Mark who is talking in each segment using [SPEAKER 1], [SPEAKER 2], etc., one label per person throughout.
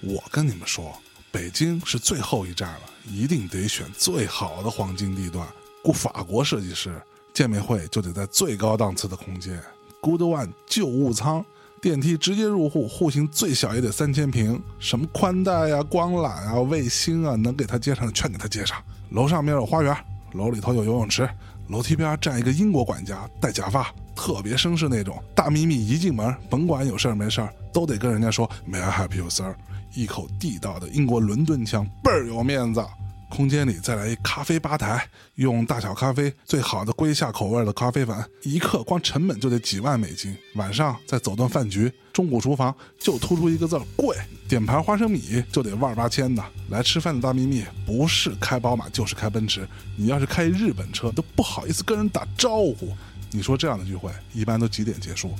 [SPEAKER 1] 我跟你们说，北京是最后一站了，一定得选最好的黄金地段。雇法国设计师，见面会就得在最高档次的空间，Good One 旧物仓，电梯直接入户，户型最小也得三千平，什么宽带呀、光缆啊、卫星啊，能给他接上的全给他接上。楼上面有花园，楼里头有游泳池，楼梯边站一个英国管家，戴假发，特别绅士那种。大咪咪一进门，甭管有事儿没事儿，都得跟人家说 “May I help you, sir”，一口地道的英国伦敦腔，倍儿有面子。空间里再来一咖啡吧台，用大小咖啡最好的龟下口味的咖啡粉，一克光成本就得几万美金。晚上再走顿饭局，中古厨房就突出一个字儿贵，点盘花生米就得万八千的。来吃饭的大秘密不是开宝马就是开奔驰，你要是开日本车都不好意思跟人打招呼。你说这样的聚会一般都几点结束？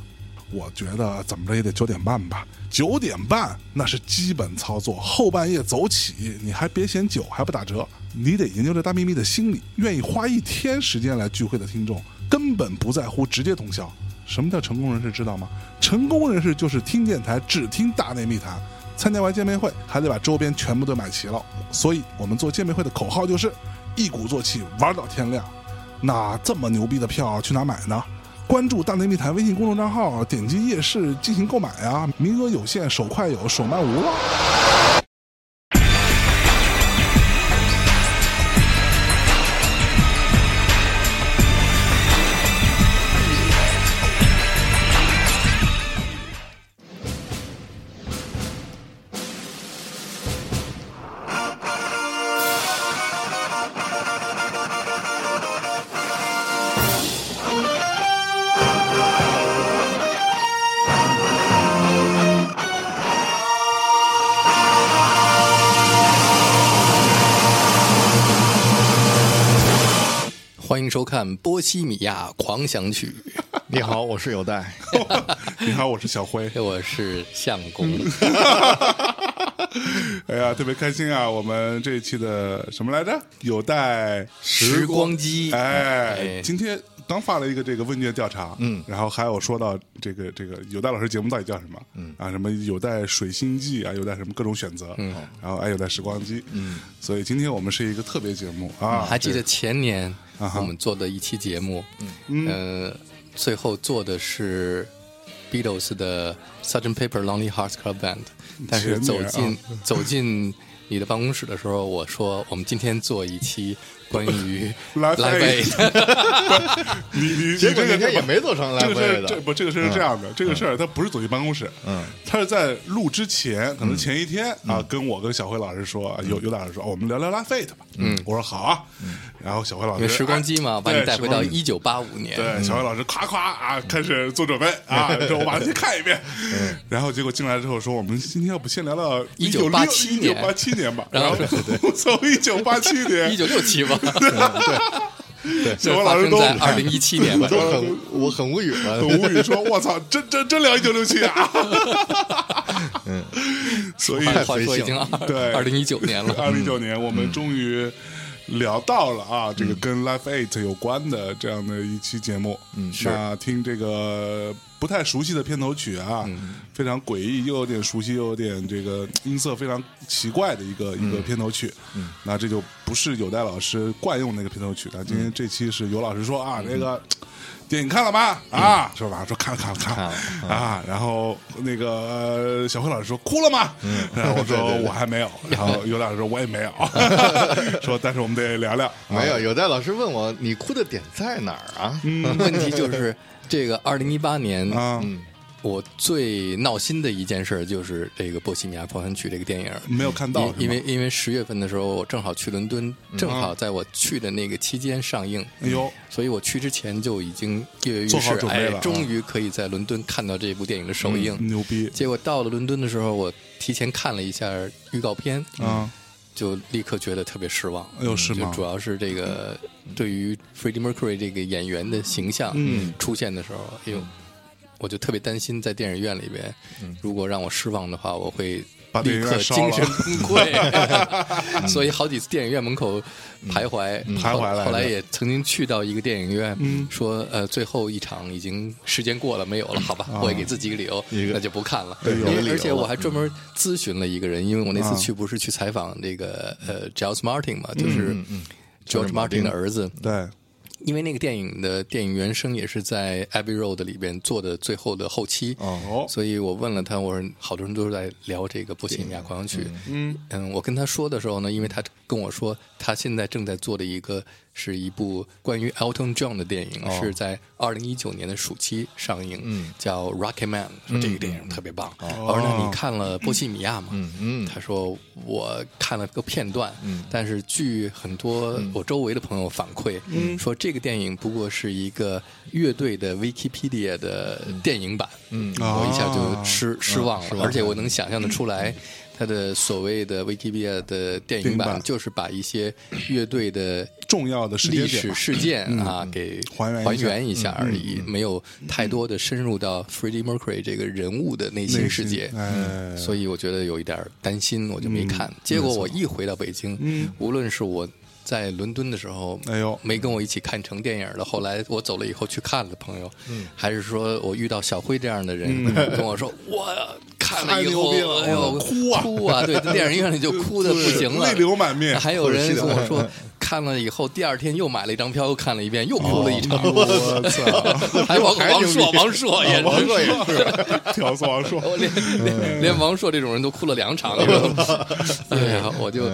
[SPEAKER 1] 我觉得怎么着也得九点半吧。九点半那是基本操作，后半夜走起，你还别嫌久，还不打折。你得研究这大秘密的心理，愿意花一天时间来聚会的听众，根本不在乎直接通宵。什么叫成功人士？知道吗？成功人士就是听电台只听大内密谈，参加完见面会还得把周边全部都买齐了。所以我们做见面会的口号就是一鼓作气，玩到天亮。那这么牛逼的票去哪买呢？关注“大内密谈”微信公众账号，点击夜市进行购买啊，名额有限，手快有，手慢无了。
[SPEAKER 2] 欢迎收看《波西米亚狂想曲
[SPEAKER 3] 你好，我是有代。
[SPEAKER 1] 你好，我是小辉》，。
[SPEAKER 2] 我是相公。
[SPEAKER 1] 嗯哎呀，特别开心啊！我们这一期的什么来着？有待
[SPEAKER 2] 时光机
[SPEAKER 1] 哎
[SPEAKER 2] 哎，
[SPEAKER 1] 今天刚发了一个这个问卷调查，嗯，然后还有说到这个这个有待老师节目到底叫什么？嗯啊，什么有待水星记啊，有待什么各种选择，嗯，然后哎有待时光机，嗯，所以今天我们是一个特别节目啊，
[SPEAKER 2] 还记得前年
[SPEAKER 1] 啊哈嗯
[SPEAKER 2] 我们做的一期节目，呃，最后做的是 Beatles 的 Sgt. Pepper Lonely Hearts Club Band，但是走
[SPEAKER 1] 前年啊
[SPEAKER 2] 进走进你的办公室的时候，我说我们今天做一期关 于
[SPEAKER 1] Live
[SPEAKER 2] Live
[SPEAKER 1] Aid
[SPEAKER 2] Aid
[SPEAKER 1] 你你你
[SPEAKER 3] 结
[SPEAKER 1] 这
[SPEAKER 3] 果
[SPEAKER 1] 个
[SPEAKER 3] 人家
[SPEAKER 1] 这
[SPEAKER 3] 也
[SPEAKER 1] 个
[SPEAKER 3] 没做成来
[SPEAKER 1] 这
[SPEAKER 3] 回
[SPEAKER 1] 个事儿，
[SPEAKER 3] 的，
[SPEAKER 1] 这不，这个事儿是这
[SPEAKER 2] 嗯
[SPEAKER 1] 样的，这个事儿他不是走进办公室，嗯，他是在录之前，
[SPEAKER 2] 嗯
[SPEAKER 1] 可能前一天啊，跟我跟小辉老师说，啊有有俩人说，哦我们聊聊拉菲特吧，嗯，我说好啊，然后小辉老
[SPEAKER 2] 嗯因为
[SPEAKER 1] 师
[SPEAKER 2] 时光机嘛，
[SPEAKER 1] 哎
[SPEAKER 2] 把你
[SPEAKER 1] 对
[SPEAKER 2] 带回到
[SPEAKER 1] 时光机
[SPEAKER 2] 一嗯九八五年。
[SPEAKER 1] 对，小伟老师夸夸啊，开始做准备啊， 这我马上去看一遍。
[SPEAKER 2] 嗯
[SPEAKER 1] 然后结果进来之后说，我们今天要不先聊聊
[SPEAKER 2] 1987
[SPEAKER 1] 一九
[SPEAKER 2] 年
[SPEAKER 1] 八七年吧。
[SPEAKER 2] 然后
[SPEAKER 1] 我从一九八七
[SPEAKER 2] 一
[SPEAKER 1] 年，
[SPEAKER 2] 九六七 吧，
[SPEAKER 1] 小伟
[SPEAKER 2] 发
[SPEAKER 1] 老师
[SPEAKER 2] 生
[SPEAKER 1] 都
[SPEAKER 2] 在二零一七年
[SPEAKER 3] 我
[SPEAKER 2] 吧，
[SPEAKER 3] 都很我很无语了
[SPEAKER 1] 很。无语，说我操，真真真聊一九六七啊！所以
[SPEAKER 2] 嗯话话
[SPEAKER 3] 随
[SPEAKER 2] 说已
[SPEAKER 3] 性
[SPEAKER 2] 经
[SPEAKER 1] 对
[SPEAKER 2] 二二零一九年了。
[SPEAKER 1] 二零一九年，我们终于聊到了啊，这个跟 Life Eight 有关的这样的一期节目。嗯，
[SPEAKER 3] 是
[SPEAKER 1] 那听这个不太熟悉的片头曲啊，非常诡异，又有点熟悉，又有点这个音色非常奇怪的一个一个片头曲。嗯，那这就不是有代老师惯用那个片头曲了。今天这期是有老师说啊，这个。电影看了吗？啊，说吧，说看了看了看了啊，然后那个呃小辉老师说哭了吗？ 然后我说我还没有，然 后有老师说我也没有，说但是我们得聊聊，
[SPEAKER 2] 嗯
[SPEAKER 3] 没有，有代老师问我你哭的点在哪儿啊？
[SPEAKER 1] 嗯
[SPEAKER 2] 问题就是这个二零一八年，
[SPEAKER 1] 啊，
[SPEAKER 2] 我最闹心的一件事就是这个《波西米亚狂想曲》这个电影。
[SPEAKER 1] 没有看嗯到，
[SPEAKER 2] 因因
[SPEAKER 1] 是吗嗯
[SPEAKER 2] 为因为十月份的时候，我正好去伦敦，正好在我去的那个期间上映，
[SPEAKER 1] 哎呦，
[SPEAKER 2] 所以我去之前就已经跃跃欲
[SPEAKER 1] 做好
[SPEAKER 2] 试，
[SPEAKER 1] 准备
[SPEAKER 2] 哎
[SPEAKER 1] 了啊，嗯
[SPEAKER 2] 终于可以在伦敦看到这部电影的首映。
[SPEAKER 1] 牛逼
[SPEAKER 2] 结果到了伦敦的时候，我提前看了一下预告片，
[SPEAKER 1] 啊，
[SPEAKER 2] 就立刻觉得特别失望。嗯
[SPEAKER 1] 哎呦是
[SPEAKER 2] 就
[SPEAKER 1] 吗
[SPEAKER 2] 主？要是这个对于 Freddie Mercury 这个演员的形象
[SPEAKER 1] 嗯
[SPEAKER 2] 出现的时候，哎呦，我就特别担心在电影院里边，如果让我失望的话，我会
[SPEAKER 1] 把嗯把电影
[SPEAKER 2] 立刻
[SPEAKER 1] 院烧
[SPEAKER 2] 精神
[SPEAKER 1] 了，
[SPEAKER 2] 崩 溃， 所以好几次电影院门口
[SPEAKER 3] 嗯
[SPEAKER 2] 徘徊
[SPEAKER 1] 徘徊来着
[SPEAKER 2] 后。后来也曾经去到一个电影院，说呃最后一场已经时间过了，没有了，好吧，我也给自己一个理由，
[SPEAKER 3] 嗯啊一个
[SPEAKER 2] 那就不看了。
[SPEAKER 3] 对
[SPEAKER 2] 因
[SPEAKER 3] 有个
[SPEAKER 2] 为
[SPEAKER 3] 理由
[SPEAKER 2] 而且
[SPEAKER 3] 了嗯啊
[SPEAKER 2] 我还专门咨询了一个人，因为我那次去不是去采访这个呃 Giles Martin 嘛，就是
[SPEAKER 3] 嗯嗯
[SPEAKER 2] George
[SPEAKER 3] George
[SPEAKER 2] Martin
[SPEAKER 3] Martin
[SPEAKER 2] 的儿子，
[SPEAKER 1] 对，
[SPEAKER 2] 因为那个电影的电影原声也是在 Abbey Road 里边做的最后的后期，
[SPEAKER 1] 哦
[SPEAKER 2] 所以我问了他，我说好多人都在聊这个《波西米亚狂想曲》，嗯我跟他说的时候呢，因为他跟我说他现在正在做的一个是一部关于 Elton John 的电影，是在二零一九年的暑期上映，叫《Rocket Man》，说这个电影特别棒。我说那你看了《波西米亚》吗？
[SPEAKER 3] 嗯
[SPEAKER 2] 他说我看了个片段，但是据很多我周围的朋友反馈，
[SPEAKER 1] 嗯
[SPEAKER 2] 说这个电影不过是一个乐队的 Wikipedia 的电影版，我一下
[SPEAKER 1] 哦
[SPEAKER 2] 就失嗯啊失望了，嗯而且我能想象的出来。它的所谓的 Wikipedia 的电
[SPEAKER 1] 电
[SPEAKER 2] 影
[SPEAKER 1] 影版
[SPEAKER 2] 版，就是把一些乐队的
[SPEAKER 1] 重要的时间
[SPEAKER 2] 历
[SPEAKER 1] 点
[SPEAKER 2] 史
[SPEAKER 1] 吧
[SPEAKER 2] 事件啊，给
[SPEAKER 1] 还原一下嗯
[SPEAKER 2] 一下而已，没有太多的深入到 Freddie Mercury 这个人物的内心世界。嗯
[SPEAKER 1] 哎，
[SPEAKER 2] 所以我觉得有一点儿担心，我就没
[SPEAKER 1] 嗯
[SPEAKER 2] 看。结果我一回到北京，无论是我在伦敦的时候，
[SPEAKER 1] 哎呦
[SPEAKER 2] 没跟我一起看成电影的，后来我走了以后去看了朋友，
[SPEAKER 1] 嗯
[SPEAKER 2] 还是说我遇到小辉这样的人、跟我说，我看了以 后，
[SPEAKER 1] 太牛逼了
[SPEAKER 2] 哎呦
[SPEAKER 1] 我哭啊
[SPEAKER 2] 哭啊，对，电影 院里就哭的不行了，
[SPEAKER 1] 泪流满面嗯
[SPEAKER 2] 还有人跟 我说。看了以后，第二天又买了一张票，又看了一遍，又哭了一场。
[SPEAKER 1] 哦我操，
[SPEAKER 2] 还 有王王朔，王朔
[SPEAKER 1] 啊
[SPEAKER 2] 也是，
[SPEAKER 3] 王朔也
[SPEAKER 1] 是， 挑死王朔，
[SPEAKER 2] 我连连连王朔这种人都哭了两场，你知道吗对呀，我就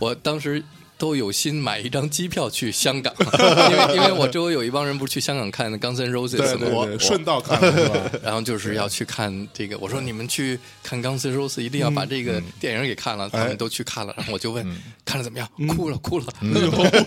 [SPEAKER 2] 我当时。都有心买一张机票去香港，因为因为我周围有一帮人不是去香港看《Guns N' Roses
[SPEAKER 1] 对》
[SPEAKER 2] 吗？
[SPEAKER 1] 对
[SPEAKER 2] 我
[SPEAKER 1] 对，顺道看了是吧？
[SPEAKER 2] 然后就是要去看这个，我说你们去看《钢丝 Rose》，一定要把这个电影给看了。他们都去看了，然后我就问看了怎么样，
[SPEAKER 1] 嗯
[SPEAKER 2] 哭了哭了，
[SPEAKER 1] 对，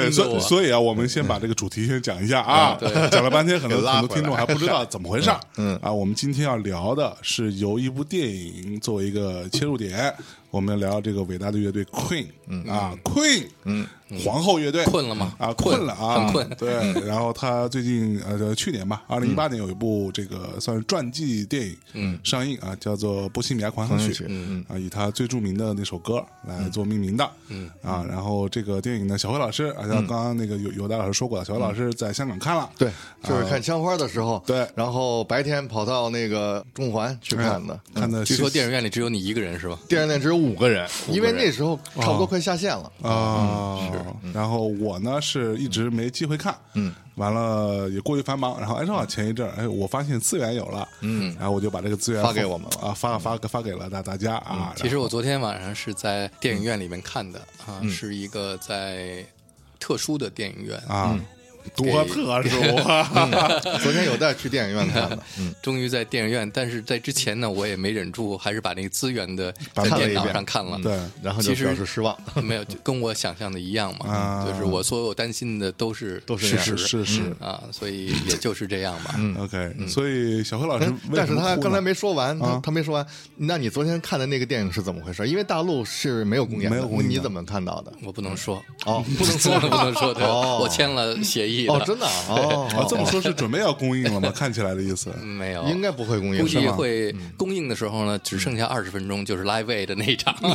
[SPEAKER 2] 恨得
[SPEAKER 1] 所以
[SPEAKER 2] 我。
[SPEAKER 1] 所以啊，我们先把这个主题先讲一下啊，讲了半天，很多
[SPEAKER 3] 给拉
[SPEAKER 1] 很多
[SPEAKER 3] 回来
[SPEAKER 1] 听众还不知道怎么回事儿。嗯啊，我们今天要聊的是由一部电影作为一个切入点，我们要聊这个伟大的乐队 Queen，嗯啊 Queen，嗯，皇后乐队
[SPEAKER 2] 困了吗
[SPEAKER 1] 啊，
[SPEAKER 2] 困
[SPEAKER 1] 困了啊，
[SPEAKER 2] 很困
[SPEAKER 1] 对，然后他最近呃，去年吧，二零一八年有一部这个算是传记电影，嗯，上映啊，叫做《波西米亚狂想曲》，嗯啊，以他最著名的那首歌来做命名的，嗯啊，然后这个电影呢，小辉老师啊，像刚刚那个有有大老师说过，小辉老师在香港看了，
[SPEAKER 3] 嗯对，就是看枪花的时候，
[SPEAKER 1] 啊对
[SPEAKER 3] 然后白天跑到那个中环去
[SPEAKER 1] 哎呀
[SPEAKER 3] 看的。
[SPEAKER 1] 看的
[SPEAKER 2] 据说电
[SPEAKER 1] 影
[SPEAKER 2] 影院里只有你一个人是吧？
[SPEAKER 3] 电影院只有五个人，因为那时候差不多快下线了。
[SPEAKER 1] 哦
[SPEAKER 3] 嗯
[SPEAKER 1] 啊，然后我呢是一直没机会看，嗯，完了也过于繁忙，然后哎正好前一阵儿哎我发现资源有了，嗯，然后我就把这个资源
[SPEAKER 3] 发给我们了嗯
[SPEAKER 1] 啊，发发发给了大大家啊，
[SPEAKER 2] 其实我昨天晚上是在电影院里面看的啊，
[SPEAKER 3] 嗯
[SPEAKER 2] 是一个在特殊的电影院
[SPEAKER 3] 嗯
[SPEAKER 1] 啊，多
[SPEAKER 2] 多
[SPEAKER 1] 特殊啊！
[SPEAKER 3] 昨天有带去电影院 看的，嗯
[SPEAKER 2] 终于在电影院，但是在之前呢，我也没忍住，还是把那个资源的
[SPEAKER 1] 把
[SPEAKER 2] 在
[SPEAKER 1] 它
[SPEAKER 2] 电
[SPEAKER 3] 看了一
[SPEAKER 2] 脑
[SPEAKER 3] 遍嗯
[SPEAKER 2] 上看了。
[SPEAKER 1] 对
[SPEAKER 3] 然后就
[SPEAKER 2] 其实
[SPEAKER 3] 表示失望。
[SPEAKER 2] 没有，就跟我想象的一样嘛，
[SPEAKER 1] 啊
[SPEAKER 2] 就是我所有担心的都是
[SPEAKER 3] 都是嗯
[SPEAKER 2] 事
[SPEAKER 3] 这样
[SPEAKER 2] 实
[SPEAKER 1] 是是是
[SPEAKER 2] 啊，所以也就是这样吧。
[SPEAKER 1] ，OK，所以小何老师
[SPEAKER 3] 哎，
[SPEAKER 1] 为
[SPEAKER 3] 但
[SPEAKER 1] 什
[SPEAKER 3] 是
[SPEAKER 1] 么
[SPEAKER 3] 他
[SPEAKER 1] 哭呢
[SPEAKER 3] 刚才没说完，
[SPEAKER 1] 啊
[SPEAKER 3] 他他没说完。那你昨天看的那个电影是怎么回事？因为大陆是没有公演的，
[SPEAKER 1] 没有公演的
[SPEAKER 3] 你怎么看到的？
[SPEAKER 2] 我不能说，
[SPEAKER 3] 哦
[SPEAKER 2] 不能说，不能说，对，
[SPEAKER 3] 哦
[SPEAKER 2] 我签了协议的
[SPEAKER 3] 哦，真的啊 哦，
[SPEAKER 1] 啊，这么说是准备要公映 了吗？看起来的意思，
[SPEAKER 2] 没有，
[SPEAKER 3] 应该不会公映
[SPEAKER 2] 估
[SPEAKER 3] 是
[SPEAKER 2] 计
[SPEAKER 3] 吗？
[SPEAKER 2] 会
[SPEAKER 1] 嗯
[SPEAKER 2] 公映的时候呢，只剩下二十分钟，就是 Live Aid 的那 一场。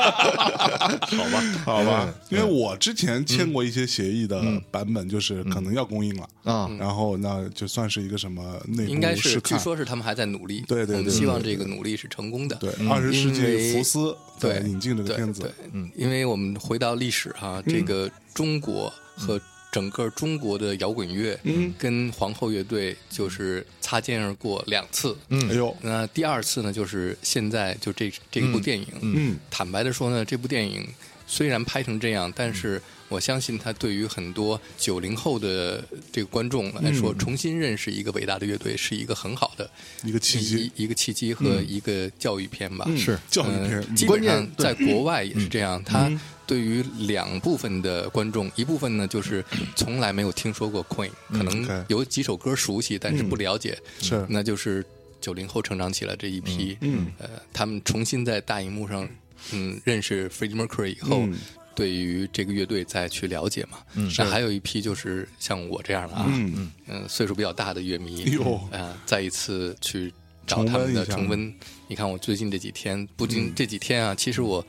[SPEAKER 1] 好吧，好吧，因为我之前签过一些协议的版本，就是可能要公映了
[SPEAKER 3] 啊，
[SPEAKER 2] 嗯
[SPEAKER 1] 然后那就算是一个什么内部
[SPEAKER 2] 应该
[SPEAKER 1] 试
[SPEAKER 2] 是，据
[SPEAKER 1] 看，
[SPEAKER 2] 说是他们还在努力。
[SPEAKER 1] 对对
[SPEAKER 2] 我们
[SPEAKER 1] 对
[SPEAKER 2] 希望
[SPEAKER 1] 对
[SPEAKER 2] 这个努力是成功的。
[SPEAKER 1] 对，二十世
[SPEAKER 2] 因为
[SPEAKER 1] 纪福斯在
[SPEAKER 2] 对
[SPEAKER 1] 引进这个
[SPEAKER 2] 对
[SPEAKER 1] 片子，嗯
[SPEAKER 2] 对，因为我们回到历史哈、这个中国
[SPEAKER 1] 嗯
[SPEAKER 2] 和整个中国的摇滚乐，嗯，跟皇后乐队就是擦肩而过两次。
[SPEAKER 1] 哎呦，
[SPEAKER 2] 那第二次呢，就是现在就这这部电影，
[SPEAKER 1] 嗯，
[SPEAKER 2] 坦白的说呢，这部电影虽然拍成这样，但是我相信它对于很多九零后的这个观众
[SPEAKER 1] 嗯
[SPEAKER 2] 来说，重新认识一个伟大的乐队是一个很好的
[SPEAKER 1] 一个契机，
[SPEAKER 2] 一一个契机和一个教育片吧。
[SPEAKER 1] 嗯
[SPEAKER 3] 是
[SPEAKER 1] 教育
[SPEAKER 2] 呃
[SPEAKER 1] 片，
[SPEAKER 2] 基本上在国外也
[SPEAKER 1] 嗯
[SPEAKER 2] 是这样。它对于两部分的观众，一部分呢就是从来没有听说过 Queen，可
[SPEAKER 1] 嗯，OK 嗯
[SPEAKER 2] 能有几首歌熟悉，但是不了解，
[SPEAKER 1] 是
[SPEAKER 2] 那就是九零后成长起来这一批，
[SPEAKER 1] 嗯
[SPEAKER 2] 呃，他们重新在大荧幕上，嗯，认识 Freddie Mercury 以后。啊
[SPEAKER 1] 嗯
[SPEAKER 2] 对于这个乐队再去了解嘛，那还有一批就是像我这样的啊，
[SPEAKER 1] 嗯
[SPEAKER 2] 嗯、岁数比较大的乐迷，
[SPEAKER 1] 哎呦
[SPEAKER 2] 啊、再一次去找他们的
[SPEAKER 1] 重温一下
[SPEAKER 2] 重温。你看我最近这几天，不仅这几天啊，其实我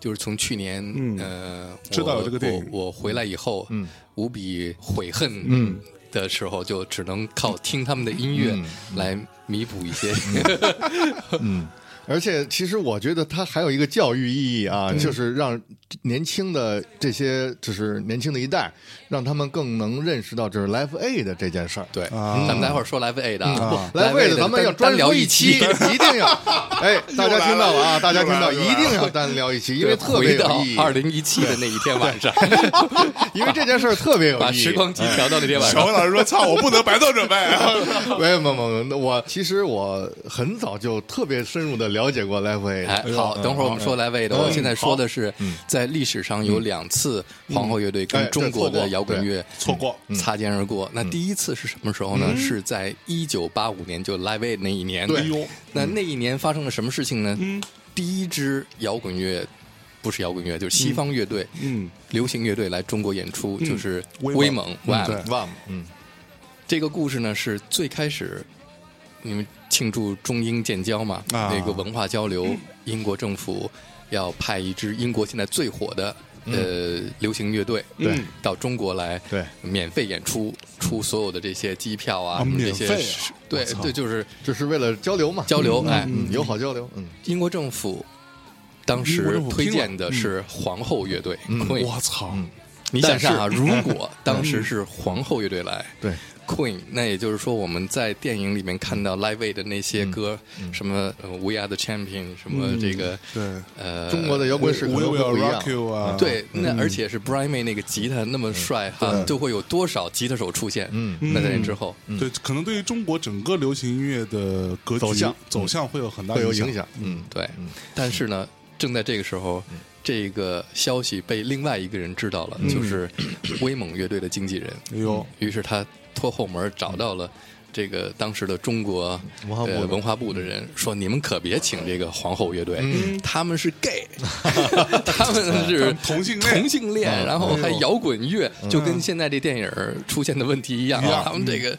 [SPEAKER 2] 就是从去年
[SPEAKER 1] 嗯
[SPEAKER 2] 呃
[SPEAKER 1] 知道有
[SPEAKER 2] 我
[SPEAKER 1] 这个电影
[SPEAKER 2] 我我回来以后，
[SPEAKER 3] 嗯，
[SPEAKER 2] 无比悔恨，嗯。的时候就只能靠听他们的音乐
[SPEAKER 3] 嗯
[SPEAKER 2] 来弥补一些，
[SPEAKER 1] 嗯
[SPEAKER 3] 而且，其实我觉得它还有一个教育意义啊，就是让年轻的这些，就是年轻的一代，让他们更能认识到就是 Life A 的这件事儿。
[SPEAKER 2] 对，
[SPEAKER 1] 啊
[SPEAKER 2] 咱们待会儿说 Live Aid 的 啊
[SPEAKER 3] 嗯来
[SPEAKER 2] Live
[SPEAKER 3] 为
[SPEAKER 2] Aid
[SPEAKER 3] 了咱们要
[SPEAKER 2] 单单
[SPEAKER 3] 专
[SPEAKER 2] 聊
[SPEAKER 3] 聊
[SPEAKER 2] 一
[SPEAKER 3] 期，
[SPEAKER 2] 期，
[SPEAKER 3] 一定要，哎，大家听到了啊，大家听到，
[SPEAKER 1] 又
[SPEAKER 3] 一
[SPEAKER 1] 来了
[SPEAKER 3] 定要单聊一期，因
[SPEAKER 2] 对，
[SPEAKER 3] 为特别
[SPEAKER 2] 回到
[SPEAKER 3] 有意义，
[SPEAKER 2] 二零一七的那一天晚上，
[SPEAKER 3] 因为这件事儿特别 有
[SPEAKER 2] 把
[SPEAKER 3] 意义。
[SPEAKER 2] 时光机调到那天晚
[SPEAKER 1] 小
[SPEAKER 2] 上
[SPEAKER 1] 伟。老师说：“操，我不能白做准备。啊
[SPEAKER 3] 没有没有没有，那我其实我很早就特别深入的了解过 Life A
[SPEAKER 2] 哎
[SPEAKER 3] 的，，
[SPEAKER 2] 好，等会儿我们说
[SPEAKER 3] 嗯
[SPEAKER 2] 来位的。我现在说的是，在历史上有两次皇后乐队
[SPEAKER 3] 哎
[SPEAKER 2] 跟
[SPEAKER 3] 对嗯
[SPEAKER 2] 中国的摇滚乐”嗯
[SPEAKER 1] 错过
[SPEAKER 2] 擦肩而过。那第一次是什么时候呢？是在一九八五年，就 Live Aid 那一年。
[SPEAKER 3] 对哎嗯
[SPEAKER 1] 哟
[SPEAKER 2] 那那一年发生了什么事情呢？第一支摇滚乐不是摇滚乐，就是西方乐队，
[SPEAKER 1] 嗯，
[SPEAKER 2] 流行乐队来中国演出，就是
[SPEAKER 1] 威
[SPEAKER 2] 威
[SPEAKER 1] 猛
[SPEAKER 2] 猛
[SPEAKER 1] 嗯
[SPEAKER 2] Wham
[SPEAKER 1] 对
[SPEAKER 3] Vam，嗯，
[SPEAKER 2] 这个故事呢是最开始你们庆祝中英建交嘛，
[SPEAKER 1] 啊嗯
[SPEAKER 2] 那个文化交流，英国政府要派一支英国现在最火的。呃，流行乐队
[SPEAKER 1] 嗯对
[SPEAKER 2] 嗯到中国来，
[SPEAKER 3] 对
[SPEAKER 2] 免费演出，出所有的这些机票啊，
[SPEAKER 1] 啊
[SPEAKER 2] 什么这
[SPEAKER 1] 免
[SPEAKER 2] 些
[SPEAKER 1] 费啊
[SPEAKER 2] 是，对
[SPEAKER 1] 我操
[SPEAKER 2] 对，就是
[SPEAKER 3] 就是为了交流嘛，
[SPEAKER 2] 交流。哎，
[SPEAKER 3] 嗯，友好交流，嗯，
[SPEAKER 2] 英国政府
[SPEAKER 1] 英
[SPEAKER 2] 当
[SPEAKER 1] 国
[SPEAKER 2] 时
[SPEAKER 1] 政府
[SPEAKER 2] 推
[SPEAKER 1] 拼了嗯
[SPEAKER 2] 荐的是皇后乐队，Queen
[SPEAKER 1] 我操，
[SPEAKER 2] 你想象啊，如果
[SPEAKER 3] 嗯
[SPEAKER 2] 当时是皇后乐队来，
[SPEAKER 3] 对
[SPEAKER 2] Queen，那也就是说我们在电影里面看到 Live Aid 的那些
[SPEAKER 3] 嗯
[SPEAKER 2] 歌，什么呃 We Are the Champion，什么这个、
[SPEAKER 1] 对
[SPEAKER 2] 呃
[SPEAKER 3] 中国的嗯摇滚史可
[SPEAKER 1] ，We
[SPEAKER 3] 能会
[SPEAKER 1] will
[SPEAKER 3] 不一样
[SPEAKER 1] rock。you 啊，
[SPEAKER 2] 嗯对，那而且是 Brian May 那个吉他那么帅哈、就会有多少吉他手出现？
[SPEAKER 3] 嗯
[SPEAKER 2] 那在那之后，
[SPEAKER 1] 对，可能对于中国整个流行音乐的格局
[SPEAKER 3] 走向
[SPEAKER 1] 走向会有很大
[SPEAKER 3] 会有
[SPEAKER 1] 影
[SPEAKER 3] 影。响，嗯，
[SPEAKER 2] 对，但是呢，正在这个时候，这个消息被另外一个人知道了，就是威猛乐队的经纪人。嗯
[SPEAKER 1] 哎呦，
[SPEAKER 2] 于是他拖后门找到了这个当时的中国
[SPEAKER 3] 文化部
[SPEAKER 2] 呃
[SPEAKER 3] 的
[SPEAKER 2] 文化部的人，说你们可别请这个皇后乐队，他们是 gay，他们是
[SPEAKER 1] 同性恋
[SPEAKER 2] 同性恋，然后还摇滚乐，就跟现在这电影儿出现的问题一样
[SPEAKER 1] 一样
[SPEAKER 2] 啊，他们这个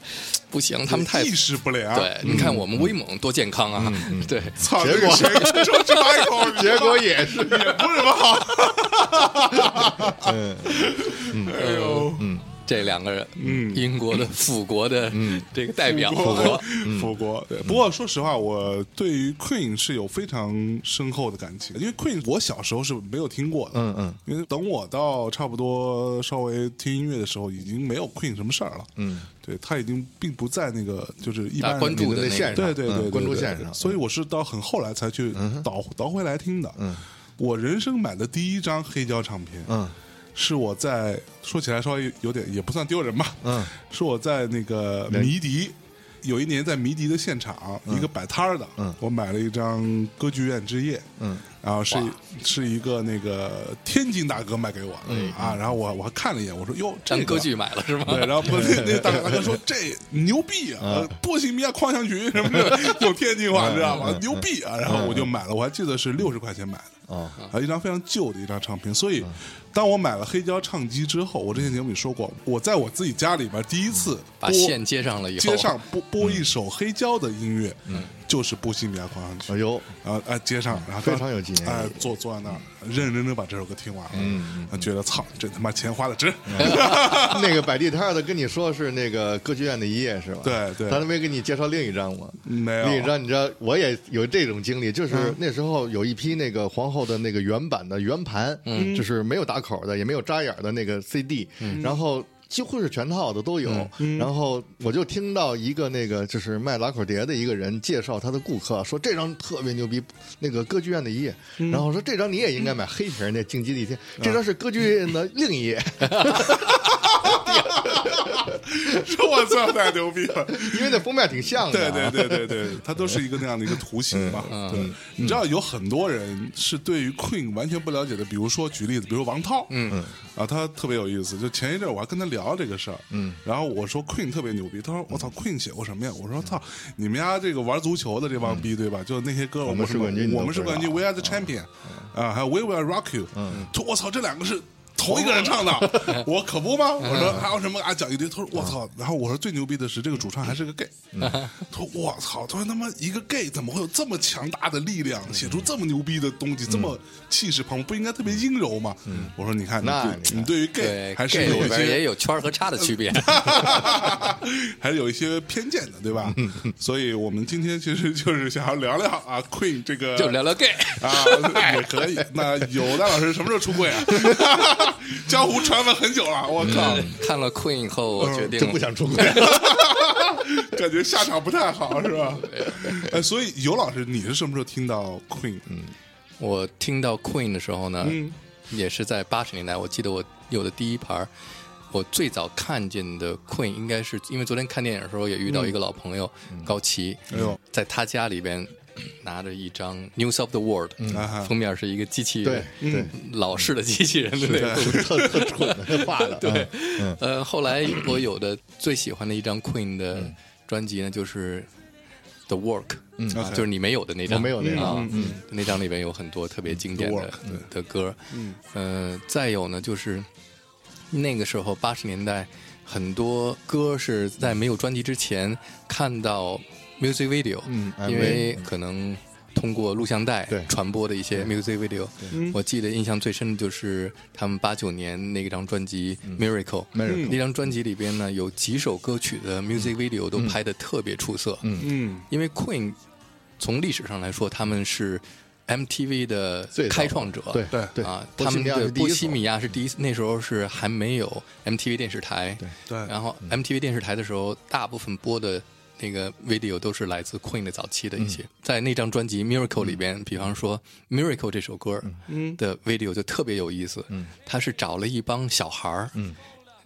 [SPEAKER 2] 不行，他们太
[SPEAKER 1] 意识不良，
[SPEAKER 2] 对，你看我们威猛多健康啊，对。
[SPEAKER 1] 操，
[SPEAKER 3] 结
[SPEAKER 1] 这个
[SPEAKER 3] 果
[SPEAKER 1] 谁 说这把口， 你
[SPEAKER 3] 结果也是，
[SPEAKER 1] 也不是什么好。
[SPEAKER 3] 嗯，
[SPEAKER 1] 哎呦，
[SPEAKER 2] 这两个人，嗯，英国的 辅国的这个代表，
[SPEAKER 1] 佛
[SPEAKER 2] 辅国，
[SPEAKER 3] 嗯
[SPEAKER 1] 佛国。对，不过说实话，我对于 Queen 是有非常深厚的感情，因为 Queen 我小时候是没有听过的，
[SPEAKER 3] 嗯嗯，
[SPEAKER 1] 因为等我到差不多稍微听音乐的时候，已经没有 Queen 什么事儿了，嗯，对他已经并不在那个就是一般
[SPEAKER 2] 啊
[SPEAKER 1] 人
[SPEAKER 2] 关注
[SPEAKER 3] 你
[SPEAKER 2] 的
[SPEAKER 3] 的
[SPEAKER 2] 那
[SPEAKER 3] 那
[SPEAKER 2] 个
[SPEAKER 3] 线上，
[SPEAKER 1] 对对对
[SPEAKER 3] 嗯
[SPEAKER 1] 对，
[SPEAKER 3] 关注
[SPEAKER 1] 对
[SPEAKER 3] 线
[SPEAKER 1] 对
[SPEAKER 3] 上，
[SPEAKER 1] 所以我是到很后来才去倒倒回来听的，嗯，我人生买的第一张黑胶唱片，
[SPEAKER 3] 嗯，
[SPEAKER 1] 是我在说起来稍微有点也不算丢人吧，
[SPEAKER 3] 嗯，
[SPEAKER 1] 是我在那个迷笛，有一年在迷笛的现场，一个摆摊儿的，嗯，我买了一张《歌剧院之夜》，嗯，然后是
[SPEAKER 2] 哇
[SPEAKER 1] 是一个那个天津大哥卖给我的啊，然后我我还看了一眼，我说哟，这
[SPEAKER 2] 当
[SPEAKER 1] 个
[SPEAKER 2] 歌剧买了是吗？
[SPEAKER 1] 对，然后不那那大哥大哥说 这牛逼啊，呃波西米亚狂想曲什么的， 用天津话你知道吗？牛逼啊！然后我就买了，我还记得是六十块钱买的
[SPEAKER 3] 哦
[SPEAKER 1] 啊，一张非常旧的一张唱片。所
[SPEAKER 3] 啊
[SPEAKER 1] 以，当我买了黑胶唱机之后，我之前节目里说过，我在我自己家里边第一
[SPEAKER 3] 嗯
[SPEAKER 1] 次
[SPEAKER 2] 把
[SPEAKER 1] 播
[SPEAKER 2] 线接上了以后，
[SPEAKER 1] 接上播播一首黑胶的音乐，就是波西米亚狂想曲。
[SPEAKER 3] 嗯哎呦，
[SPEAKER 1] 然后啊接上，然后
[SPEAKER 3] 非常有纪念意义嗯
[SPEAKER 1] 哎，坐坐在那儿，认认真真把这首歌听完了，嗯，觉得操，这他妈钱花的值，
[SPEAKER 3] 嗯 那个摆地摊儿的跟你说是那个歌剧院的一夜是吧？
[SPEAKER 1] 对对
[SPEAKER 3] 他没给你介绍另一张吗？
[SPEAKER 1] 没有
[SPEAKER 3] 另一张你知道，我也有这种经历，就是那时候有一批那个皇后的那个原版的圆盘，嗯，就是没有打口的，也没有扎眼儿的那个 CD，、然后。几乎是全套的都有，然后我就听到一个那个就是卖打口碟的一个人介绍他的顾客说这张特别牛逼，那个歌剧院的一页，然后说这张你也应该买黑皮儿那竞技的一天，这张是歌剧院的另一页，
[SPEAKER 1] 我操，太牛逼了！
[SPEAKER 3] 因为那封面挺像的、啊
[SPEAKER 1] 对
[SPEAKER 3] 嗯
[SPEAKER 1] 对，对对对，它都是一个那样的一个图形嘛。对，你知道有很多人是对于 Queen 完全不了解的，比如说举例子，比如王涛，嗯啊，他特别有意思。就前一阵我还跟他聊这个事儿，嗯，然后我说 Queen 特别牛逼，他说我操 Queen 写过什么呀？我说操，你们家这个玩足球的这帮逼对吧？就那些歌，我
[SPEAKER 3] 嗯们是冠军你都
[SPEAKER 1] 我们是
[SPEAKER 3] 不知
[SPEAKER 1] 冠
[SPEAKER 2] 嗯
[SPEAKER 3] 道
[SPEAKER 1] 军，We are the champion，啊，还有 We will rock you，嗯，我操，这两个是。同一个人唱的， 我可不吗？我
[SPEAKER 2] 嗯
[SPEAKER 1] 说还有什么啊，讲一堆。他说我操，然后我说最牛逼的是这个主唱还是个 gay，他
[SPEAKER 2] 嗯
[SPEAKER 1] 说我操，他说他妈一个 gay 怎么会有这么强大的力量，写
[SPEAKER 2] 嗯
[SPEAKER 1] 出这么牛逼的东西，这么气势磅礴，不应该特别阴柔吗？
[SPEAKER 2] 嗯
[SPEAKER 1] 我说你看，你
[SPEAKER 3] 那
[SPEAKER 1] 对
[SPEAKER 3] 你看
[SPEAKER 1] 你对于 gay
[SPEAKER 2] 对，
[SPEAKER 1] 还是
[SPEAKER 2] gay
[SPEAKER 1] 有呃
[SPEAKER 2] 里
[SPEAKER 1] 一
[SPEAKER 2] 边也
[SPEAKER 1] 些，
[SPEAKER 2] 有圈儿和叉的区别。
[SPEAKER 1] 还是有一些偏见的，对吧？
[SPEAKER 2] 嗯
[SPEAKER 1] 所以我们今天其实就是想要聊聊啊，Queen 这个
[SPEAKER 2] 就聊聊 gay，
[SPEAKER 1] 啊，
[SPEAKER 2] 哎
[SPEAKER 1] 也可以。那有赖老师什么时候出柜啊？ 江湖传闻很久了，我靠，
[SPEAKER 2] 看了 Queen 以后，我嗯
[SPEAKER 1] 嗯
[SPEAKER 2] 决定
[SPEAKER 3] 嗯真不想出轨。
[SPEAKER 1] 感觉下场不太好，是吧？哎，所以尤老师，你是什么时候听到 Queen？
[SPEAKER 2] 嗯我听到 Queen 的时候呢，
[SPEAKER 1] 嗯
[SPEAKER 2] 也是在八十年代。我记得我有的第一盘儿，我最早看见的 Queen 应该是因为昨天看电影的时候也遇到一个老朋友、高奇，
[SPEAKER 1] 哎呦
[SPEAKER 2] 在他家里边拿着一张《News of the World、
[SPEAKER 1] 啊哈
[SPEAKER 2] 封面是一个机器
[SPEAKER 3] 对嗯
[SPEAKER 2] 人，
[SPEAKER 3] 对，
[SPEAKER 2] 老式的机器人的那种。
[SPEAKER 3] 特特蠢的那画 的，啊对，
[SPEAKER 2] 呃，后来我有的最喜欢的一张 Queen 的
[SPEAKER 3] 嗯
[SPEAKER 2] 专辑呢，就是《The Work》，嗯
[SPEAKER 1] ，OK
[SPEAKER 2] 就是你没有的那张，
[SPEAKER 3] 我没有那张嗯
[SPEAKER 2] 啊，那张里面有很多特别经典
[SPEAKER 1] The
[SPEAKER 2] 的
[SPEAKER 1] Work，
[SPEAKER 2] 的歌，嗯，呃，再有呢，就是那个时候八十年代，很多歌是在没有专辑之前看到 music video，
[SPEAKER 3] 嗯
[SPEAKER 2] 因
[SPEAKER 3] MV
[SPEAKER 2] 为可能通过录像带
[SPEAKER 3] 对嗯
[SPEAKER 2] 传播的一些 music video，我记得印象最深的就是他们八九年那张专辑《Miracle》，
[SPEAKER 3] 嗯 Miracle 嗯
[SPEAKER 2] 那张专辑里边呢有几首歌曲的 music video 都拍的特别出色，
[SPEAKER 1] 嗯
[SPEAKER 2] 因为 Queen 从历史上来说他们是 MTV 的
[SPEAKER 3] 最早
[SPEAKER 2] 开创者，
[SPEAKER 3] 对
[SPEAKER 1] 对
[SPEAKER 3] 对
[SPEAKER 2] 啊，
[SPEAKER 3] 波
[SPEAKER 2] 他
[SPEAKER 3] 西
[SPEAKER 2] 们
[SPEAKER 3] 米亚
[SPEAKER 2] 的
[SPEAKER 3] 是第一
[SPEAKER 2] 波
[SPEAKER 3] 首
[SPEAKER 2] 西米亚是第一，那时候是还没有 MTV 电视台，对
[SPEAKER 1] 对
[SPEAKER 2] 然后
[SPEAKER 3] 嗯
[SPEAKER 2] MTV 电视台的时候，大部分播的那个 video 都是来自 Queen 的早期的一
[SPEAKER 3] 嗯
[SPEAKER 2] 些，在那张专辑《Miracle》里边，比方说《Miracle》这首歌
[SPEAKER 3] 嗯
[SPEAKER 2] 的 video 就特别有意思，他是找了一帮小孩儿，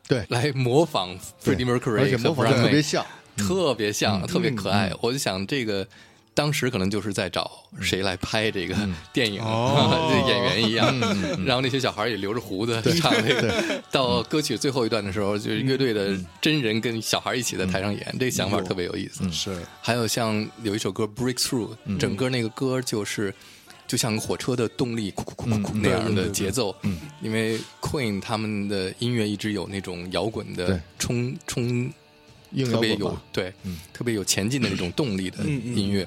[SPEAKER 3] 对，
[SPEAKER 2] 来模仿 Freddie
[SPEAKER 3] 嗯而且
[SPEAKER 2] Mercury 和
[SPEAKER 3] 模仿的
[SPEAKER 2] Brian May
[SPEAKER 3] 特别像，
[SPEAKER 2] 特别像，特别可爱。我就想这个。当时可能就是在找谁来拍这个电影，
[SPEAKER 1] 哦
[SPEAKER 2] 这演员一样。然后那些小孩也留着胡子唱那个。到歌曲最后一段的时候，就是乐队的真人跟小孩一起在台上演，这个想法特别有意思。
[SPEAKER 1] 是
[SPEAKER 2] 还有像有一首歌《Breakthrough》，整个那个歌就是就像火车的动力，库库库库库那样的节奏。因为 Queen 他们的音乐一直有那种摇滚的
[SPEAKER 3] 对
[SPEAKER 2] 冲冲
[SPEAKER 3] 硬
[SPEAKER 2] 特
[SPEAKER 3] 摇
[SPEAKER 2] 别
[SPEAKER 3] 滚
[SPEAKER 2] 有
[SPEAKER 3] 吧，嗯
[SPEAKER 2] 对，特别有前进的那种动力的音乐。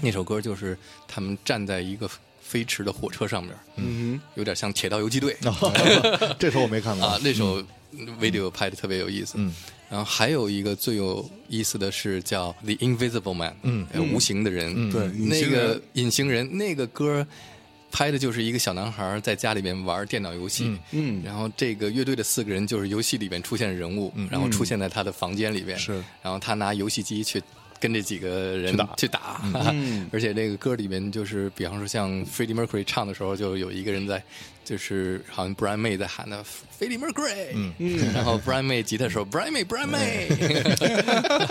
[SPEAKER 2] 那首歌就是他们站在一个飞驰的火车上面，
[SPEAKER 1] 嗯
[SPEAKER 2] 有点像《铁道游击队》
[SPEAKER 3] 这时候我没看过
[SPEAKER 2] 啊，，那首 video 拍的特别有意思。
[SPEAKER 3] 嗯
[SPEAKER 2] 然后还有一个最有意思的是叫《The Invisible Man》，
[SPEAKER 3] 嗯
[SPEAKER 2] 呃，无形的人，
[SPEAKER 1] 对嗯隐
[SPEAKER 2] 那
[SPEAKER 1] 形人
[SPEAKER 2] 个隐形人那个歌。拍的就是一个小男孩在家里面玩电脑游戏，
[SPEAKER 1] 嗯
[SPEAKER 2] 然后这个乐队的四个人就是游戏里面出现的人物，然后出现在他的房间里边，
[SPEAKER 1] 嗯是，
[SPEAKER 2] 然后他拿游戏机去跟这几个人去打，去打，
[SPEAKER 1] 嗯
[SPEAKER 2] 而且那个歌里面就是，比方说像 Freddie Mercury 唱的时候，就有一个人在，就是好像 Brian May 在喊的 Freddie Mercury，嗯，然后 Brian May 吉他手 Brian May，Brian May，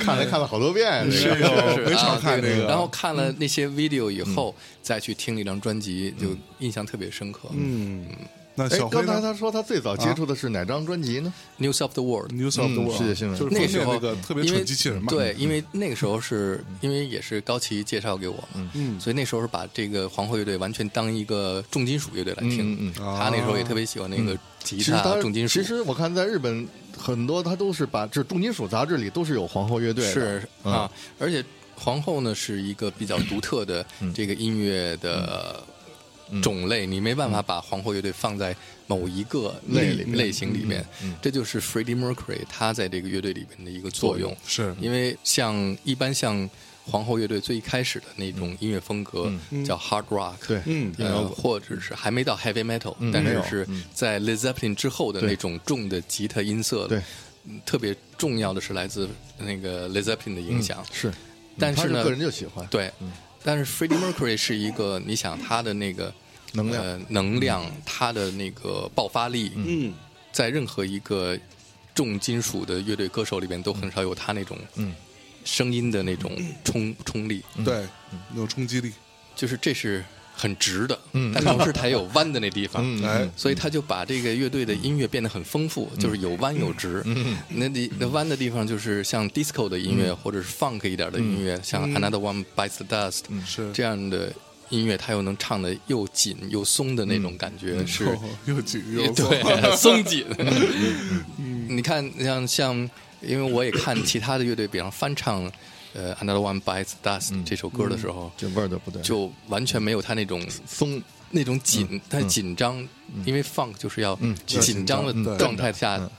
[SPEAKER 3] 看来看了好多遍，
[SPEAKER 1] 是
[SPEAKER 3] 这个哎
[SPEAKER 1] 哟
[SPEAKER 2] 是
[SPEAKER 1] 没
[SPEAKER 2] 啊
[SPEAKER 1] 少哦看
[SPEAKER 2] 对
[SPEAKER 1] 这个，嗯
[SPEAKER 2] 然后看了那些 video 以后，再去听那张专辑，就印象特别深刻。
[SPEAKER 1] 嗯，那
[SPEAKER 3] 哎
[SPEAKER 1] 小，黑
[SPEAKER 3] 刚才
[SPEAKER 1] 呢
[SPEAKER 3] 他说他最早接触的是哪张专辑呢？
[SPEAKER 2] News of the World，
[SPEAKER 1] News of the
[SPEAKER 3] 嗯
[SPEAKER 1] World
[SPEAKER 3] 世界新闻
[SPEAKER 1] 就是
[SPEAKER 2] 那
[SPEAKER 1] 封
[SPEAKER 2] 个时
[SPEAKER 1] 面
[SPEAKER 2] 候
[SPEAKER 1] 那个特别
[SPEAKER 2] 因为
[SPEAKER 1] 蠢机器人嘛，嗯
[SPEAKER 2] 对，因为那个时候是因为也是高旗介绍给我嘛，嗯，所以那时候是把这个皇后乐队完全当一个重金属乐队来听。
[SPEAKER 3] 嗯嗯
[SPEAKER 2] 他那时
[SPEAKER 1] 哦
[SPEAKER 2] 候也特别喜欢那
[SPEAKER 1] 嗯
[SPEAKER 2] 个吉
[SPEAKER 3] 其实
[SPEAKER 2] 他
[SPEAKER 3] 他
[SPEAKER 2] 重金属，
[SPEAKER 3] 其实我看在日本很多他都是把这重金属杂志里都是有皇后乐队的，嗯
[SPEAKER 2] 是啊，而且皇后呢是一个比较独特的
[SPEAKER 3] 嗯
[SPEAKER 2] 这个音乐的种类，你没办法把皇后乐队放在某一个类
[SPEAKER 3] 嗯类里面嗯
[SPEAKER 2] 类型里面，这就是 Freddie Mercury 他在这个乐队里面的一个作用。
[SPEAKER 1] 是
[SPEAKER 2] 因为像一般像皇后乐队最一开始的那种音乐风格叫 hard rock，
[SPEAKER 3] 嗯对嗯
[SPEAKER 2] 呃，或者是还没到 heavy metal，但
[SPEAKER 3] 没
[SPEAKER 2] 是
[SPEAKER 3] 有嗯
[SPEAKER 2] 是在 Led Zeppelin 之后的
[SPEAKER 3] 对
[SPEAKER 2] 那种重的吉他音色，
[SPEAKER 3] 对
[SPEAKER 2] 嗯，特别重要的是来自那个 Led Zeppelin 的影响，
[SPEAKER 3] 是，
[SPEAKER 2] 但是
[SPEAKER 3] 他
[SPEAKER 2] 呢
[SPEAKER 3] 个人就喜欢，
[SPEAKER 2] 对，但是 Freddie Mercury 是一个，你想他的那个
[SPEAKER 3] 能量
[SPEAKER 2] 呃能量，他的那个爆发力，嗯，在任何一个重金属的乐队歌手里边，都很少有他那种嗯声音的那种冲冲力，
[SPEAKER 1] 嗯对
[SPEAKER 2] 嗯
[SPEAKER 1] 有冲击力，
[SPEAKER 2] 就是这是很直的，嗯，但同时它也有弯的那地方，
[SPEAKER 3] 嗯
[SPEAKER 1] 哎，
[SPEAKER 2] 所以他就把这个乐队的音乐变得很丰富，就是有弯有直。那里那弯的地方就是像 disco 的音乐，或者是 funk 一点的音乐，像 Another One Bites the Dust
[SPEAKER 1] 是
[SPEAKER 2] 这样的音乐，它又能唱的又紧又松的那种感觉，是
[SPEAKER 1] 哦 又紧又松，
[SPEAKER 2] 对， 松紧。 你看，像像，因为我也看其他的乐队，比方翻唱，呃，《Another One Bites the Dust》这首歌的时候，
[SPEAKER 3] 这味儿就不对，
[SPEAKER 2] 就完全没有他那种
[SPEAKER 3] 松。
[SPEAKER 2] 那种紧，他紧张，因为 funk 就是嗯要紧张嗯
[SPEAKER 1] 紧
[SPEAKER 2] 的
[SPEAKER 1] 张
[SPEAKER 2] 状态下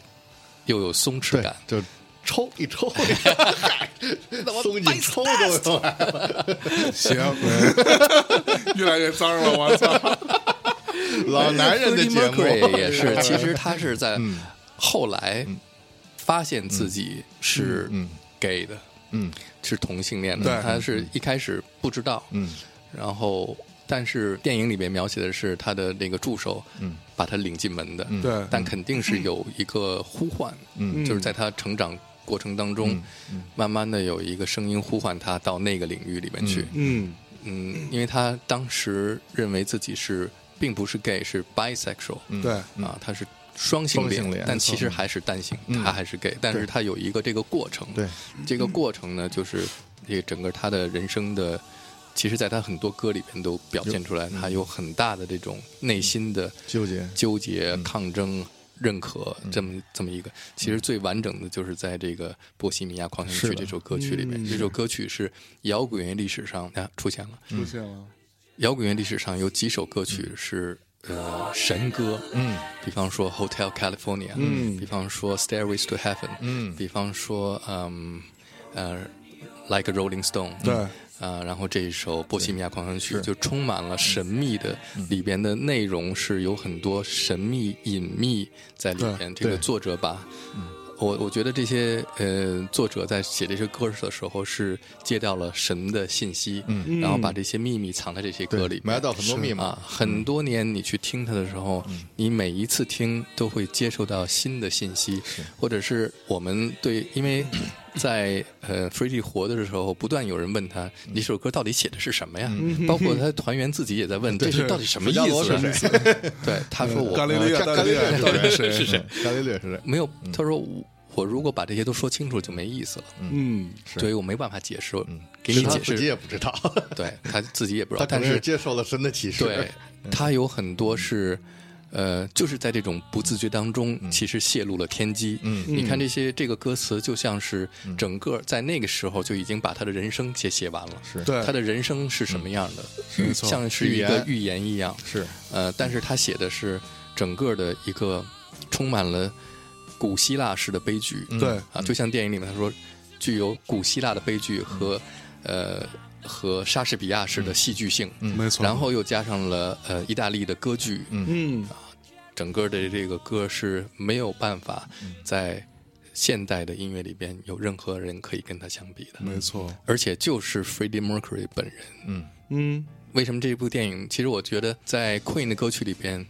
[SPEAKER 2] 又有松弛
[SPEAKER 3] 对
[SPEAKER 2] 感。，
[SPEAKER 3] 就抽一抽， 嗨松紧抽啊都出 来了。
[SPEAKER 1] 行，哎 越来越脏了，我操！
[SPEAKER 3] 老男人的
[SPEAKER 2] Freddie
[SPEAKER 3] 节目
[SPEAKER 2] 哎 Mercury 也是，其实他是在后来发现自己是 gay 的，
[SPEAKER 3] 嗯
[SPEAKER 2] 是同性恋
[SPEAKER 1] 对
[SPEAKER 2] 的，他是一开始不知道，
[SPEAKER 3] 嗯
[SPEAKER 2] 然后但是电影里面描写的是他的那个助手，嗯，把他领进门的，
[SPEAKER 1] 对嗯
[SPEAKER 2] 但肯定是有一个呼唤，嗯就是在他成长过程当中，慢慢的有一个声音呼唤他到那个领域里面去，
[SPEAKER 1] 嗯
[SPEAKER 2] 嗯，因为他当时认为自己是并不是 gay，是 bisexual，嗯
[SPEAKER 1] 对
[SPEAKER 2] 啊，他是双性
[SPEAKER 3] 双性
[SPEAKER 2] 恋
[SPEAKER 3] 恋，嗯
[SPEAKER 2] 但其实还是单性，他还是 gay，但是他有一个这个过程，
[SPEAKER 3] 对，
[SPEAKER 2] 这个过程呢，就是这整个他的人生的，其实在他很多歌里边都表现出来，他
[SPEAKER 3] 嗯
[SPEAKER 2] 有很大的这种内心的
[SPEAKER 3] 纠结
[SPEAKER 2] 纠结、
[SPEAKER 3] 嗯
[SPEAKER 2] 抗争、认可这么这么一个，其实最完整的就是在这个《波西米亚狂想曲
[SPEAKER 3] 是》的嗯
[SPEAKER 2] 这首歌曲里面，这首歌曲是摇滚乐历史上啊出现了。
[SPEAKER 1] 出现了，
[SPEAKER 2] 摇滚乐历史上有几首歌曲是呃神歌，嗯，比方说《Hotel California》，嗯，比方说《Stairways to Heaven》，嗯，比方说嗯呃《Like a Rolling Stone》，
[SPEAKER 1] 对
[SPEAKER 2] 啊、然后这一首《波西米亚狂想曲》就充满了神秘的，里边的内容是有很多神秘隐秘在里边。这个作者把。我我觉得这些呃作者在写这些歌的时候是接到了神的信息，嗯，然后把这些秘密藏在这些歌里面，
[SPEAKER 3] 埋到很多密码
[SPEAKER 2] 啊，很多年你去听它的时候，你每一次听都会接受到新的信息，或者是我们对，因为在呃 f r e d d y 活的时候，不断有人问他，你这首歌到底写的是什么呀？包括他团员自己也在问，这是到底什么意
[SPEAKER 3] 斯嘉罗
[SPEAKER 2] 思
[SPEAKER 3] 是
[SPEAKER 2] 啊？对，他说我呃
[SPEAKER 1] 伽利略，
[SPEAKER 3] 伽
[SPEAKER 1] 伽利
[SPEAKER 3] 呃利
[SPEAKER 1] 略
[SPEAKER 3] 略
[SPEAKER 1] 对
[SPEAKER 3] 是谁？是谁？伽嗯利略是谁？
[SPEAKER 2] 没有，他说我我如果把这些都说清楚就没意思了，
[SPEAKER 1] 嗯，
[SPEAKER 2] 所以我没办法解释，给
[SPEAKER 3] 嗯是
[SPEAKER 2] 你
[SPEAKER 3] 他
[SPEAKER 2] 解
[SPEAKER 3] 自己
[SPEAKER 2] 释，
[SPEAKER 3] 也不 知道，
[SPEAKER 2] 对他自己也不知道，
[SPEAKER 3] 他可
[SPEAKER 2] 但
[SPEAKER 3] 能
[SPEAKER 2] 是
[SPEAKER 3] 是嗯接受了神的启示。
[SPEAKER 2] 对，他有很多是，呃，就是在这种不自觉当中，
[SPEAKER 3] 嗯
[SPEAKER 2] 其实泄露了天机。嗯，你看这些这个歌词，就像是
[SPEAKER 3] 嗯
[SPEAKER 2] 整个在那个时候就已经把他的人生写写完了。
[SPEAKER 3] 是
[SPEAKER 1] 对
[SPEAKER 2] 他的人生是什么
[SPEAKER 3] 嗯
[SPEAKER 2] 样的，
[SPEAKER 1] 没错
[SPEAKER 2] 像是
[SPEAKER 3] 预
[SPEAKER 2] 一
[SPEAKER 3] 言
[SPEAKER 2] 个预言一样。
[SPEAKER 3] 是
[SPEAKER 2] 呃，但是他写的是整个的一个充满了古希腊式的悲剧，
[SPEAKER 3] 嗯
[SPEAKER 1] 对
[SPEAKER 2] 啊，就像电影里面他说，具有古希腊的悲剧和、呃和莎士比亚式的戏剧性，嗯
[SPEAKER 1] 没错
[SPEAKER 2] 然后又加上了呃意大利的歌剧，嗯，
[SPEAKER 1] 嗯，
[SPEAKER 2] 整个的这个歌是没有办法在现代的音乐里边有任何人可以跟他相比的，
[SPEAKER 1] 没错，
[SPEAKER 2] 而且就是 Freddie Mercury 本人，
[SPEAKER 1] 嗯
[SPEAKER 2] 为什么这部电影？其实我觉得在 Queen 的歌曲里边，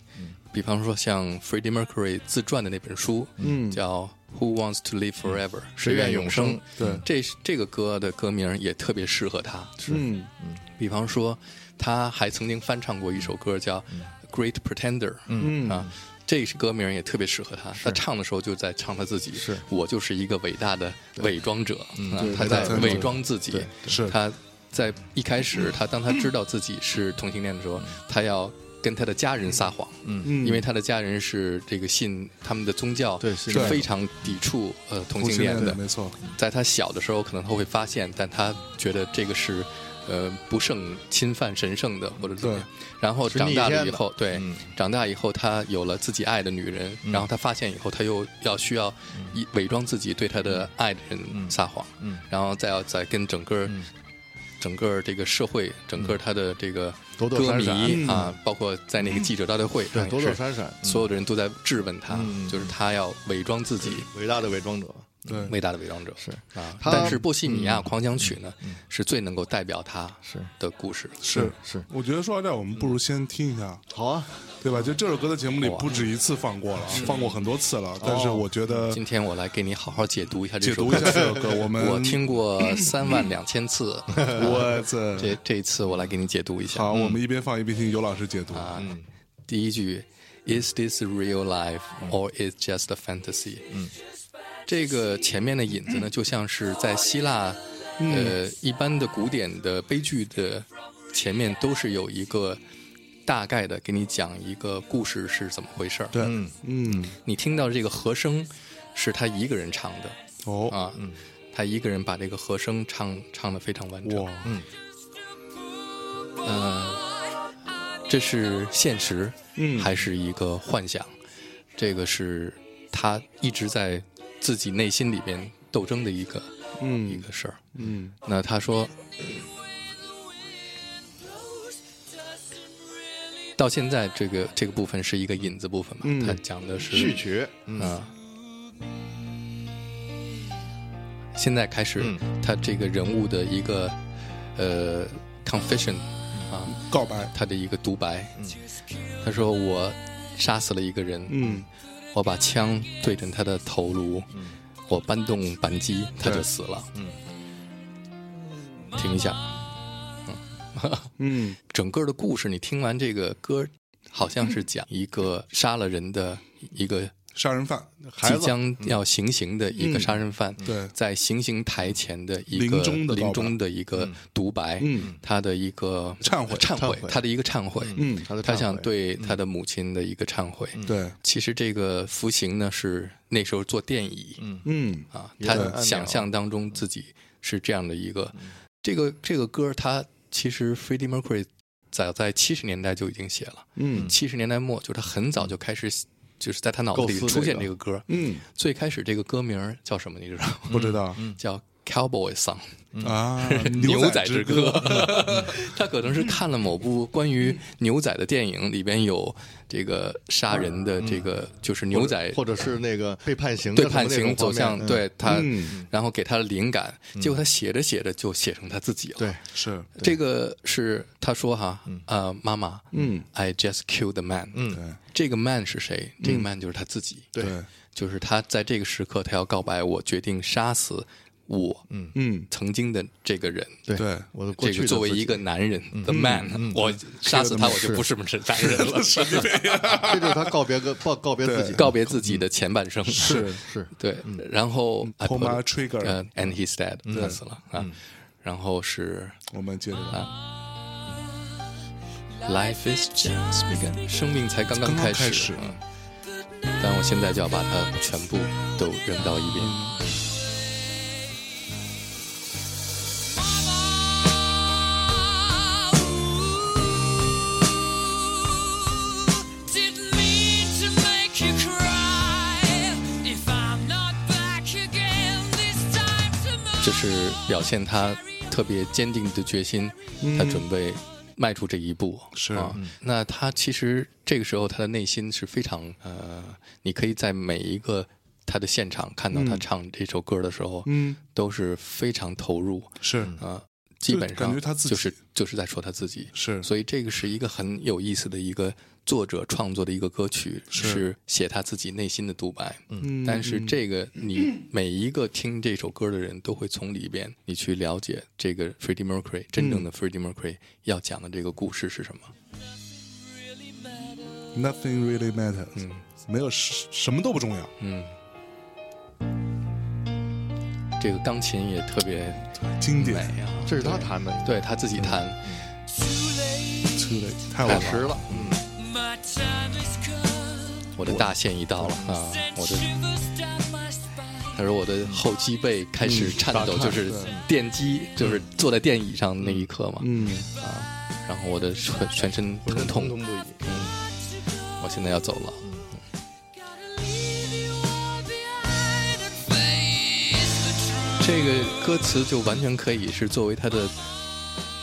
[SPEAKER 2] 比方说像 Freddie Mercury 自传的那本书，嗯，叫《Who Wants to Live Forever》，谁嗯愿永生？
[SPEAKER 1] 对
[SPEAKER 2] 这这个歌的歌名也特别适合他。
[SPEAKER 1] 嗯，
[SPEAKER 2] 比方说，他还曾经翻唱过一首歌叫《Great Pretender》，嗯啊，这是歌名也特别适合他。他唱的时候就在唱他自己，是我就是一个伟大的伪装者，啊
[SPEAKER 1] 对，
[SPEAKER 2] 他
[SPEAKER 1] 伟大
[SPEAKER 2] 在
[SPEAKER 1] 参与者
[SPEAKER 2] 伪装自己，
[SPEAKER 1] 是
[SPEAKER 2] 他在一开始，他当他知道自己是同性恋的时候，他要。跟他的家人撒谎，嗯，因为他的家人是这个信他们的宗教，
[SPEAKER 3] 对信
[SPEAKER 2] 是
[SPEAKER 1] 仰
[SPEAKER 2] 非常抵触呃同性恋的
[SPEAKER 1] 的，，没错，
[SPEAKER 2] 在他小的时候，可能他会发现，但他觉得这个是，呃，不圣侵犯神圣的，或者怎么样。然后长大了以后，对，长大以后他有了自己爱的女人，然后他发现以后，他又要需要以伪装自己对他的爱的人撒谎，然后再要再跟整个。整个这个社会，整个他的这个
[SPEAKER 3] 躲躲
[SPEAKER 2] 歌
[SPEAKER 3] 闪闪
[SPEAKER 2] 迷啊，包括在那个记者招待会上
[SPEAKER 3] 对，
[SPEAKER 2] 也是，
[SPEAKER 3] 躲躲闪闪，
[SPEAKER 2] 所有的人都在质问他，就是他要伪装自己，
[SPEAKER 3] 嗯伟大的伪装者。
[SPEAKER 1] 对，
[SPEAKER 2] 伟大的伪装者
[SPEAKER 3] 是
[SPEAKER 2] 啊，
[SPEAKER 3] 他
[SPEAKER 2] 但是《波西米
[SPEAKER 1] 嗯
[SPEAKER 2] 亚狂想曲》呢，是最能够代表他
[SPEAKER 3] 是
[SPEAKER 2] 的故事。
[SPEAKER 1] 是
[SPEAKER 3] 是，
[SPEAKER 1] 我觉得说到这儿，我们不如先听一下，
[SPEAKER 3] 好啊，
[SPEAKER 1] 对吧？就这首歌在节目里不止一次放过了，放过很多次了，但是我觉得
[SPEAKER 2] 哦今天我来给你好好解读一下这
[SPEAKER 1] 解
[SPEAKER 2] 首
[SPEAKER 1] 读
[SPEAKER 2] 歌
[SPEAKER 1] 一下。嗯这首歌，我们
[SPEAKER 2] 我，听过三万两千次，
[SPEAKER 1] 我这
[SPEAKER 2] 这这一次我来给你解读一下
[SPEAKER 1] 好，我们一边放一边听尤老师解读，
[SPEAKER 2] 啊。第一句，Is this real life or is just a fantasy？嗯，这个前面的引
[SPEAKER 1] 嗯
[SPEAKER 2] 子呢，就像是在希腊，呃，一般的古典的悲剧的前面都是有一个大概的给你讲一个故事是怎么回事儿。
[SPEAKER 1] 对，
[SPEAKER 3] 嗯
[SPEAKER 1] 嗯，
[SPEAKER 2] 你听到这个和声是他一个人唱的
[SPEAKER 1] 哦，
[SPEAKER 2] 啊，他一个人把这个和声唱唱的非常完整。
[SPEAKER 1] 哇，
[SPEAKER 2] 嗯、这是现实，
[SPEAKER 1] 嗯
[SPEAKER 2] 还是一个幻想？这个是他一直在自己内心里边斗争的一个、一
[SPEAKER 1] 嗯
[SPEAKER 2] 个事儿。
[SPEAKER 1] 嗯
[SPEAKER 2] 那他说，到现在这个这个部分是一个引子部分嘛？
[SPEAKER 1] 嗯
[SPEAKER 2] 他讲的是
[SPEAKER 3] 序曲，嗯
[SPEAKER 2] 啊。现在开
[SPEAKER 1] 嗯
[SPEAKER 2] 始，他这个人物的一个呃 confession 啊，
[SPEAKER 1] 告白，
[SPEAKER 2] 他的一个独白。他说：“我杀死了一个人，
[SPEAKER 1] 嗯
[SPEAKER 2] 我把枪对准他的头颅，我搬动扳机，他就死了。”
[SPEAKER 3] 嗯，
[SPEAKER 2] 听一下，
[SPEAKER 1] 嗯
[SPEAKER 2] 整个的故事，你听完这个歌，好像是讲一个杀了人的一个
[SPEAKER 1] 杀人犯，
[SPEAKER 2] 即
[SPEAKER 1] 孩子，嗯
[SPEAKER 2] 将要行刑的一个杀人犯，
[SPEAKER 1] 对
[SPEAKER 2] 在行刑台前的一个
[SPEAKER 1] 临终的告白
[SPEAKER 2] 临终的一个独白，
[SPEAKER 1] 嗯
[SPEAKER 2] 他的一个
[SPEAKER 1] 忏悔
[SPEAKER 2] 忏悔
[SPEAKER 3] 忏悔，
[SPEAKER 2] 他的一个忏悔，
[SPEAKER 1] 嗯
[SPEAKER 3] 他的
[SPEAKER 2] 他
[SPEAKER 3] 忏
[SPEAKER 2] 想
[SPEAKER 3] 悔
[SPEAKER 2] 对他的母亲的一个忏悔。
[SPEAKER 1] 对，
[SPEAKER 2] 其实这个服刑呢是那时候做电椅，
[SPEAKER 1] 嗯
[SPEAKER 2] 啊，
[SPEAKER 3] 也很
[SPEAKER 2] 他
[SPEAKER 3] 暗恋
[SPEAKER 2] 想
[SPEAKER 3] 啊
[SPEAKER 2] 象当中自己是这样的一个，这个这个歌，他其实 Freddie Mercury 早在七十年代就已经写了，
[SPEAKER 1] 嗯
[SPEAKER 2] 七十年代末就是他很早就开始，就是在他脑子
[SPEAKER 3] 构
[SPEAKER 2] 里
[SPEAKER 3] 思
[SPEAKER 2] 出
[SPEAKER 3] 这
[SPEAKER 2] 现
[SPEAKER 3] 个
[SPEAKER 2] 这个歌。
[SPEAKER 1] 嗯，
[SPEAKER 2] 最开始这个歌名儿叫什么？你知道吗？
[SPEAKER 1] 不知 道
[SPEAKER 2] 叫 Cowboy Song，
[SPEAKER 1] 啊，
[SPEAKER 2] 牛
[SPEAKER 1] 仔
[SPEAKER 2] 之
[SPEAKER 1] 歌，
[SPEAKER 2] 歌。 他可能是看了某部关于牛仔的电影，里边有这个杀人的这个，就是牛仔
[SPEAKER 3] 嗯或者是那个被判刑的
[SPEAKER 2] 哎对判
[SPEAKER 3] 什么那
[SPEAKER 2] 刑
[SPEAKER 3] 种
[SPEAKER 2] 走
[SPEAKER 3] 画面
[SPEAKER 2] 向，
[SPEAKER 3] 嗯
[SPEAKER 2] 对他
[SPEAKER 1] 嗯，
[SPEAKER 2] 然后给他的灵感，结果他写着写着就写成他自己了。
[SPEAKER 3] 对，
[SPEAKER 1] 是，
[SPEAKER 2] 这个是他说哈，呃，妈妈，
[SPEAKER 1] 嗯
[SPEAKER 2] ，I just killed the man，
[SPEAKER 3] 嗯
[SPEAKER 1] 对
[SPEAKER 2] 这个 man 是谁？这个 man 就是他自己，
[SPEAKER 3] 对
[SPEAKER 1] 对，
[SPEAKER 2] 就是他在这个时刻，他要告白，我决定杀死我，嗯，
[SPEAKER 1] 嗯
[SPEAKER 2] 曾经的这个人。
[SPEAKER 3] 对
[SPEAKER 1] 对
[SPEAKER 3] 我的过
[SPEAKER 2] 这
[SPEAKER 3] 去
[SPEAKER 2] 个
[SPEAKER 3] 的
[SPEAKER 2] 作为
[SPEAKER 3] 自己
[SPEAKER 2] 一个男人的 man，我杀死他，我就不是男人了，
[SPEAKER 3] 这就是他告别个告告别自己，
[SPEAKER 2] 告别自己的前半生。
[SPEAKER 1] 是
[SPEAKER 3] 是
[SPEAKER 2] 对，然后 I
[SPEAKER 1] Pull my
[SPEAKER 2] put-
[SPEAKER 1] trigger
[SPEAKER 2] 呃，and he's dead，他死了啊。然后是
[SPEAKER 1] 我们接着聊
[SPEAKER 2] Life is just begun，生命才刚
[SPEAKER 1] 刚
[SPEAKER 2] 刚开
[SPEAKER 1] 刚
[SPEAKER 2] 始。
[SPEAKER 1] 开始
[SPEAKER 2] 嗯但我现在就要把它全部都扔到一边。
[SPEAKER 4] Didn't mean to make you cry. If I'm not back again this time tomorrow.
[SPEAKER 2] 就是表现他特别坚定的决心，他准备迈出这一步。
[SPEAKER 1] 嗯是嗯
[SPEAKER 2] 啊，那他其实这个时候他的内心是非常呃，你可以在每一个他的现场看到他唱这首歌的时候，
[SPEAKER 1] 嗯，
[SPEAKER 2] 都是非常投入
[SPEAKER 1] 是
[SPEAKER 2] 啊，基本
[SPEAKER 1] 感
[SPEAKER 2] 上
[SPEAKER 1] 觉他自己
[SPEAKER 2] 就是就是在说他自己。
[SPEAKER 1] 是，
[SPEAKER 2] 所以这个是一个很有意思的一个作者创作的一个歌曲，
[SPEAKER 1] 是
[SPEAKER 2] 写他自己内心的独白。
[SPEAKER 1] 嗯
[SPEAKER 2] 但是这个你每一个听这首歌的人都会从里边你去了解这个 Freddie Mercury 真正的
[SPEAKER 1] 嗯
[SPEAKER 2] Freddie Mercury 要讲的这个故事是什么。
[SPEAKER 1] nothing really matters，没有什什么都不重要，
[SPEAKER 2] 嗯，这个钢琴也特别
[SPEAKER 1] 经
[SPEAKER 2] 美
[SPEAKER 1] 典
[SPEAKER 2] 啊，
[SPEAKER 3] 这是他弹的，
[SPEAKER 2] 对他自己弹，
[SPEAKER 1] too late，太
[SPEAKER 3] 太
[SPEAKER 1] 晚
[SPEAKER 3] 迟
[SPEAKER 1] 了，
[SPEAKER 3] 了，
[SPEAKER 4] My time is come.
[SPEAKER 1] 嗯
[SPEAKER 2] 我的大限已到了啊，
[SPEAKER 4] Send
[SPEAKER 2] 我的
[SPEAKER 4] shivers down my spine.
[SPEAKER 2] 他说我的后脊背开始颤抖，
[SPEAKER 1] 嗯打颤
[SPEAKER 2] 就是电击，就是坐在电椅上那一刻嘛。
[SPEAKER 1] 嗯，
[SPEAKER 2] 然后我的全全身疼
[SPEAKER 3] 浑身
[SPEAKER 2] 痛，
[SPEAKER 3] 疼痛不已。嗯
[SPEAKER 2] 我现在要走了。
[SPEAKER 4] Gotta leave you all behind and face the truth.
[SPEAKER 2] 这个歌词就完全可以是作为他的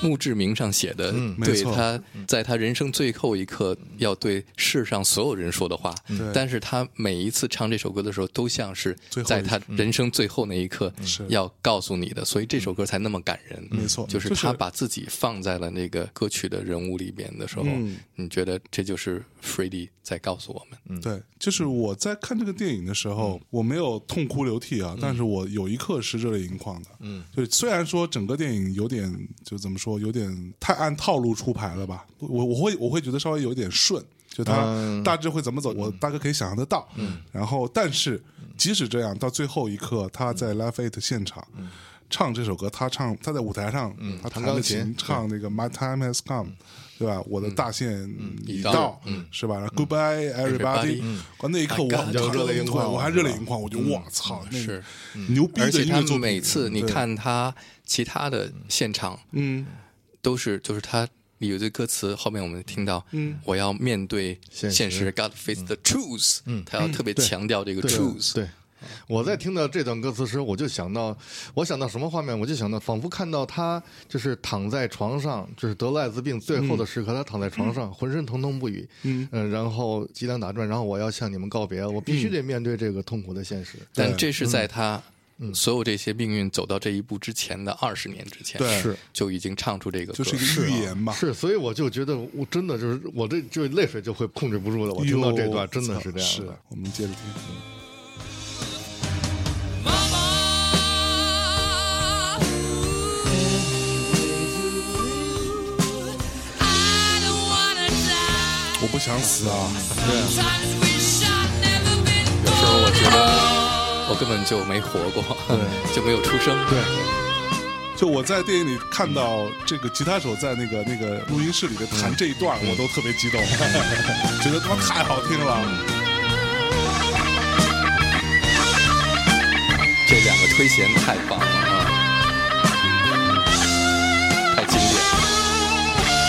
[SPEAKER 2] 墓志铭上写的，
[SPEAKER 1] 嗯没
[SPEAKER 2] 对
[SPEAKER 1] 错
[SPEAKER 2] 他嗯在他人生最后一刻要对世上所有人说的话。
[SPEAKER 1] 嗯对
[SPEAKER 2] 但是他每一次唱这首歌的时候，都像是
[SPEAKER 1] 最后一
[SPEAKER 2] 在他人生最后那一刻
[SPEAKER 1] 嗯是嗯
[SPEAKER 2] 要告诉你的，所以这首歌才那么感人。
[SPEAKER 1] 没错
[SPEAKER 2] 就是
[SPEAKER 1] 就是
[SPEAKER 2] 他把自己放在了那个歌曲的人物里边的时候，
[SPEAKER 1] 嗯
[SPEAKER 2] 你觉得这就是 Freddie 在告诉我们。
[SPEAKER 1] 对，就是我在看这个电影的时候，我没有痛哭流涕啊，但是我有一刻是热泪盈眶的。嗯，就是虽然说整个电影有点，就怎么说，有点太按套路出牌了吧，我我会我会觉得稍微有点顺，就他大致会怎么走，我大概可以想象得到。嗯嗯，然后但是即使这样，到最后一刻，他在 Live Eight 现场。唱这首歌，他唱他在舞台上，他弹
[SPEAKER 3] 弹
[SPEAKER 1] 着
[SPEAKER 3] 钢琴
[SPEAKER 1] 唱那个 My Time Has Come，对吧？我的大限嗯已
[SPEAKER 2] 已
[SPEAKER 1] 到嗯
[SPEAKER 2] 到，
[SPEAKER 1] 是吧然后？Goodbye everybody，
[SPEAKER 2] everybody，嗯
[SPEAKER 1] 哇，那一刻
[SPEAKER 2] My
[SPEAKER 1] 我
[SPEAKER 2] God，
[SPEAKER 1] 我
[SPEAKER 3] 就热泪盈眶
[SPEAKER 1] 我还热泪盈眶，我觉得我操，那
[SPEAKER 2] 是
[SPEAKER 1] 牛逼
[SPEAKER 2] 而
[SPEAKER 1] 的
[SPEAKER 2] 且
[SPEAKER 1] 音
[SPEAKER 2] 他
[SPEAKER 1] 乐作品。嗯
[SPEAKER 2] 每次你
[SPEAKER 1] 对，
[SPEAKER 2] 看他其他的现场，
[SPEAKER 1] 嗯，
[SPEAKER 2] 都是就是他有一句歌词后面我们听到，嗯，我要面对
[SPEAKER 3] 现实
[SPEAKER 2] 现实，God face the truth，嗯，他要特别强调这个
[SPEAKER 3] 对
[SPEAKER 2] truth，
[SPEAKER 3] 对，我在听到这段歌词时，我就想到，我想到什么画面？我就想到，仿佛看到他就是躺在床上，就是得了艾滋病最后的时刻，他躺在床上，浑身疼痛不已，嗯、然后即将打转，然后我要向你们告别，我必须得面对这个痛苦的现实。
[SPEAKER 2] 但这
[SPEAKER 1] 嗯
[SPEAKER 2] 是在他所有这些命运走到这一步之前的二十年之前，
[SPEAKER 1] 对
[SPEAKER 3] 是
[SPEAKER 2] 就已经唱出这个歌，
[SPEAKER 1] 就是一个预言吧。
[SPEAKER 3] 是，所以我就觉得，我真的就是我这就泪水就会控制不住了。我听到这段真的是这样
[SPEAKER 1] 是
[SPEAKER 3] 的。，
[SPEAKER 1] 哎我们接着听。
[SPEAKER 4] Mama, I don't wanna die.
[SPEAKER 1] 我不想死啊！
[SPEAKER 4] Sometimes wish I'd never been
[SPEAKER 2] 有时哦候我觉得
[SPEAKER 4] born at all.
[SPEAKER 2] 我根本就没活过， 就没有出生，对，
[SPEAKER 1] 就我在电影里看到这个吉他手在那个那个录音室里边弹这一段，我都特别激动， 觉得他妈太好听了。
[SPEAKER 2] 这两个推弦太棒了啊，太经典了。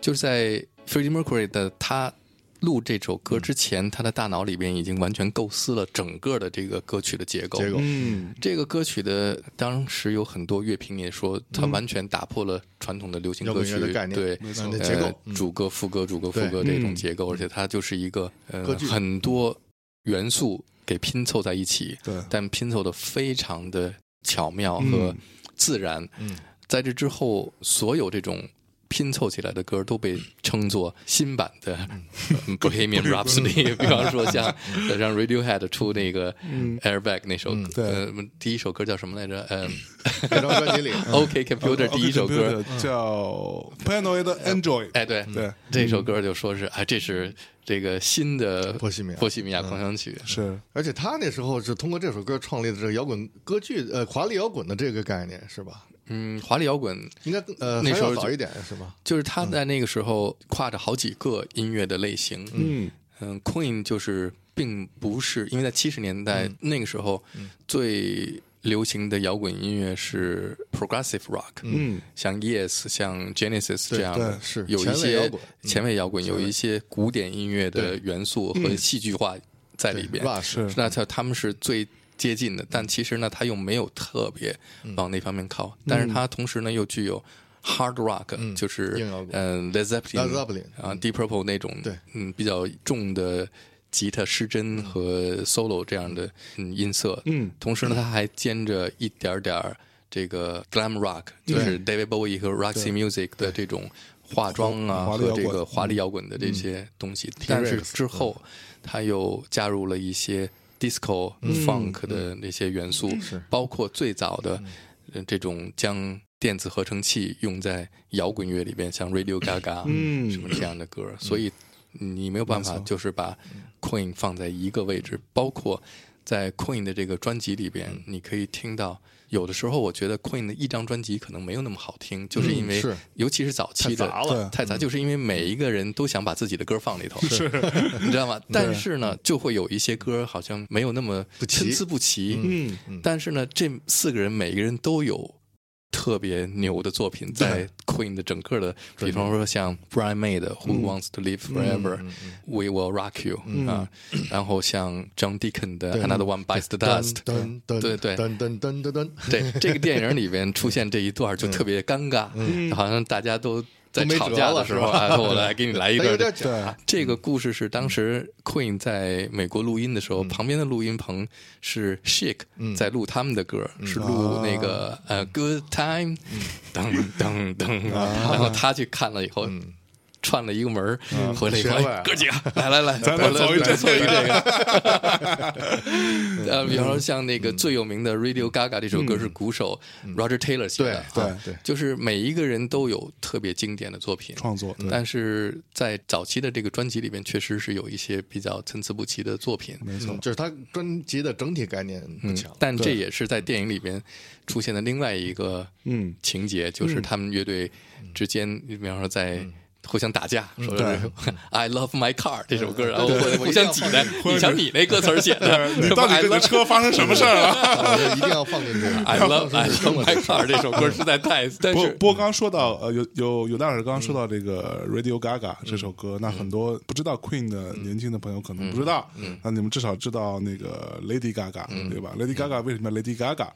[SPEAKER 2] 就是在 Freddie Mercury 的他录这首歌之前，他的大脑里边已经完全构思了整个的这个歌曲的结构。
[SPEAKER 3] 结果，
[SPEAKER 1] 嗯，
[SPEAKER 2] 这个歌曲的当时有很多乐评也说，它完全打破了传统的流行
[SPEAKER 3] 摇
[SPEAKER 2] 歌
[SPEAKER 3] 嗯滚乐
[SPEAKER 2] 曲
[SPEAKER 3] 的概念
[SPEAKER 2] 对
[SPEAKER 3] 没错，那
[SPEAKER 2] 呃
[SPEAKER 3] 结构嗯
[SPEAKER 2] 主歌副歌主歌副
[SPEAKER 3] 对
[SPEAKER 2] 歌这种结构，而且它就是一个呃
[SPEAKER 3] 嗯歌剧
[SPEAKER 2] 很多元素给拼凑在一起，
[SPEAKER 1] 对，
[SPEAKER 2] 但拼凑的非常的巧妙
[SPEAKER 1] 嗯
[SPEAKER 2] 和自然。
[SPEAKER 3] 嗯，
[SPEAKER 2] 在这之后，所有这种。拼凑起来的歌都被称作新版的呃 Bohemian Rhapsody，比 方说像呃让 Radiohead 出那个 Airbag 那首，
[SPEAKER 1] 对
[SPEAKER 2] 呃，第一首歌叫什么来着？嗯
[SPEAKER 3] 那张专辑里，
[SPEAKER 2] ，OK Computer
[SPEAKER 1] 哦
[SPEAKER 2] 第一首歌，
[SPEAKER 1] 叫 Paranoid Android，
[SPEAKER 2] 哎，对，
[SPEAKER 1] 对，
[SPEAKER 2] 这首歌就说是啊，这是这个新的
[SPEAKER 3] 波西米亚嗯
[SPEAKER 2] 波西米亚狂想曲，
[SPEAKER 1] 是
[SPEAKER 3] 而且他那时候是通过这首歌创立的这个摇滚歌剧，呃，华丽摇滚的这个概念是吧？
[SPEAKER 2] 嗯，华丽摇滚
[SPEAKER 3] 应该更呃
[SPEAKER 2] 那时候
[SPEAKER 3] 还要早
[SPEAKER 2] 就
[SPEAKER 3] 一点是吧？
[SPEAKER 2] 就是他在那个时候跨着好几个音乐的类型，
[SPEAKER 1] 嗯
[SPEAKER 2] 嗯，Queen 就是并不是因为在七十年代、
[SPEAKER 3] 嗯
[SPEAKER 2] 那个时候、最流行的摇滚音乐是 progressive rock，
[SPEAKER 1] 嗯，
[SPEAKER 2] 像 Yes、像 Genesis 这样的
[SPEAKER 1] 对，
[SPEAKER 3] 是
[SPEAKER 2] 有一
[SPEAKER 3] 前卫摇
[SPEAKER 2] 些
[SPEAKER 3] 滚嗯
[SPEAKER 2] 前卫摇滚，有一些古典音乐的
[SPEAKER 3] 对嗯
[SPEAKER 2] 元素和戏剧化在里边。
[SPEAKER 3] Rush
[SPEAKER 1] 是
[SPEAKER 2] 那他他们是最接近的，但其实呢，他又没有特别往那方面靠，但是他同时呢又具有 hard rock，、就是
[SPEAKER 3] 硬摇滚
[SPEAKER 2] 嗯、呃、Led
[SPEAKER 3] Led Zeppelin，
[SPEAKER 2] Zeppelin 啊 Deep Purple 那种，
[SPEAKER 3] 对，
[SPEAKER 2] 嗯，比较重的。吉他失真和 solo 这样的嗯音色，
[SPEAKER 1] 嗯，
[SPEAKER 2] 同时呢，他还兼着一点点儿这个 glam rock，就是 David Bowie 和 Roxy Music 的这种化妆啊
[SPEAKER 1] 华丽
[SPEAKER 2] 和
[SPEAKER 1] 摇
[SPEAKER 2] 这
[SPEAKER 1] 滚
[SPEAKER 2] 个华丽摇滚的这些东西。但是之后，他又加入了一些 disco、funk 的那些元素，包括最早的呃这种将电子合成器用在摇滚乐里边，像 Radio Gaga、
[SPEAKER 1] 嗯
[SPEAKER 2] 什么这样的歌，所以你没有办法就是把 Queen 放在一个位置，包括在 Queen 的这个专辑里边，你可以听到。有的时候，我觉得 Queen 的一张专辑可能没有那么好听，就是因为
[SPEAKER 3] 是，
[SPEAKER 2] 尤其是早期的
[SPEAKER 3] 太杂了
[SPEAKER 2] 太杂，就是因为每一个人都想把自己的歌放里头， 你知道吗？但是呢，就会有一些歌好像没有那么
[SPEAKER 3] 不齐
[SPEAKER 2] 参差不齐，
[SPEAKER 1] 嗯
[SPEAKER 2] 但是呢，这四个人每个人都有特别牛的作品，在 Queen 的整个的，比方说像 Brian May 的《Who Wants to Live
[SPEAKER 3] 嗯
[SPEAKER 2] Forever》，We Will Rock You》啊，然后像 John Deacon 的《Another One Bites the Dust》。嗯
[SPEAKER 3] 噔噔
[SPEAKER 2] 对对
[SPEAKER 3] 噔噔噔噔噔，
[SPEAKER 2] 对，这个电影里边出现这一段就特别尴尬，好像大家都在
[SPEAKER 3] 嗯都没
[SPEAKER 2] 吵
[SPEAKER 3] 辙
[SPEAKER 2] 架的
[SPEAKER 3] 了
[SPEAKER 2] 时
[SPEAKER 3] 是
[SPEAKER 2] 候
[SPEAKER 3] 吧
[SPEAKER 2] 啊，我来给你来一
[SPEAKER 3] 但有
[SPEAKER 2] 段
[SPEAKER 3] 点嗯
[SPEAKER 1] 对
[SPEAKER 3] 假，
[SPEAKER 2] 这个故事是当时 Queen 在美国录音的
[SPEAKER 3] 嗯
[SPEAKER 2] 时候，旁边的录音棚是 Chic 在录他们的歌，
[SPEAKER 3] 嗯
[SPEAKER 2] 是录那个
[SPEAKER 3] 啊嗯
[SPEAKER 2] 呃 Good Time，噔噔噔，然后他去看了以后。串了一个门儿回来一
[SPEAKER 3] 学
[SPEAKER 2] 看，
[SPEAKER 3] 外
[SPEAKER 2] 哎
[SPEAKER 3] 啊
[SPEAKER 2] 哥几个来来来，
[SPEAKER 1] 咱们走一
[SPEAKER 2] 来
[SPEAKER 1] 阵
[SPEAKER 2] 走一 这个。呃，比方说像那个最有名的 Radio Gaga 这首歌是鼓手 Roger Taylor 写的，
[SPEAKER 3] 对
[SPEAKER 2] 啊
[SPEAKER 3] 对对
[SPEAKER 2] 就是每一个人都有特别经典的作品
[SPEAKER 1] 创作对
[SPEAKER 2] 但是在早期的这个专辑里边，确实是有一些比较参差不齐的作品，没嗯
[SPEAKER 3] 嗯就是他专辑的整体概念不强，
[SPEAKER 2] 但这也是在电影里边出现的另外一个
[SPEAKER 1] 嗯
[SPEAKER 2] 情节，就是他们乐队之间，比方说在。互相打架，说
[SPEAKER 1] 嗯对嗯
[SPEAKER 2] 是 "I love my car" 这首歌，然后
[SPEAKER 3] 对对
[SPEAKER 2] 互互相挤的。
[SPEAKER 1] 者
[SPEAKER 2] 你瞧你那歌词儿写的，
[SPEAKER 1] 你
[SPEAKER 2] 什么
[SPEAKER 1] 到底
[SPEAKER 2] "I
[SPEAKER 1] 这个
[SPEAKER 2] love
[SPEAKER 1] 车发生什么事儿了？
[SPEAKER 3] 我就一定要放进去。
[SPEAKER 2] I love I love my car" 这首歌实在太……但
[SPEAKER 1] 不
[SPEAKER 2] 是嗯
[SPEAKER 1] 不过刚刚说到呃，有有有大老师刚刚说到这个 Radio
[SPEAKER 2] 嗯
[SPEAKER 1] Gaga 这首歌，那很多不知道 Queen 的年轻的朋友可能不知道，
[SPEAKER 2] 嗯
[SPEAKER 1] 那你们至少知道那个 Lady Gaga 对吧？Lady
[SPEAKER 2] 嗯
[SPEAKER 1] Gaga 为什么叫 Lady Gaga？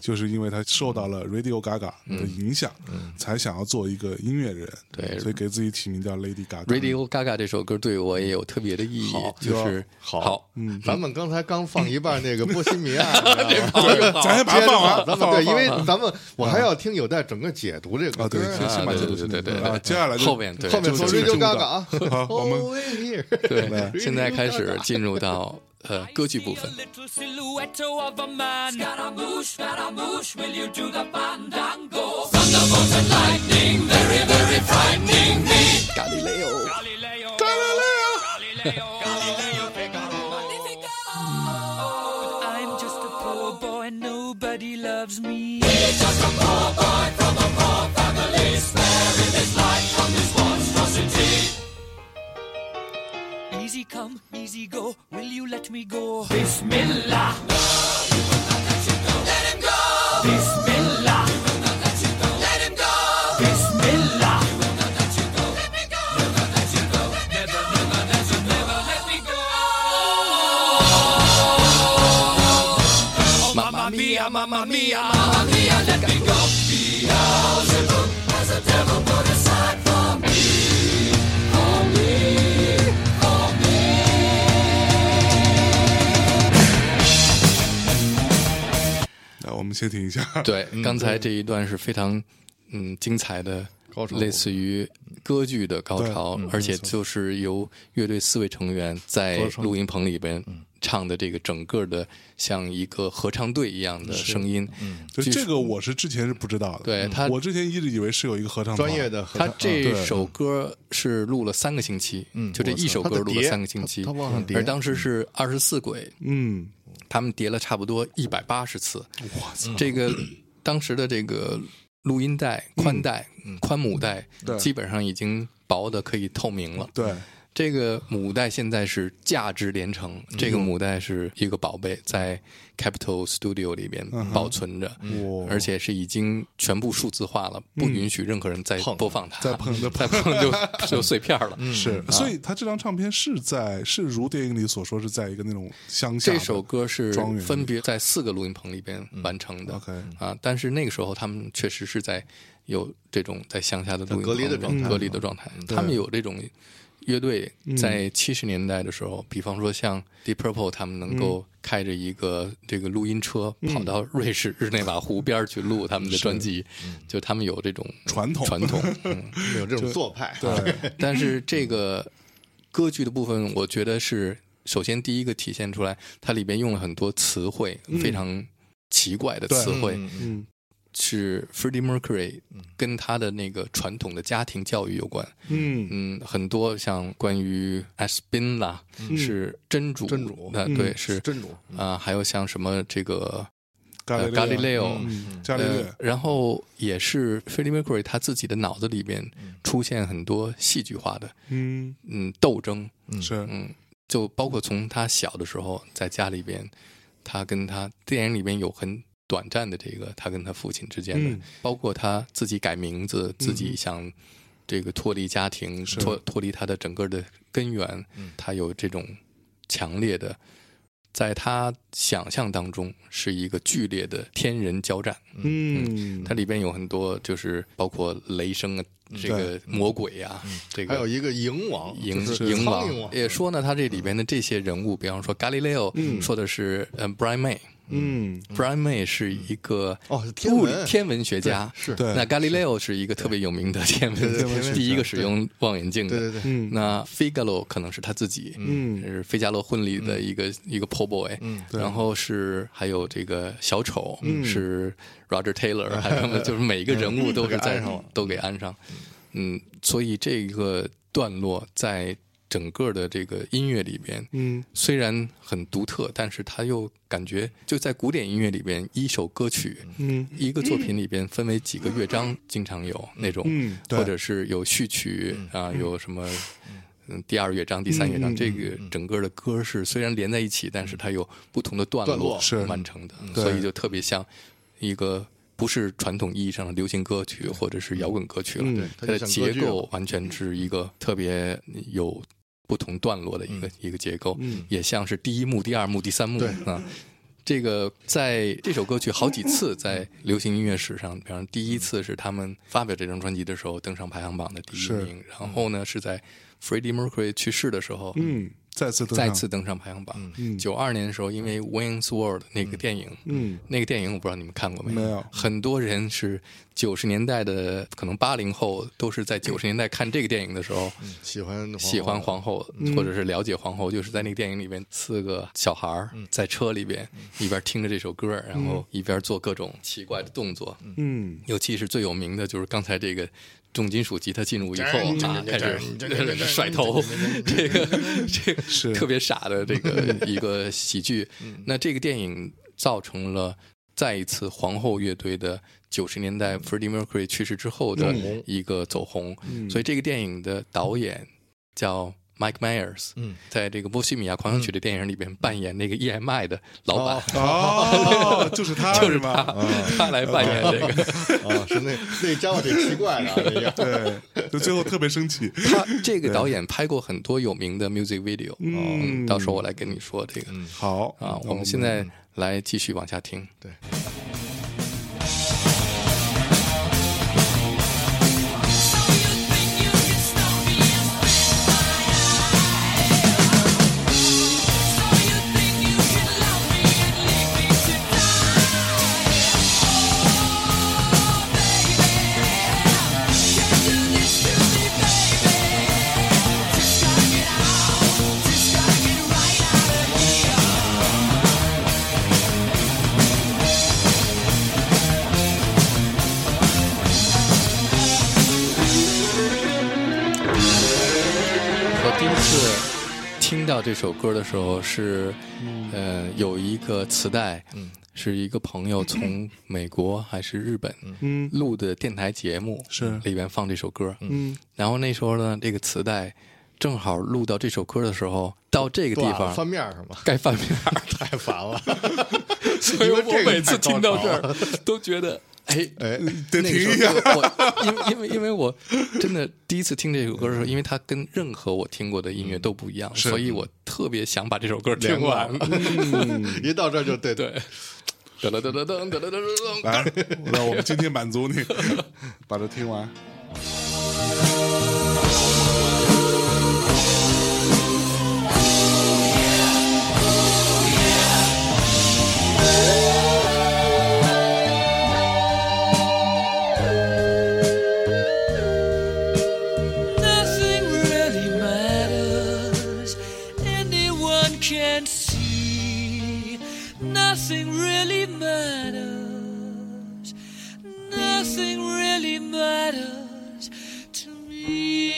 [SPEAKER 1] 就是因为她受到了 Radio Gaga
[SPEAKER 2] 嗯
[SPEAKER 1] 的影响，才想要做一个音乐人，
[SPEAKER 2] 对
[SPEAKER 1] 所以给自己起名叫 Lady Gaga。
[SPEAKER 2] Radio Gaga 这首歌对我也有特别的意义，就是
[SPEAKER 3] 好
[SPEAKER 2] 好， 嗯
[SPEAKER 3] 咱们刚才刚放一半那个波西米亚，你知道吗
[SPEAKER 1] 对，哎咱先把它放完，
[SPEAKER 3] 咱
[SPEAKER 1] 放完
[SPEAKER 3] 们对，因为咱们我还要听有待整个解读这
[SPEAKER 1] 啊，
[SPEAKER 3] 个
[SPEAKER 1] 对，
[SPEAKER 3] 歌
[SPEAKER 1] 先
[SPEAKER 3] 啊，
[SPEAKER 1] 先把
[SPEAKER 2] 啊
[SPEAKER 1] 这个
[SPEAKER 2] 对对对对对
[SPEAKER 1] 啊，接下来就
[SPEAKER 2] 后面对
[SPEAKER 3] 后面
[SPEAKER 1] 就
[SPEAKER 3] 说
[SPEAKER 1] 是这个
[SPEAKER 3] Radio
[SPEAKER 1] 歌
[SPEAKER 3] Gaga 啊，
[SPEAKER 1] 好我们
[SPEAKER 3] Over here
[SPEAKER 2] 对，
[SPEAKER 1] 对
[SPEAKER 2] 现在开始进入到呃歌剧部分
[SPEAKER 4] I see a。little silhouette of a man. Scaramouche, Scaramouche, will you do the fandango? Thunderbolt and lightning, very, very frightening me. Galileo, Galileo, Galileo, Galileo, Figaro. But I'm just a poor boy, nobody loves me. He's just a poor boy from a poor family, sparing his life from this monstrosity. Easy come, easy go. Will you let me go? Bismillah. No, you will not let you go. Let him go. Bismillah. You will not let you go. Let him go. Bismillah. You will not let you go. Let me go. Never let you go. Never, never, never, never let me go. Oh, mamma mia, mamma mia, mamma mia, let me go. Beelzebub has a devil put aside for me. For me, for me.
[SPEAKER 2] 啊
[SPEAKER 1] 来，我们先听一下，
[SPEAKER 2] 对，
[SPEAKER 3] 嗯
[SPEAKER 2] 刚才这一段是非常嗯精彩的
[SPEAKER 3] 高潮部分嗯
[SPEAKER 2] 类似于歌剧的高潮，而且就是由乐队四位成员在录音棚里边
[SPEAKER 3] 嗯
[SPEAKER 2] 唱的这个整个的像一个合唱队一样的声音。
[SPEAKER 3] 嗯
[SPEAKER 1] 就
[SPEAKER 2] 据
[SPEAKER 1] 这
[SPEAKER 2] 说
[SPEAKER 1] 个我是之前是不知道的，
[SPEAKER 2] 对他
[SPEAKER 1] 我之前一直以为是有一个合唱团
[SPEAKER 3] 专业的合
[SPEAKER 2] 他
[SPEAKER 3] 唱，
[SPEAKER 2] 这
[SPEAKER 1] 对
[SPEAKER 2] 首歌是录了三个星期，
[SPEAKER 3] 嗯
[SPEAKER 2] 就这一首歌录了三个星期
[SPEAKER 3] 他的碟他他嗯往上，叠
[SPEAKER 2] 而当时是二十四轨，
[SPEAKER 1] 嗯，
[SPEAKER 2] 他们叠了差不多一百八十次。
[SPEAKER 1] 嗯
[SPEAKER 2] 这个当时的这个录音带、宽带、宽母带
[SPEAKER 1] 嗯对，
[SPEAKER 2] 基本上已经薄的可以透明了。
[SPEAKER 1] 对，
[SPEAKER 2] 这个母带现在是价值连城，
[SPEAKER 1] 嗯
[SPEAKER 2] 这个母带是一个宝贝，在 Capitol Studio 里边
[SPEAKER 1] 嗯
[SPEAKER 2] 保存着，
[SPEAKER 1] 哇
[SPEAKER 2] 嗯而且是已经全部数字化了，不允许任何人再
[SPEAKER 3] 碰
[SPEAKER 2] 播放它，
[SPEAKER 1] 再嗯碰嗯再
[SPEAKER 2] 再碰就就碎片了。
[SPEAKER 1] 是，所以他这张唱片是在是如电影里所说是在一个那种乡下的
[SPEAKER 2] 这首歌是
[SPEAKER 1] 庄园里
[SPEAKER 2] 分别在四个录音棚里边
[SPEAKER 3] 嗯
[SPEAKER 2] 完成的、
[SPEAKER 1] OK
[SPEAKER 2] 啊，但是那个时候他们确实是在有这种在乡下的录音棚
[SPEAKER 3] 隔离的状态嗯
[SPEAKER 2] 隔离的状态，他们有这种乐队在七十年代的时候，比方说像 Deep Purple，他们能
[SPEAKER 3] 嗯
[SPEAKER 2] 够开着一个这个录音车、跑到瑞士日内瓦湖边儿去录他们的专辑，就他们有这 种
[SPEAKER 1] 传统
[SPEAKER 2] 传统，啊嗯
[SPEAKER 3] 有这种做派，
[SPEAKER 1] 对
[SPEAKER 2] 但是这个歌剧的部分，我觉得是首先第一个体现出来，它里边用了很多词汇，非常奇怪的词汇，
[SPEAKER 1] 嗯
[SPEAKER 2] 是 Freddie Mercury 跟他的那个传统的家庭教育有关。
[SPEAKER 1] 嗯
[SPEAKER 2] 嗯，很多像关于 Aspin 啦，是真主，
[SPEAKER 3] 真主
[SPEAKER 2] 那
[SPEAKER 1] 嗯
[SPEAKER 2] 对是
[SPEAKER 3] 真主
[SPEAKER 2] 啊、还有像什么这个
[SPEAKER 1] 伽
[SPEAKER 2] 呃伽利略，
[SPEAKER 1] 嗯伽利
[SPEAKER 2] 呃
[SPEAKER 1] 略，，
[SPEAKER 2] 然后也是 Freddie Mercury 他自己的脑子里边出现很多戏剧化的
[SPEAKER 1] 嗯，
[SPEAKER 2] 嗯斗争，
[SPEAKER 1] 是
[SPEAKER 2] 嗯，就包括从他小的时候在家里边，他跟他电影里边有很短暂的这个他跟他父亲之间的，
[SPEAKER 1] 嗯
[SPEAKER 2] 包括他自己改名字，自己想这个脱离家庭，脱脱离他的整个的根源，他有这种强烈的。在他想象当中，是一个剧烈的天人交战。
[SPEAKER 1] 嗯，
[SPEAKER 2] 它里边有很多，就是包括雷声啊，这个魔鬼呀、这个
[SPEAKER 3] 还有一个蝇王，
[SPEAKER 2] 蝇
[SPEAKER 3] 就是
[SPEAKER 2] 蝇
[SPEAKER 3] 苍
[SPEAKER 2] 王
[SPEAKER 3] 蝇王，
[SPEAKER 2] 也说呢，他这里边的这些人物，比方说伽利略，说的是嗯 Brian May，
[SPEAKER 1] 嗯
[SPEAKER 2] Brian May 是一个
[SPEAKER 3] 哦是天
[SPEAKER 2] 物理
[SPEAKER 3] 文
[SPEAKER 2] 天文学家，
[SPEAKER 3] 对是
[SPEAKER 1] 对
[SPEAKER 2] 那 Galileo 是一个特别有名的天
[SPEAKER 3] 对
[SPEAKER 2] 文
[SPEAKER 3] 对天文学家
[SPEAKER 2] 第一个使用望远镜的。
[SPEAKER 3] 对对对，
[SPEAKER 1] 嗯
[SPEAKER 2] 那 Figaro 可能是他自己，
[SPEAKER 1] 嗯
[SPEAKER 2] 是费加罗婚礼的一个、一个 po boy，
[SPEAKER 3] 嗯
[SPEAKER 1] 对嗯
[SPEAKER 2] 然后是还有这个小丑、是 Roger Taylor，还有什么就是每一个人物都是在、
[SPEAKER 3] 都给
[SPEAKER 2] 都给安
[SPEAKER 3] 安上了
[SPEAKER 2] 上，嗯，所以这个段落在整个的这个音乐里边，
[SPEAKER 1] 嗯
[SPEAKER 2] 虽然很独特，但是它又感觉就在古典音乐里边，一首歌曲，
[SPEAKER 1] 嗯
[SPEAKER 2] 一个作品里边分为几个乐章，经常有那种，
[SPEAKER 1] 嗯对嗯
[SPEAKER 2] 或者是有序曲啊，有什么。嗯，第二乐章、第三乐章，这个
[SPEAKER 1] 嗯
[SPEAKER 2] 整个的歌是虽然连在一起，但是它有不同的段
[SPEAKER 3] 段落
[SPEAKER 1] 是嗯
[SPEAKER 2] 完成的，
[SPEAKER 1] 对
[SPEAKER 2] 所以就特别像一个不是传统意义上的流行歌曲或者是摇滚歌曲了。
[SPEAKER 1] 嗯对
[SPEAKER 2] 它
[SPEAKER 3] 它就
[SPEAKER 2] 的
[SPEAKER 3] 像
[SPEAKER 2] 结
[SPEAKER 3] 歌剧了
[SPEAKER 2] 构完全是一个特别有不同段落的一个、一个结构，也像是第一幕、第二幕、第三幕
[SPEAKER 3] 嗯对
[SPEAKER 2] 啊。这个在这首歌曲好几次在流行音乐史上，比方第一次是他们发表这张专辑的时候登上排行榜的第一
[SPEAKER 1] 是
[SPEAKER 2] 名，然后呢是在 Freddie Mercury 去世的时候，
[SPEAKER 1] 嗯，再次登
[SPEAKER 2] 再
[SPEAKER 1] 上
[SPEAKER 2] 次登上排行榜。九二、年的时候，因为《Wayne's World》那个电影，
[SPEAKER 1] 嗯，
[SPEAKER 2] 那个电影我不知道你们看过没
[SPEAKER 1] 没有
[SPEAKER 2] 很多人是九十年代的，可能八零后都是在九十年代看这个电影的时候。
[SPEAKER 1] 嗯
[SPEAKER 3] 喜欢皇后
[SPEAKER 2] 喜欢皇后，或者是了解皇后，就是在那个电影里面，四个小孩儿
[SPEAKER 1] 嗯
[SPEAKER 2] 在车里边，一边听着这首歌，然后一边做各种奇怪的动作。
[SPEAKER 1] 嗯
[SPEAKER 2] 尤其是最有名的就是刚才这个重金属吉他进入以后啊，开始甩头，这个 这个
[SPEAKER 1] 是
[SPEAKER 2] 特别傻的这个一个喜剧。那这个电影造成了再一次皇后乐队的九十年代 Freddie Mercury 去世之后的一个走红，所以这个电影的导演叫。Mike Myers，
[SPEAKER 3] 嗯
[SPEAKER 2] 在这个《波西米亚狂想曲》的电影里边扮演那个 EMI 的老板，
[SPEAKER 1] 哦，就是他，
[SPEAKER 2] 就是哦他
[SPEAKER 1] 吧？，
[SPEAKER 2] 他来扮演这 个。
[SPEAKER 3] 啊，是那那家伙挺奇怪的啊，那样
[SPEAKER 1] 对，就最后特别生气。
[SPEAKER 2] 他这个导演拍过很多有名的 music video，哦
[SPEAKER 1] 嗯
[SPEAKER 2] 到时候我来跟你说这个
[SPEAKER 1] 好
[SPEAKER 2] 啊。我们现在来继续往下听，
[SPEAKER 3] 对。
[SPEAKER 2] 我第一次听到这首歌的时候是，呃，有一个磁带，是一个朋友从美国还是日本
[SPEAKER 1] 嗯
[SPEAKER 2] 录的电台节目，
[SPEAKER 1] 是
[SPEAKER 2] 里边放这首歌，
[SPEAKER 1] 嗯
[SPEAKER 2] 然后那时候呢，这个磁带正好录到这首歌的时候，到这个地
[SPEAKER 3] 断了
[SPEAKER 2] 方
[SPEAKER 3] 翻面儿是吗？
[SPEAKER 2] 该翻面儿 了。
[SPEAKER 3] 太烦了，
[SPEAKER 2] 所以
[SPEAKER 3] 你说
[SPEAKER 2] 我
[SPEAKER 3] 这个
[SPEAKER 2] 每次
[SPEAKER 3] 太高
[SPEAKER 2] 听到
[SPEAKER 3] 潮
[SPEAKER 2] 这
[SPEAKER 3] 了
[SPEAKER 2] 儿都觉得，哎，
[SPEAKER 3] 哎，
[SPEAKER 1] 呃 得停
[SPEAKER 2] 那个
[SPEAKER 1] 一
[SPEAKER 2] 时
[SPEAKER 1] 下
[SPEAKER 2] 候，我因为因为因为我真的第一次听这首歌的时候，因为它跟任何我听过的音乐都不一样，所以我特别想把这首歌听完。
[SPEAKER 3] 一到这儿就对
[SPEAKER 2] 对，噔噔噔噔噔噔噔噔噔，
[SPEAKER 1] 来，让我们今天满足你， 把这听完。
[SPEAKER 4] Nothing really matters. Anyone can see. Nothing really matters. Nothing really matters to me.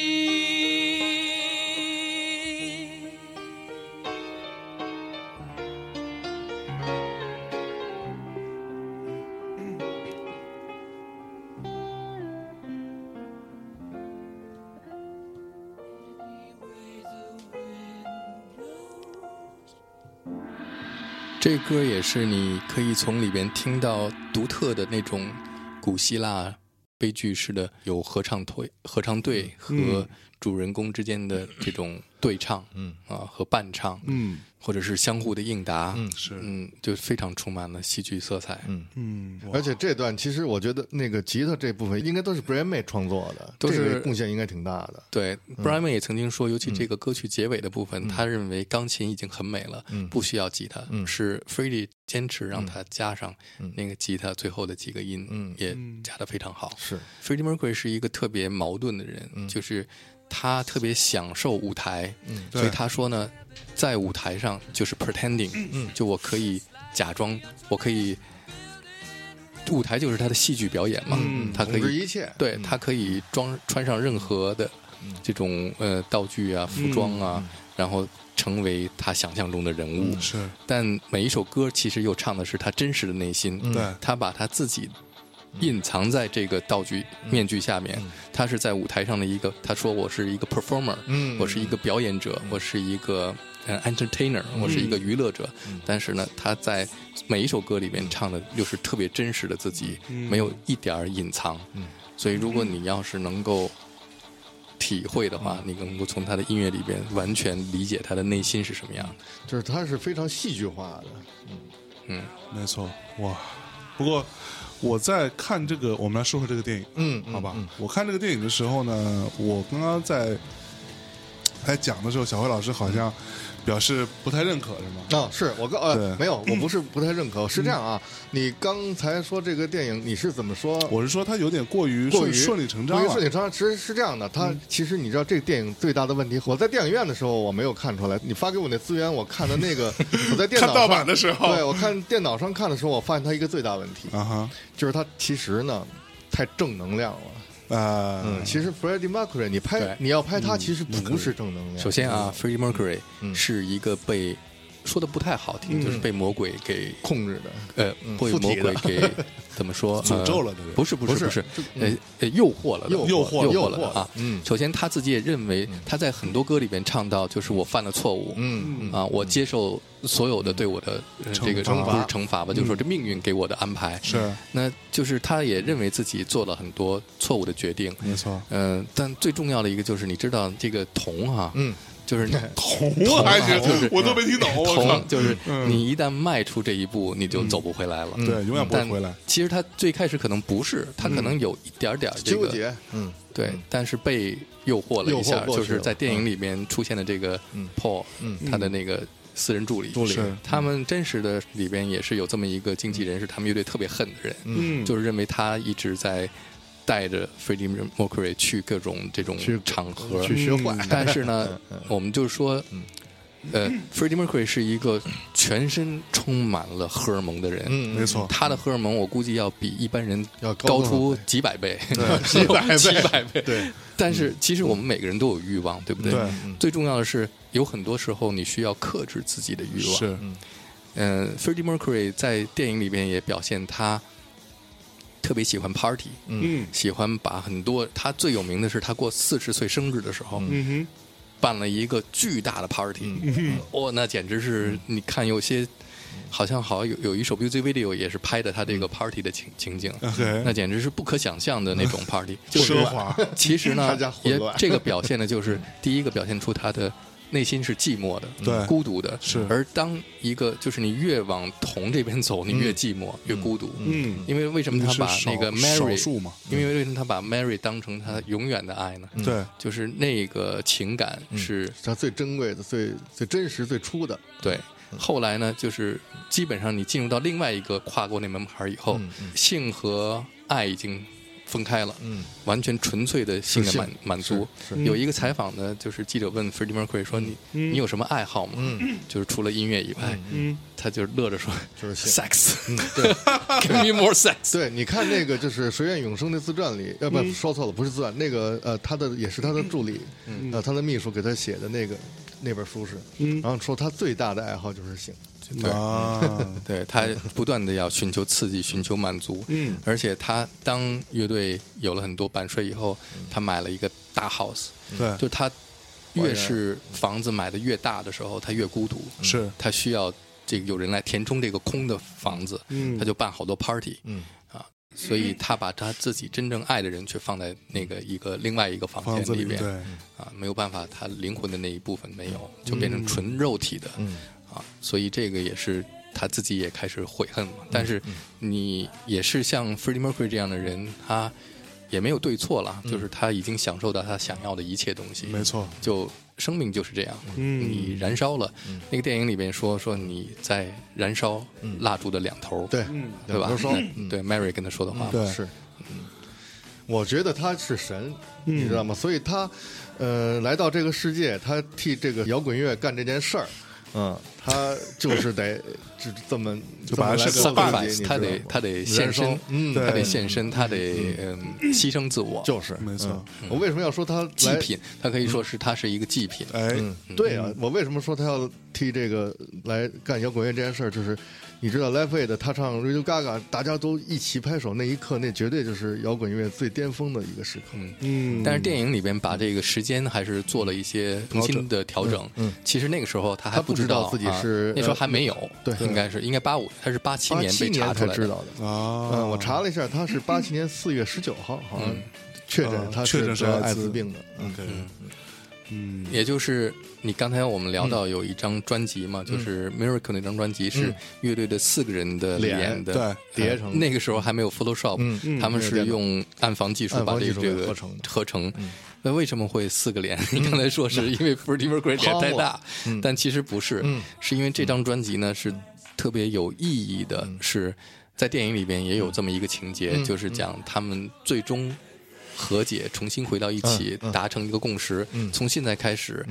[SPEAKER 4] Blows.
[SPEAKER 2] 这歌也是你可以从里边听到独特的那种古希腊悲剧式的有合唱队、合唱队和主人公之间的这种对唱，嗯啊和伴唱，
[SPEAKER 1] 嗯
[SPEAKER 2] 或者是相互的应答，嗯
[SPEAKER 1] 是
[SPEAKER 2] 嗯，就非常充满了戏剧色彩，嗯，
[SPEAKER 1] 嗯，
[SPEAKER 3] 而且这段其实我觉得那个吉他这部分应该都是 Brian May 创作的，
[SPEAKER 2] 都是
[SPEAKER 3] 这个贡献应该挺大的。
[SPEAKER 2] 对。b r i a n 也曾经说，尤其这个歌曲结尾的部分，他认为钢琴已经很美了，不需要吉他，是 Freddie 坚持让他加上那个吉他最后的几个音，也加的非常好，
[SPEAKER 3] 是，
[SPEAKER 2] Freddie Mercury 是一个特别矛盾的人，
[SPEAKER 3] 嗯
[SPEAKER 2] 就是他特别享受舞台，所以
[SPEAKER 1] 对
[SPEAKER 2] 他说呢，在舞台上就是 pretending，、就
[SPEAKER 3] 嗯
[SPEAKER 2] 我可以假装，我可以，舞台就是他的戏剧表演嘛，嗯他可
[SPEAKER 3] 嗯统治
[SPEAKER 2] 以，
[SPEAKER 3] 一切。嗯
[SPEAKER 2] 对他可以装穿上任何的这种呃道具啊、服装啊，
[SPEAKER 3] 嗯
[SPEAKER 2] 然后成为他想象中的人物。
[SPEAKER 1] 是
[SPEAKER 2] 但每一首歌其实又唱的是他真实的内心，
[SPEAKER 1] 对
[SPEAKER 2] 他把他自己隐藏在这个道具面具下面，他是在舞台上的一个，他说我是一个 performer，
[SPEAKER 3] 嗯
[SPEAKER 2] 我是一个表演者，我是一个呃 entertainer，我是一个娱乐者，但是呢，他在每一首歌里面唱的又是特别真实的自己，没有一点儿隐藏，
[SPEAKER 3] 嗯
[SPEAKER 2] 所以如果你要是能够。体会的话，你能够从他的音乐里边完全理解他的内心是什么样的。
[SPEAKER 3] 就是它是非常戏剧化的。
[SPEAKER 2] 嗯
[SPEAKER 1] 没错，哇！不过我在看这个，我们来说说这个电影，
[SPEAKER 3] 嗯
[SPEAKER 1] 好吧？我看这个电影的时候呢，我刚刚在在讲的时候，小辉老师好像表示不太认可，是吗？
[SPEAKER 3] 啊、是我刚呃
[SPEAKER 1] 对
[SPEAKER 3] 没 有，我不是不太认可，是这样啊。你刚才说这个电影，你是怎么说？
[SPEAKER 1] 我是说他有点过于
[SPEAKER 3] 过于
[SPEAKER 1] 顺顺理成章啊嗯
[SPEAKER 3] 过于
[SPEAKER 1] 了
[SPEAKER 3] 顺，理成章，其实是这样的，它其实你知道，这个电影最大的问题，我在电影院的时候我没有看出来，你发给我那资源，我看的 那个，我在电脑
[SPEAKER 1] 看
[SPEAKER 3] 上
[SPEAKER 1] 盗版的时候
[SPEAKER 3] 对我看电脑上看的时候，我发现它一个最大问题，
[SPEAKER 1] 啊哈，
[SPEAKER 3] 就是它其实呢太正能量了。
[SPEAKER 1] 呃
[SPEAKER 3] 嗯，，其实 Freddie Mercury，
[SPEAKER 2] 对
[SPEAKER 3] 你
[SPEAKER 2] 嗯
[SPEAKER 3] 拍你要拍他，其实不是正能量。
[SPEAKER 2] 首先啊，Freddie Mercury 是一个被说的不太好听，就是被魔鬼给
[SPEAKER 3] 控制的，
[SPEAKER 2] 呃，被
[SPEAKER 3] 附
[SPEAKER 2] 魔
[SPEAKER 3] 体的
[SPEAKER 2] 鬼给怎么说
[SPEAKER 1] 诅咒了
[SPEAKER 2] 呃
[SPEAKER 1] 对不对
[SPEAKER 2] 不是不是
[SPEAKER 3] 不
[SPEAKER 2] 不
[SPEAKER 3] 是
[SPEAKER 2] 是，呃呃，诱惑了的，
[SPEAKER 3] 诱
[SPEAKER 1] 惑了
[SPEAKER 2] 诱惑
[SPEAKER 3] 诱惑
[SPEAKER 2] 了的啊
[SPEAKER 3] 了。嗯
[SPEAKER 2] 首先他自己也认为他在很多歌里边唱到，就是我犯了错误，
[SPEAKER 3] 嗯
[SPEAKER 2] 啊，我接受所有的对我的呃这个
[SPEAKER 1] 惩罚
[SPEAKER 2] 不是惩罚吧，就是说这命运给我的安排
[SPEAKER 1] 是，
[SPEAKER 2] 那就是他也认为自己做了很多错误的决定，
[SPEAKER 1] 没错，
[SPEAKER 2] 嗯，但最重要的一个就是你知道这个铜啊哈，
[SPEAKER 3] 嗯，
[SPEAKER 2] 就是你
[SPEAKER 1] 红
[SPEAKER 2] 啊
[SPEAKER 1] 还行
[SPEAKER 2] 就是，
[SPEAKER 1] 我都没听懂，我靠嗯
[SPEAKER 2] 铜，就是你一旦迈出这一步，你就走不回来了。
[SPEAKER 1] 对，永远不会
[SPEAKER 2] 嗯但
[SPEAKER 1] 回来，嗯
[SPEAKER 2] 其实他最开始可能不是，他可能有一点点儿这
[SPEAKER 3] 纠
[SPEAKER 2] 个、哎
[SPEAKER 3] 结，嗯，
[SPEAKER 2] 对，但是被诱惑了一
[SPEAKER 3] 诱
[SPEAKER 2] 下，
[SPEAKER 3] 惑过去
[SPEAKER 2] 就是
[SPEAKER 3] 了
[SPEAKER 2] 在电
[SPEAKER 1] 嗯
[SPEAKER 2] 影里面出现的这个 Paul，、他的那个私人助理，
[SPEAKER 1] 理是嗯
[SPEAKER 2] 他们真实的里边也是有这么一个经纪人，是他们乐队特别恨的人，
[SPEAKER 1] 嗯
[SPEAKER 2] 就是认为他一直在带着 Freddie Mercury 去各种这种
[SPEAKER 3] 去
[SPEAKER 2] 场合嗯
[SPEAKER 3] 去学嗯坏，
[SPEAKER 2] 但是呢，我们就是说，
[SPEAKER 3] 嗯
[SPEAKER 2] 呃，Freddie Mercury 是一个全身充满了荷尔蒙的人，
[SPEAKER 3] 嗯
[SPEAKER 1] 没错，
[SPEAKER 2] 他的荷尔蒙我估计要比一般人
[SPEAKER 3] 要高
[SPEAKER 2] 高出几百倍，
[SPEAKER 3] 几百倍嗯
[SPEAKER 2] 几百倍。
[SPEAKER 3] 对，
[SPEAKER 2] 但是其实我们每个人都有欲望，对不对？
[SPEAKER 1] 对
[SPEAKER 3] 嗯
[SPEAKER 2] 最重要的是，有很多时候你需要克制自己的欲望。
[SPEAKER 1] 是，
[SPEAKER 2] 嗯、f r e d d i e Mercury 在电影里边也表现他特别喜欢 party，
[SPEAKER 1] 嗯
[SPEAKER 2] 喜欢把很多他最有名的是他过四十岁生日的时候，
[SPEAKER 1] 嗯
[SPEAKER 2] 办了一个巨大的 party，哇、那简直是你看有些。好像好像有有一首 music video 也是拍的他这个 party 的情情景
[SPEAKER 1] OK
[SPEAKER 2] 嗯那简直是不可想象的那种 party，就
[SPEAKER 1] 哼，
[SPEAKER 2] 是
[SPEAKER 1] 奢华，
[SPEAKER 2] 其实
[SPEAKER 3] 大
[SPEAKER 2] 呢
[SPEAKER 3] 家，混
[SPEAKER 2] 也
[SPEAKER 3] 乱
[SPEAKER 2] 这个表现呢，就是第一个表现出他的内心是寂寞的，嗯
[SPEAKER 1] 对
[SPEAKER 2] 孤独的。
[SPEAKER 1] 是
[SPEAKER 2] 而当一个就是你越往铜这边走，你越寂寞，越孤独。
[SPEAKER 1] 嗯
[SPEAKER 2] 因为为什么他
[SPEAKER 1] 你是
[SPEAKER 2] 把
[SPEAKER 1] 少
[SPEAKER 2] 那个
[SPEAKER 1] 少
[SPEAKER 2] Mary，
[SPEAKER 1] 数嘛嗯
[SPEAKER 2] 因为为什么他把 Mary 当成他永远的爱呢？
[SPEAKER 1] 对，嗯
[SPEAKER 2] 就是那个情感是、
[SPEAKER 3] 它最珍贵的、最最真实、最初的，
[SPEAKER 2] 对。
[SPEAKER 3] 嗯
[SPEAKER 2] 后来呢，就是基本上你进入到另外一个跨过那门槛儿以
[SPEAKER 3] 嗯
[SPEAKER 2] 后，性和爱已经分开了，
[SPEAKER 3] 嗯，
[SPEAKER 2] 完全纯粹的性的满满足。
[SPEAKER 3] 是
[SPEAKER 2] 有一个采访呢，就是记者问 Freddie Mercury 说：“你、你有什么爱好吗？” 就是除了音乐以外，
[SPEAKER 1] 嗯
[SPEAKER 2] 他就乐着说：“
[SPEAKER 3] 嗯就是性嗯
[SPEAKER 2] sex，，give me more sex。
[SPEAKER 3] 对，你看那个就是《谁愿永生》那自传里，
[SPEAKER 2] 嗯
[SPEAKER 3] 呃，不，说错了，不是自传，那个呃，他的也是他的助理，
[SPEAKER 2] 嗯
[SPEAKER 3] 呃，他的秘书给他写的那个那本书是，然后说他最大的爱好就是性，
[SPEAKER 2] 对
[SPEAKER 1] 啊，
[SPEAKER 2] 对他不断的要寻求刺激，寻求满足。
[SPEAKER 1] 嗯，
[SPEAKER 2] 而且他当乐队有了很多版税以后，
[SPEAKER 3] 嗯
[SPEAKER 2] 他买了一个大 house，
[SPEAKER 1] 对，
[SPEAKER 2] 就他越是房子买的越大的时候，他越孤独，
[SPEAKER 1] 是
[SPEAKER 2] 他需要这个有人来填充这个空的房子，
[SPEAKER 1] 嗯
[SPEAKER 2] 他就办好多 party，
[SPEAKER 3] 嗯
[SPEAKER 2] 啊，所以他把他自己真正爱的人却放在那个一个另外一个房
[SPEAKER 1] 房子
[SPEAKER 2] 间
[SPEAKER 1] 里
[SPEAKER 2] 里边
[SPEAKER 1] 对，
[SPEAKER 2] 啊，没有办法，他灵魂的那一部分没有，就变成纯肉体的，
[SPEAKER 3] 嗯
[SPEAKER 2] 啊，所以这个也是他自己也开始悔恨嘛。但是你也是像 Freddie Mercury 这样的人，他也没有对错了，就是他已经享受到他想要的一切东
[SPEAKER 3] 嗯
[SPEAKER 2] 西，
[SPEAKER 1] 没错，
[SPEAKER 2] 就生命就是这样，
[SPEAKER 1] 嗯
[SPEAKER 2] 你燃烧了。那个
[SPEAKER 3] 嗯
[SPEAKER 2] 电影里边说说你在燃烧蜡烛的两头，
[SPEAKER 3] 对，
[SPEAKER 2] 对吧
[SPEAKER 3] 嗯两头？烧
[SPEAKER 2] 那对，Mary 跟他说的话，
[SPEAKER 1] 对，
[SPEAKER 3] 是，嗯我觉得他是神，你知道
[SPEAKER 2] 嗯
[SPEAKER 3] 吗？所以他，呃，来到这个世界，他替这个摇滚乐干这件事儿，嗯，他就 是得就这么
[SPEAKER 1] 就
[SPEAKER 3] 这
[SPEAKER 1] 把
[SPEAKER 3] 么来
[SPEAKER 1] 它
[SPEAKER 3] 做
[SPEAKER 2] sacrifice，
[SPEAKER 3] 自己
[SPEAKER 2] 他得
[SPEAKER 3] 你知道吗
[SPEAKER 2] 他得献
[SPEAKER 3] 燃
[SPEAKER 2] 身
[SPEAKER 3] 烧，嗯，
[SPEAKER 1] 对
[SPEAKER 2] 他得献身，他得嗯牺牲自我，
[SPEAKER 3] 就是
[SPEAKER 1] 没错
[SPEAKER 3] 嗯我为什么要说他
[SPEAKER 2] 祭
[SPEAKER 3] 来？
[SPEAKER 2] 品，他可以说是他是一个祭品，
[SPEAKER 1] 哎，
[SPEAKER 3] 嗯，对啊，我为什么说他要替这个来干摇滚乐这件事儿？就是你知道 l e f a d 他唱 Radio Gaga，大家都一起拍手那一刻，那绝对就是摇滚乐最巅峰的一个时刻。
[SPEAKER 2] 嗯。
[SPEAKER 1] 嗯，
[SPEAKER 2] 但是电影里边把这个时间还是做了一些重新的调整。
[SPEAKER 3] 嗯嗯
[SPEAKER 2] 其实那个时候他还
[SPEAKER 3] 他不
[SPEAKER 2] 知
[SPEAKER 3] 知道自己
[SPEAKER 2] 啊
[SPEAKER 3] 是
[SPEAKER 2] 那时候
[SPEAKER 3] 呃
[SPEAKER 2] 还没有，
[SPEAKER 3] 对
[SPEAKER 2] 应该是应该八五，他是八七
[SPEAKER 3] 八
[SPEAKER 2] 年
[SPEAKER 3] 七
[SPEAKER 2] 被查
[SPEAKER 3] 年
[SPEAKER 2] 出
[SPEAKER 3] 才
[SPEAKER 2] 来
[SPEAKER 3] 知
[SPEAKER 2] 的。
[SPEAKER 3] 道的，
[SPEAKER 1] 啊，
[SPEAKER 3] 嗯，我查了一下，他是八七年四月十九号，好像确
[SPEAKER 1] 啊
[SPEAKER 3] 诊他
[SPEAKER 1] 确诊是
[SPEAKER 3] 是得
[SPEAKER 1] 艾
[SPEAKER 3] 艾
[SPEAKER 1] 滋
[SPEAKER 3] 滋病的。嗯，
[SPEAKER 1] ，OK，嗯，
[SPEAKER 2] 也就是你刚才我们聊
[SPEAKER 3] 嗯
[SPEAKER 2] 到有一张专辑嘛，就是 Miracle 那张专辑是乐队的四个人的
[SPEAKER 3] 脸
[SPEAKER 2] 脸的呃
[SPEAKER 1] 对
[SPEAKER 3] 叠成的
[SPEAKER 2] 那个时候还没有 Photoshop，、
[SPEAKER 3] 嗯嗯
[SPEAKER 2] 他们是用暗房技术
[SPEAKER 3] 暗
[SPEAKER 2] 把
[SPEAKER 3] 房
[SPEAKER 2] 这
[SPEAKER 3] 技
[SPEAKER 2] 个
[SPEAKER 3] 术
[SPEAKER 2] 这
[SPEAKER 3] 给
[SPEAKER 2] 个
[SPEAKER 3] 合成的嗯
[SPEAKER 2] 合成。那为什么会四个脸？你刚才说是因为 Freddie Mercury 脸太大，
[SPEAKER 3] 嗯
[SPEAKER 2] 但其实不是，是因为这张专辑呢是特别有意义的，
[SPEAKER 3] 嗯
[SPEAKER 2] 是在电影里边也有这么一个情节，就是讲
[SPEAKER 3] 嗯
[SPEAKER 2] 他们最终和解，重新回到一起，
[SPEAKER 3] 嗯
[SPEAKER 2] 达成一个共识。从现在开始，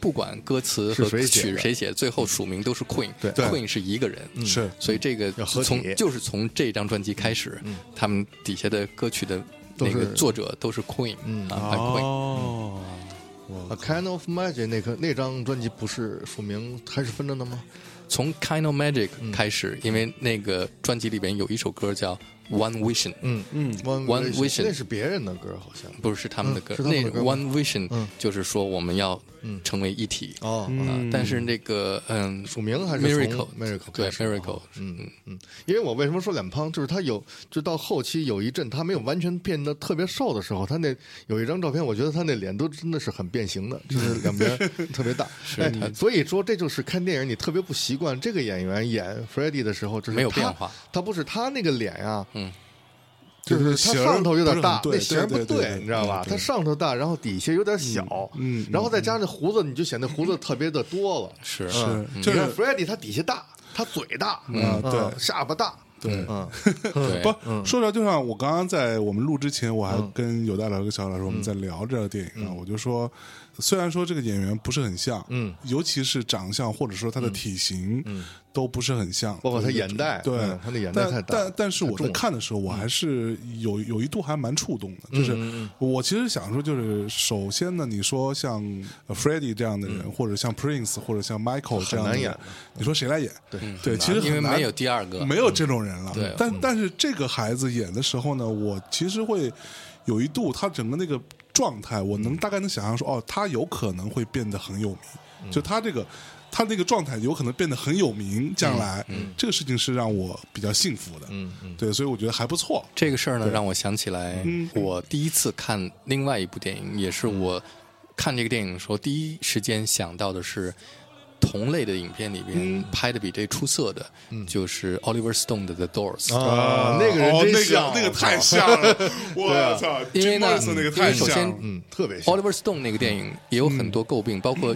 [SPEAKER 2] 不管歌词和
[SPEAKER 3] 是谁写的嗯
[SPEAKER 2] 曲谁写，最后署名都是 Queen。
[SPEAKER 3] 对嗯
[SPEAKER 2] q u e e n 是一个人。
[SPEAKER 1] 是
[SPEAKER 2] 所以这个
[SPEAKER 3] 要合体
[SPEAKER 2] 从就是从这张专辑开始，他们底下的歌曲的
[SPEAKER 3] 都
[SPEAKER 2] 那
[SPEAKER 3] 是嗯
[SPEAKER 2] 个作者都是 Queen 啊反，Queen。
[SPEAKER 1] 哦，
[SPEAKER 3] 《A 啊 Kind of Magic》那颗那张专辑不是署名还是分着的吗？
[SPEAKER 2] 从 Kind of Magic
[SPEAKER 3] 嗯
[SPEAKER 2] 开始，因为那个专辑里边有一首歌叫 One Vision，
[SPEAKER 3] 嗯嗯，One
[SPEAKER 2] One Vision
[SPEAKER 3] 那是别人的歌，好像。
[SPEAKER 2] 不是是他们的歌
[SPEAKER 3] 嗯，是他们
[SPEAKER 2] 那
[SPEAKER 3] 的歌吗
[SPEAKER 2] One
[SPEAKER 3] 嗯
[SPEAKER 2] Vision 就是说我们要成为一体。
[SPEAKER 3] 哦，
[SPEAKER 1] 嗯
[SPEAKER 2] 啊，但是那个嗯，
[SPEAKER 3] 署名还是
[SPEAKER 2] Miracle
[SPEAKER 3] 从 Miracle
[SPEAKER 2] 对
[SPEAKER 3] 开始
[SPEAKER 2] Miracle，
[SPEAKER 3] 嗯嗯，因为我为什么说脸胖，就是他有，就到后期有一阵他没有完全变得特别瘦的时候，他那有一张照片，我觉得他那脸都真的是很变形的，就是 两边特别大。哎，所以说这就是看电影你特别不习惯这个演员演 Freddy 的时候，就是
[SPEAKER 2] 没有
[SPEAKER 3] 他
[SPEAKER 2] 变化，
[SPEAKER 3] 他不是他那个脸啊，
[SPEAKER 2] 嗯。
[SPEAKER 3] 就是
[SPEAKER 1] 就是
[SPEAKER 3] 他
[SPEAKER 1] 形儿
[SPEAKER 3] 上头有点大，
[SPEAKER 1] 不是很对
[SPEAKER 3] 那型儿不
[SPEAKER 1] 对对对对
[SPEAKER 3] 你知道吧
[SPEAKER 1] 嗯？对
[SPEAKER 3] 他上头大，然后底下有点小，
[SPEAKER 1] 嗯嗯
[SPEAKER 3] 然后再加上这胡子，你就显得胡子特别的 多了，
[SPEAKER 2] 是
[SPEAKER 1] 是
[SPEAKER 3] 嗯
[SPEAKER 1] 就
[SPEAKER 3] 你
[SPEAKER 1] 是
[SPEAKER 3] 看 Freddy 他底下大，他嘴大，啊
[SPEAKER 1] 嗯对
[SPEAKER 3] 下巴大，对，嗯，
[SPEAKER 2] 对
[SPEAKER 1] 不，说到就像我刚刚在我们录之前，我还跟有大老师跟小老师我们在聊这个电影啊，
[SPEAKER 3] 嗯
[SPEAKER 1] 我就说，虽然说这个演员不是很像，嗯，尤其是长相或者说他的体型，嗯，都不是很像，
[SPEAKER 3] 包括他眼袋
[SPEAKER 1] 对
[SPEAKER 3] 嗯，他的眼袋
[SPEAKER 1] 但
[SPEAKER 3] 太大
[SPEAKER 1] 但但是我在
[SPEAKER 3] 重了嗯
[SPEAKER 1] 看的时候，我还是有有一度还蛮触动的，就是我其实想说，就是首先呢，你说像 f r e d d y 这样的人，或者像 Prince 或者像 Michael 这样的
[SPEAKER 3] 嗯很难
[SPEAKER 1] 人
[SPEAKER 3] 演，
[SPEAKER 1] 你说谁来演？对对，其实
[SPEAKER 2] 因为
[SPEAKER 1] 很难
[SPEAKER 2] 没有第二个，
[SPEAKER 1] 没有这种人了。
[SPEAKER 2] 对嗯
[SPEAKER 1] 但但是这个孩子演的时候呢，我其实会有一度他整个那个状态，我能大概能想象说，哦，他有可能会变得很有名，
[SPEAKER 2] 嗯
[SPEAKER 1] 就他这个。他那个状态有可能变得很有名，将来、
[SPEAKER 2] 嗯
[SPEAKER 1] 这个事情是让我比较幸福的，嗯嗯，对，所以我觉得还不错，
[SPEAKER 2] 这个事儿呢，让我想起来，
[SPEAKER 1] 嗯
[SPEAKER 2] 我第一次看另外一部电影，也是我看这个电影的时候，第一时间想到的是同类的影片里边
[SPEAKER 1] 嗯
[SPEAKER 2] 拍的比这出色的，就是 Oliver Stone 的 The Doors。
[SPEAKER 3] 啊，那个人
[SPEAKER 1] 哦
[SPEAKER 3] 真
[SPEAKER 1] 那
[SPEAKER 3] 像
[SPEAKER 1] 个，那个太像 了，我操，
[SPEAKER 2] 因为
[SPEAKER 1] Jim
[SPEAKER 2] 呢
[SPEAKER 1] Morrison 那个太
[SPEAKER 2] 啊因为首
[SPEAKER 1] 像
[SPEAKER 2] 先
[SPEAKER 1] 了，
[SPEAKER 3] 嗯，特别像，
[SPEAKER 1] 哦
[SPEAKER 2] Oliver Stone 那个电影也有
[SPEAKER 1] 嗯
[SPEAKER 2] 很多诟病，包括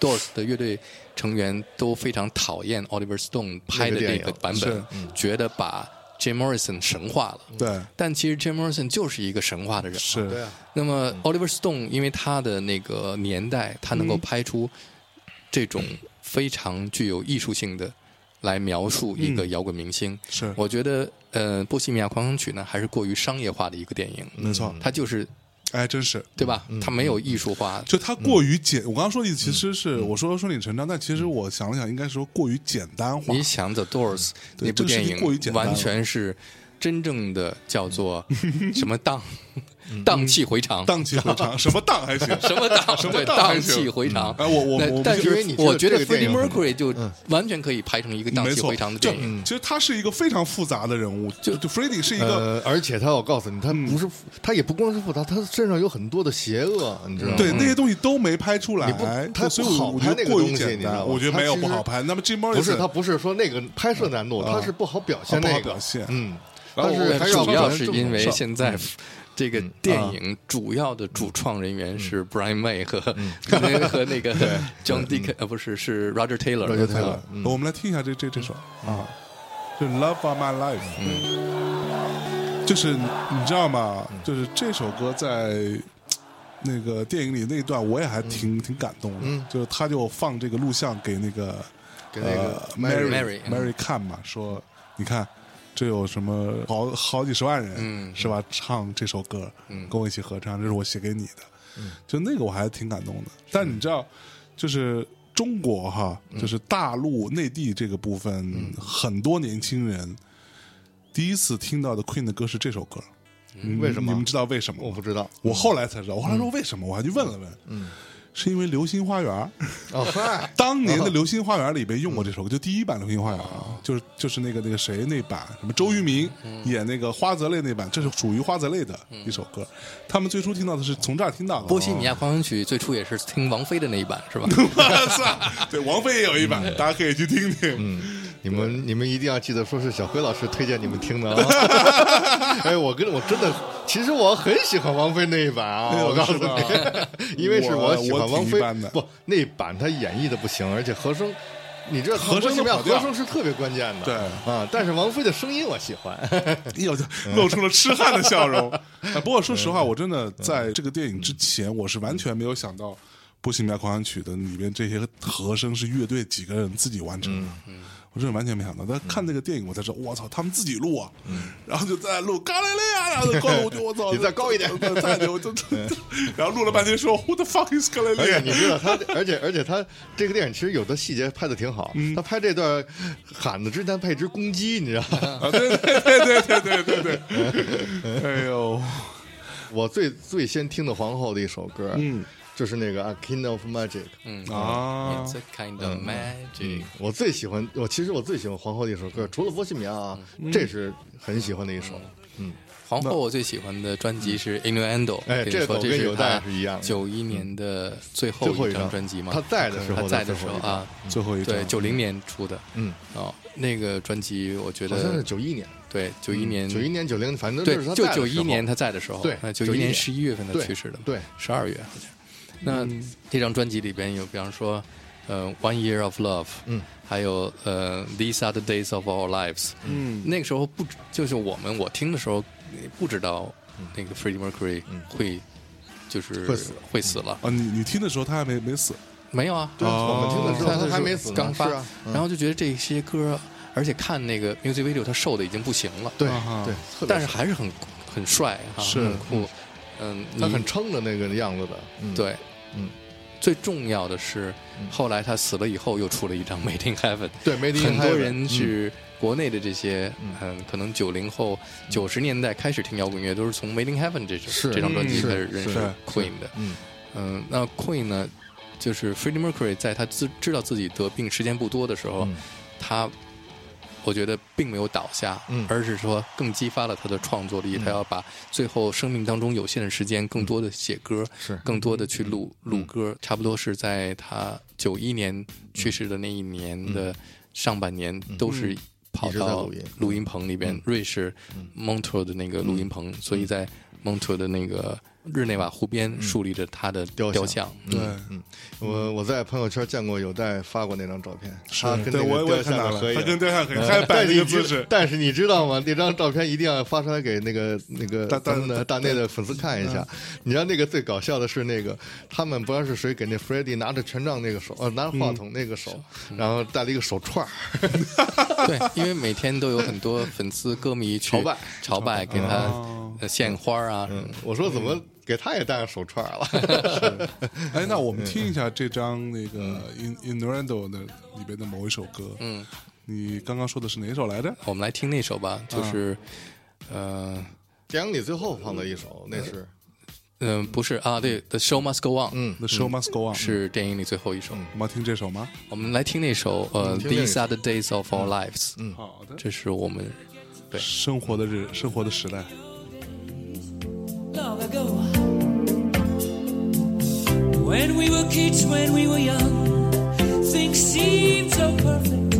[SPEAKER 2] Doors 的乐队成员都非常讨厌 Oliver Stone 拍的那
[SPEAKER 3] 那个电
[SPEAKER 2] 个
[SPEAKER 3] 影
[SPEAKER 2] 版本
[SPEAKER 1] 是，嗯
[SPEAKER 2] 觉得把 Jim Morrison 神化了。
[SPEAKER 1] 对，
[SPEAKER 2] 但其实 Jim Morrison 就是一个神话的人，
[SPEAKER 1] 是
[SPEAKER 3] 对啊，
[SPEAKER 2] 那么
[SPEAKER 1] 嗯
[SPEAKER 2] Oliver Stone 因为他的那个年代，他能够拍出这种非常具有艺术性的来描述一个摇滚明星。
[SPEAKER 1] 嗯是
[SPEAKER 2] 我觉得，呃，《波西米亚狂想曲》呢，还是过于商业化的一个电影，
[SPEAKER 1] 没错，嗯
[SPEAKER 2] 它就是
[SPEAKER 1] 哎，真是，
[SPEAKER 2] 对吧？它没有艺术化，
[SPEAKER 1] 就它过于简，我刚刚说的意思其实
[SPEAKER 3] 嗯
[SPEAKER 1] 是、我说顺理成章，但其实我想了想，应该说过于简单化
[SPEAKER 2] 你。想 The Doors
[SPEAKER 1] 对
[SPEAKER 2] 那
[SPEAKER 1] 这
[SPEAKER 2] 部电
[SPEAKER 1] 个事情过于简
[SPEAKER 2] 影，
[SPEAKER 1] 单了
[SPEAKER 2] 完全是真正的叫 做什么荡荡气回
[SPEAKER 1] 嗯
[SPEAKER 2] 肠，
[SPEAKER 1] 荡气回 肠，什么荡还行，
[SPEAKER 2] 什么荡
[SPEAKER 1] 什么
[SPEAKER 2] 对
[SPEAKER 1] 荡
[SPEAKER 2] 荡
[SPEAKER 1] 还行
[SPEAKER 2] 气回肠。
[SPEAKER 1] 哎，我我
[SPEAKER 2] 那
[SPEAKER 1] 我
[SPEAKER 2] 但
[SPEAKER 3] 因为
[SPEAKER 2] 是
[SPEAKER 3] 你觉得
[SPEAKER 2] 我觉
[SPEAKER 3] 这
[SPEAKER 2] 得
[SPEAKER 3] 个
[SPEAKER 2] Freddie
[SPEAKER 3] 电影嗯
[SPEAKER 2] Mercury 就完全可以拍成一个荡
[SPEAKER 1] 没
[SPEAKER 2] 气
[SPEAKER 1] 错
[SPEAKER 2] 回肠的，
[SPEAKER 1] 就
[SPEAKER 2] 电影。
[SPEAKER 1] 其实他是一个非常复杂的人物，就就 Freddy 是一个。
[SPEAKER 3] 呃，而且他，我告诉你，他不是、他也不光是复杂，他身上有很多的邪恶，你知道吗？
[SPEAKER 1] 对那些东西都没拍出来
[SPEAKER 3] 呃嗯你不，他
[SPEAKER 1] 对所以
[SPEAKER 3] 不
[SPEAKER 1] 我
[SPEAKER 3] 好
[SPEAKER 1] 我
[SPEAKER 3] 拍
[SPEAKER 1] 觉
[SPEAKER 3] 那
[SPEAKER 1] 得
[SPEAKER 3] 个
[SPEAKER 1] 过
[SPEAKER 3] 东
[SPEAKER 1] 于
[SPEAKER 3] 西
[SPEAKER 1] 简
[SPEAKER 3] 你知道
[SPEAKER 1] 单
[SPEAKER 3] 吗，
[SPEAKER 1] 我觉得
[SPEAKER 3] 他
[SPEAKER 1] 没有
[SPEAKER 3] 其实
[SPEAKER 1] 不好拍。那么 Jim Morrison
[SPEAKER 3] 不是他不是说那个拍摄难度，他是不好表现
[SPEAKER 1] 啊不
[SPEAKER 3] 那
[SPEAKER 1] 好
[SPEAKER 3] 个
[SPEAKER 1] 表现
[SPEAKER 3] 嗯，
[SPEAKER 1] 然后
[SPEAKER 3] 但是
[SPEAKER 1] 我
[SPEAKER 3] 还
[SPEAKER 1] 是
[SPEAKER 3] 要
[SPEAKER 2] 主要
[SPEAKER 3] 表现
[SPEAKER 2] 是
[SPEAKER 3] 正
[SPEAKER 2] 因为
[SPEAKER 3] 常
[SPEAKER 2] 现在这
[SPEAKER 3] 嗯
[SPEAKER 2] 个电
[SPEAKER 3] 啊
[SPEAKER 2] 影主要的主创人员是 Brian May 和
[SPEAKER 3] 嗯
[SPEAKER 2] 和那 个 John Deacon 呃不是是 Roger Taylor 嗯
[SPEAKER 3] Roger Taylor
[SPEAKER 1] 我们来听一下这这这首
[SPEAKER 3] 嗯
[SPEAKER 1] 啊，是《Love of My Life》。就是
[SPEAKER 3] 嗯
[SPEAKER 1] 你知道吗？就是这首歌在嘖那个电影里那一段，我也还
[SPEAKER 3] 嗯
[SPEAKER 1] 挺挺感动的。就是他就放这个录像给那个
[SPEAKER 3] 给那个
[SPEAKER 1] 呃 Mary
[SPEAKER 2] Mary，嗯
[SPEAKER 1] Mary 看嘛，说你看。这有什么
[SPEAKER 3] 嗯
[SPEAKER 1] 好好几十万人、
[SPEAKER 2] 嗯
[SPEAKER 1] 是吧？唱这首歌，
[SPEAKER 3] 嗯
[SPEAKER 1] 跟我一起合唱，这是我写给你的。就那个我还挺感动的。但你知道，就是中国哈，
[SPEAKER 3] 嗯
[SPEAKER 1] 就是大陆内地这个部分，很多年轻人第一次听到的 Queen 的歌是这首歌。嗯
[SPEAKER 3] 为什么
[SPEAKER 1] 你们知道为什么吗？
[SPEAKER 3] 我不知道
[SPEAKER 1] 我后来才知道，我后来说为什么，我还去问了问，嗯，是因为《流星花园》
[SPEAKER 3] 哦，嗨，
[SPEAKER 1] 当年的
[SPEAKER 2] 啊
[SPEAKER 1] 《流星花园》里边用过这首
[SPEAKER 2] 嗯
[SPEAKER 1] 歌，就第一版《流星花园》啊，就是就是那个那个谁那版，什么周渝民
[SPEAKER 2] 嗯
[SPEAKER 1] 演那个花泽类那版，这是属于花泽类的一首歌。他们最初听到的是从这儿听到的，
[SPEAKER 2] 波西米
[SPEAKER 3] 哦
[SPEAKER 2] 亚狂想曲最初也是听王菲的那一版 是吧？
[SPEAKER 1] 我操！对，王菲也有一版，
[SPEAKER 2] 嗯
[SPEAKER 1] 大家可以去听听。
[SPEAKER 3] 你们你们一定要记得，说是小辉老师推荐你们 听的啊。哎，我跟我真的，其实我很喜欢王菲那一版
[SPEAKER 1] 哎
[SPEAKER 3] 啊，
[SPEAKER 1] 呦
[SPEAKER 3] 我告诉
[SPEAKER 1] 是吧
[SPEAKER 3] 你， 因为是
[SPEAKER 1] 我
[SPEAKER 3] 喜欢
[SPEAKER 1] 我
[SPEAKER 3] 王
[SPEAKER 1] 挺
[SPEAKER 3] 菲
[SPEAKER 1] 一般的
[SPEAKER 3] 不那版她演绎的不行，而且和声。你知道
[SPEAKER 1] 和声
[SPEAKER 3] 怎
[SPEAKER 1] 都
[SPEAKER 3] 么样？
[SPEAKER 1] 跑调
[SPEAKER 3] 和声是特别关键的，
[SPEAKER 1] 对哎
[SPEAKER 3] 啊。但是王菲的声音我喜欢，
[SPEAKER 1] 又露出了痴汉的笑容。
[SPEAKER 3] 嗯
[SPEAKER 1] 哎不过说实话，我真的在这个电影之前，我是完全没有想到《波西米亚狂想曲》的里边这些和声是乐队几个人自己完成的。
[SPEAKER 3] 嗯
[SPEAKER 1] 我真的完全没想到，但看这个电影我才知道，我操，他们自己录啊， 然后就在录《嘎啦嘞啊，然后高我就我操，
[SPEAKER 3] 嗯 你再高一点
[SPEAKER 1] 再再牛， 就就就然后录了半天说 Who the fuck is 嘎啦
[SPEAKER 3] 而 哎且你
[SPEAKER 1] 嘞？
[SPEAKER 3] 知道他，而且而且他这个电影其实有的细节拍的挺好，
[SPEAKER 1] 嗯
[SPEAKER 3] 他拍这段喊的之前配一只公鸡，你知道吗？
[SPEAKER 1] 啊，对对对对对对 对对，哎呦，
[SPEAKER 3] 我最最先听的皇后的一首歌，
[SPEAKER 1] 嗯，
[SPEAKER 3] 就是那个《A Kind of Magic》。
[SPEAKER 2] 嗯
[SPEAKER 1] 啊
[SPEAKER 2] ，It's a kind
[SPEAKER 3] 嗯
[SPEAKER 2] of magic。
[SPEAKER 3] 我最喜欢，我其实我最喜欢皇后的一首
[SPEAKER 2] 嗯
[SPEAKER 3] 歌，除了《波西米亚》啊，这是很喜欢的一首。
[SPEAKER 2] 皇后我最喜欢的专辑是《Innuendo》，
[SPEAKER 3] 哎
[SPEAKER 2] 跟你说
[SPEAKER 3] 这个我跟
[SPEAKER 2] 这
[SPEAKER 3] 有代是一样的嗯
[SPEAKER 2] 九一年的最
[SPEAKER 3] 最后
[SPEAKER 2] 后
[SPEAKER 3] 一
[SPEAKER 2] 一张
[SPEAKER 3] 张
[SPEAKER 2] 专辑嘛，
[SPEAKER 3] 他在的时候
[SPEAKER 2] 他
[SPEAKER 3] 的
[SPEAKER 2] 在的
[SPEAKER 3] 最
[SPEAKER 2] 时
[SPEAKER 3] 后
[SPEAKER 2] 候
[SPEAKER 3] 一张
[SPEAKER 2] 啊，
[SPEAKER 1] 最后一张
[SPEAKER 2] 对，九零年出的，
[SPEAKER 3] 嗯，
[SPEAKER 2] 哦，那个专辑我觉
[SPEAKER 3] 好像是
[SPEAKER 2] 得
[SPEAKER 3] 九一年，
[SPEAKER 2] 对，九一年，
[SPEAKER 3] 九一年、九零，反正
[SPEAKER 2] 呃嗯对
[SPEAKER 3] 是他，
[SPEAKER 2] 就
[SPEAKER 3] 在的时
[SPEAKER 2] 九
[SPEAKER 3] 候
[SPEAKER 2] 一年他在的时候，
[SPEAKER 3] 对
[SPEAKER 2] 九
[SPEAKER 3] 91
[SPEAKER 2] 一
[SPEAKER 3] 年
[SPEAKER 2] 年十一月份他
[SPEAKER 3] 对
[SPEAKER 2] 去世的嘛，
[SPEAKER 3] 对嗯
[SPEAKER 2] 十二月好像。那这张专辑里边有，比方说，呃，《One Year of Love》，嗯，还有呃，《These Are the Days of Our Lives》，嗯，那个时候不知就是我们我听的时候不知道那个 Freddie Mercury 会就是
[SPEAKER 3] 嗯会死
[SPEAKER 2] 会死了，
[SPEAKER 1] 啊，你你听的时候他还没没死，
[SPEAKER 2] 没有啊，
[SPEAKER 3] 对，我们听的时
[SPEAKER 2] 他
[SPEAKER 3] 候他还没死呢，
[SPEAKER 2] 刚发
[SPEAKER 3] 是啊，
[SPEAKER 2] 然后就觉得这些歌，而且看那个 music video，他瘦的已经不行了，
[SPEAKER 3] 对
[SPEAKER 1] 啊哈
[SPEAKER 3] 对，特别
[SPEAKER 2] 但是还是很很帅哈，
[SPEAKER 1] 是
[SPEAKER 2] 很酷，嗯，
[SPEAKER 3] 他
[SPEAKER 2] 你
[SPEAKER 3] 很撑着那个样子的，嗯，
[SPEAKER 2] 对，
[SPEAKER 3] 嗯。
[SPEAKER 2] 最重要的是，后来他死了以后，又出了一张《Made in Heaven》。
[SPEAKER 3] 对，Made
[SPEAKER 2] 很
[SPEAKER 3] in
[SPEAKER 2] 多
[SPEAKER 3] Heaven，嗯
[SPEAKER 2] 人是国内的这些，嗯，可能九零后、九十年代开始听摇滚乐，都是从《Made in Heaven 这》
[SPEAKER 3] 嗯是
[SPEAKER 2] 这张专辑
[SPEAKER 3] 嗯
[SPEAKER 2] 开始认识
[SPEAKER 1] 是
[SPEAKER 2] Queen 的。
[SPEAKER 3] 嗯
[SPEAKER 2] 嗯，那 Queen 呢，就是 Freddie Mercury 在他自知道自己得病时间不多的时候，
[SPEAKER 3] 嗯
[SPEAKER 2] 他我觉得并没有倒下，
[SPEAKER 3] 嗯
[SPEAKER 2] 而是说更激发了他的创作力。他要把最后生命当中有限的时间，更多的写歌，
[SPEAKER 3] 是
[SPEAKER 2] 更多的去录
[SPEAKER 3] 嗯
[SPEAKER 2] 录歌。差不多是在他九一年去世的那一年的上半年，都是跑
[SPEAKER 3] 嗯一直在
[SPEAKER 2] 到
[SPEAKER 3] 录音嗯
[SPEAKER 2] 录音棚里边，瑞士 Montreux 的那个录音棚，所以在 Montreux 的那个日内瓦湖边树立着他的
[SPEAKER 3] 嗯雕像
[SPEAKER 2] 雕像。
[SPEAKER 3] 嗯
[SPEAKER 1] 对，
[SPEAKER 3] 我我在朋友圈见过有代发过那张照片，他啊跟
[SPEAKER 1] 对
[SPEAKER 3] 那
[SPEAKER 1] 我
[SPEAKER 3] 个
[SPEAKER 1] 我也
[SPEAKER 3] 雕
[SPEAKER 1] 看到
[SPEAKER 3] 像
[SPEAKER 1] 了
[SPEAKER 3] 合，影
[SPEAKER 1] 他，跟雕像合影，
[SPEAKER 3] 嗯
[SPEAKER 1] 还摆了
[SPEAKER 3] 但是
[SPEAKER 1] 一个
[SPEAKER 3] 你知
[SPEAKER 1] 姿势，
[SPEAKER 3] 但是你知道吗？那张照片一定要发出来给那个那个
[SPEAKER 1] 大大
[SPEAKER 3] 咱们的大内的粉丝看一下。
[SPEAKER 2] 嗯
[SPEAKER 3] 你知道那个最搞笑的是那个他们不知道是谁给那 f r e d d y 拿着权杖那个手，呃，拿着话
[SPEAKER 2] 嗯
[SPEAKER 3] 筒那个手，然后戴了一个手串儿。
[SPEAKER 2] 对，因为每天都有很多粉丝、歌迷去
[SPEAKER 3] 朝拜
[SPEAKER 2] 朝拜，给他呃献花啊什么的。
[SPEAKER 3] 我说怎么
[SPEAKER 2] 嗯
[SPEAKER 3] 给他也戴上手串儿 了？
[SPEAKER 1] 哎，那我们听一下这张那个《In
[SPEAKER 3] 嗯
[SPEAKER 1] In r a n d o 的里边的某一首歌。嗯，你刚刚说的是哪一首来着？
[SPEAKER 2] 我们来听那首吧，就是呃，
[SPEAKER 3] 电影里最后放的一首，那是
[SPEAKER 2] 嗯、不是啊，对，The Show Must Go On，嗯，
[SPEAKER 1] The show must go on。
[SPEAKER 2] 是电影里最后一首。
[SPEAKER 1] 我们要听这首吗？
[SPEAKER 2] 我们来听那首呃
[SPEAKER 3] 听这
[SPEAKER 2] ，These Are the Days of Our Lives，嗯，
[SPEAKER 1] 好的。
[SPEAKER 2] 这是我们对
[SPEAKER 1] 生活的日，生活的时代。
[SPEAKER 4] long ago. When we were kids, when we were young, things seemed so perfect,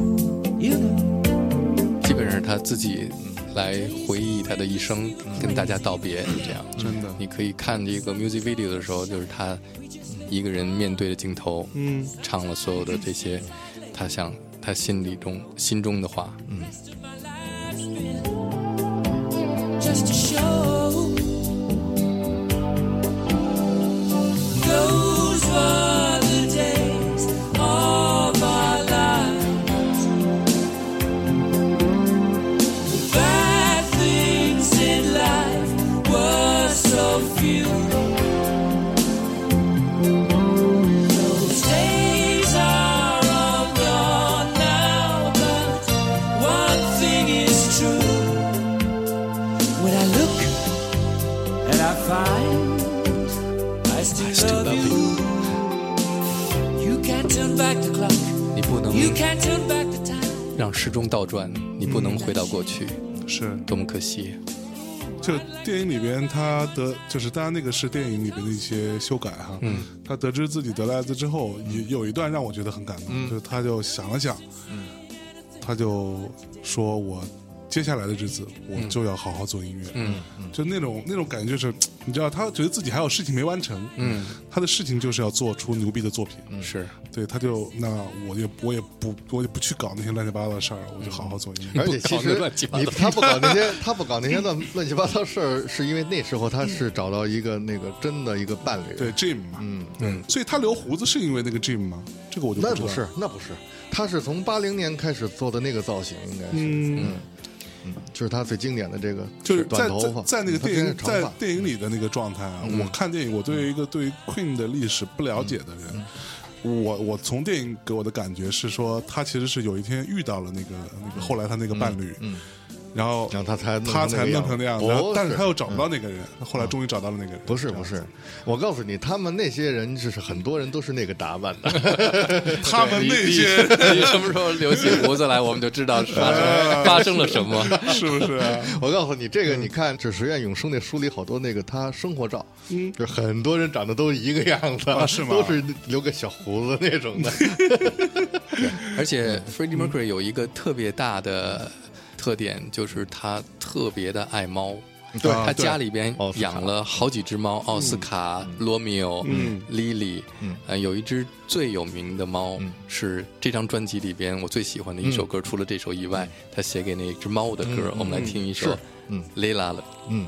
[SPEAKER 4] you know.
[SPEAKER 2] 基本上是他自己嗯来回忆他的一生，跟大家道别，这样嗯真
[SPEAKER 1] 的
[SPEAKER 2] 你可以看这个 music video 的时候，就是他一个人面对着镜头，嗯，唱了所有的这些他想他心里中心中的话，嗯，
[SPEAKER 4] My life's been just a show. Those were the days of our lives. The bad things in life were so few. Those days are all gone now, but one thing is true. When I look and I find I still, love, you. you. can't turn back the clock.
[SPEAKER 2] 你不能
[SPEAKER 4] You can't turn back the time.
[SPEAKER 2] 让时钟倒转，你不能回到过去，
[SPEAKER 1] 是，
[SPEAKER 2] 多么可惜。
[SPEAKER 1] 就电影里边他得，就是当然那个是电影里边的一些修改哈。嗯，他得知自己得了艾滋之后，也有一段让我觉得很感动，就是他就想了想，他就说我。接下来的日子，我就要好好做音乐。嗯，就那种那种感觉是，你知道，他觉得自己还有事情没完成。嗯，他的事情就是要做出牛逼的作品。嗯，
[SPEAKER 2] 是，
[SPEAKER 1] 对，他就那我也我也不我也不去搞那些乱七八糟的事儿了，我就好好做音乐。
[SPEAKER 3] 而且其
[SPEAKER 2] 不搞那
[SPEAKER 3] 实
[SPEAKER 2] 乱七八糟
[SPEAKER 3] 你他不搞 那些他不搞那些乱乱七八糟事儿，是因为那时候他
[SPEAKER 2] 嗯
[SPEAKER 3] 是找到一个那个真的一个伴侣。
[SPEAKER 1] 对 Jim 嘛，嗯嗯，所以他留胡子是因为那个 Jim 吗？这个我就
[SPEAKER 3] 那
[SPEAKER 1] 知
[SPEAKER 3] 不
[SPEAKER 1] 道。
[SPEAKER 3] 是那不是，他是从八零年开始做的那个造型，应该是嗯嗯，就是他最经典的这个
[SPEAKER 1] 就是
[SPEAKER 3] 短
[SPEAKER 1] 在
[SPEAKER 3] 头发
[SPEAKER 1] 在，在那个
[SPEAKER 3] 他
[SPEAKER 1] 电
[SPEAKER 3] 真是
[SPEAKER 1] 影
[SPEAKER 3] 长
[SPEAKER 1] 在
[SPEAKER 3] 发嗯
[SPEAKER 1] 电影里的那个状态啊，我看电影，我对于一个对于 Queen 的历史不了解的人，
[SPEAKER 3] 嗯
[SPEAKER 1] 我我从电影给我的感觉是说，他其实是有一天遇到了那个那个后来他那个伴侣，然后
[SPEAKER 3] 嗯然后他才弄
[SPEAKER 1] 他
[SPEAKER 3] 成那
[SPEAKER 1] 才
[SPEAKER 3] 个
[SPEAKER 1] 弄
[SPEAKER 3] 样
[SPEAKER 1] 成那样，
[SPEAKER 3] 子
[SPEAKER 1] 然后
[SPEAKER 3] 不
[SPEAKER 1] 但是
[SPEAKER 3] 是嗯
[SPEAKER 1] 他又找不到那个人，他后来终于找到了那个人，
[SPEAKER 3] 不是不是，我告诉你，他们那些人就是很多人都是那个打扮的，
[SPEAKER 1] 他们那些
[SPEAKER 2] 你什么时候留起胡子来，我们就知道是发生发生了什么。
[SPEAKER 1] 是不是啊？
[SPEAKER 3] 我告诉你，这个你看，这石原永生那书里好多那个他生活照，嗯，就是很多人长得都一个样子，
[SPEAKER 1] 啊是吗
[SPEAKER 3] 都是留个小胡子那 种的。
[SPEAKER 2] 而
[SPEAKER 3] 嗯
[SPEAKER 2] 且 Freddie Mercury 有一个特别大的特点，就是他特别的爱猫。
[SPEAKER 3] 嗯
[SPEAKER 1] 对
[SPEAKER 2] 他
[SPEAKER 1] 啊对
[SPEAKER 2] 家里边
[SPEAKER 3] 奥斯卡嗯
[SPEAKER 2] 养了好几只猫，奥斯卡、罗密欧、Lily，呃，有一只最有名的猫
[SPEAKER 3] 嗯
[SPEAKER 2] 是这张专辑里边我最喜欢的一首歌，除了这首以外，他写给那只猫的歌，我们来听一首
[SPEAKER 3] 是，嗯
[SPEAKER 2] ，Layla 的，
[SPEAKER 3] 嗯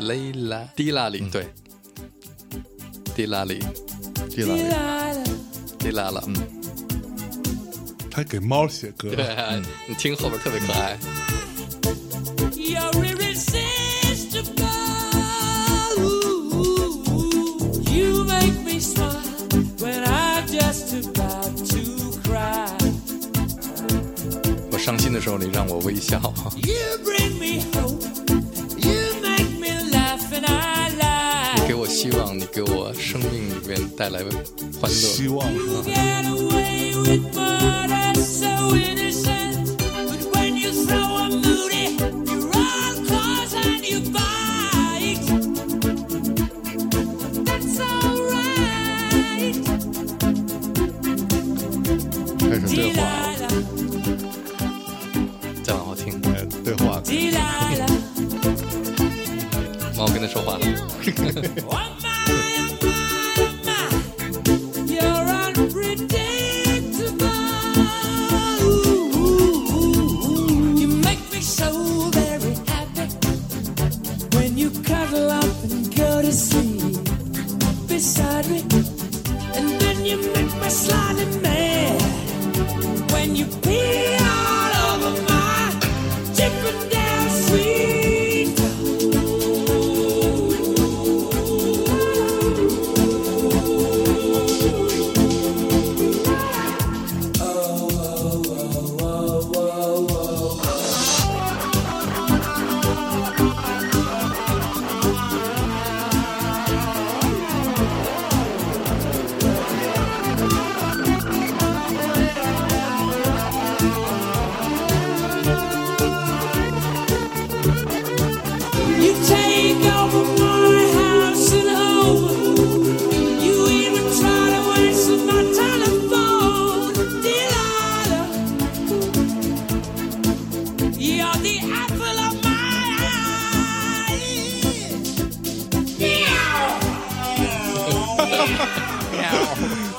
[SPEAKER 2] ，Layla，迪拉里，对，迪拉里，
[SPEAKER 3] 对了，
[SPEAKER 2] 迪拉拉，
[SPEAKER 3] 嗯
[SPEAKER 1] 还给猫写歌，
[SPEAKER 2] 对， 你听后边特别可爱。
[SPEAKER 4] You're irresistible. You make me smile when I'm just about to cry.
[SPEAKER 2] 我伤心的时候，你让我微笑。
[SPEAKER 4] You bring me hope. You make me laugh and I
[SPEAKER 2] 你
[SPEAKER 4] laugh.
[SPEAKER 2] 给我希望，你给我生命里面带来欢
[SPEAKER 1] 希
[SPEAKER 2] 乐。
[SPEAKER 1] 望
[SPEAKER 4] You get away with murder so innocent. But when you throw a moody, you all cause and you bite. That's alright.
[SPEAKER 3] 开始对话，
[SPEAKER 4] Delilah,
[SPEAKER 2] 再往后听，
[SPEAKER 3] 哎对话，
[SPEAKER 4] Delilah.
[SPEAKER 2] 我要跟他说话了。
[SPEAKER 4] Oh my, oh my, oh my. You're unpredictable. Ooh, ooh, ooh. You make me so very happy when you cuddle up and go to sleep beside me. And then you make me slightly mad when you pee all over my Chippendale down sweet.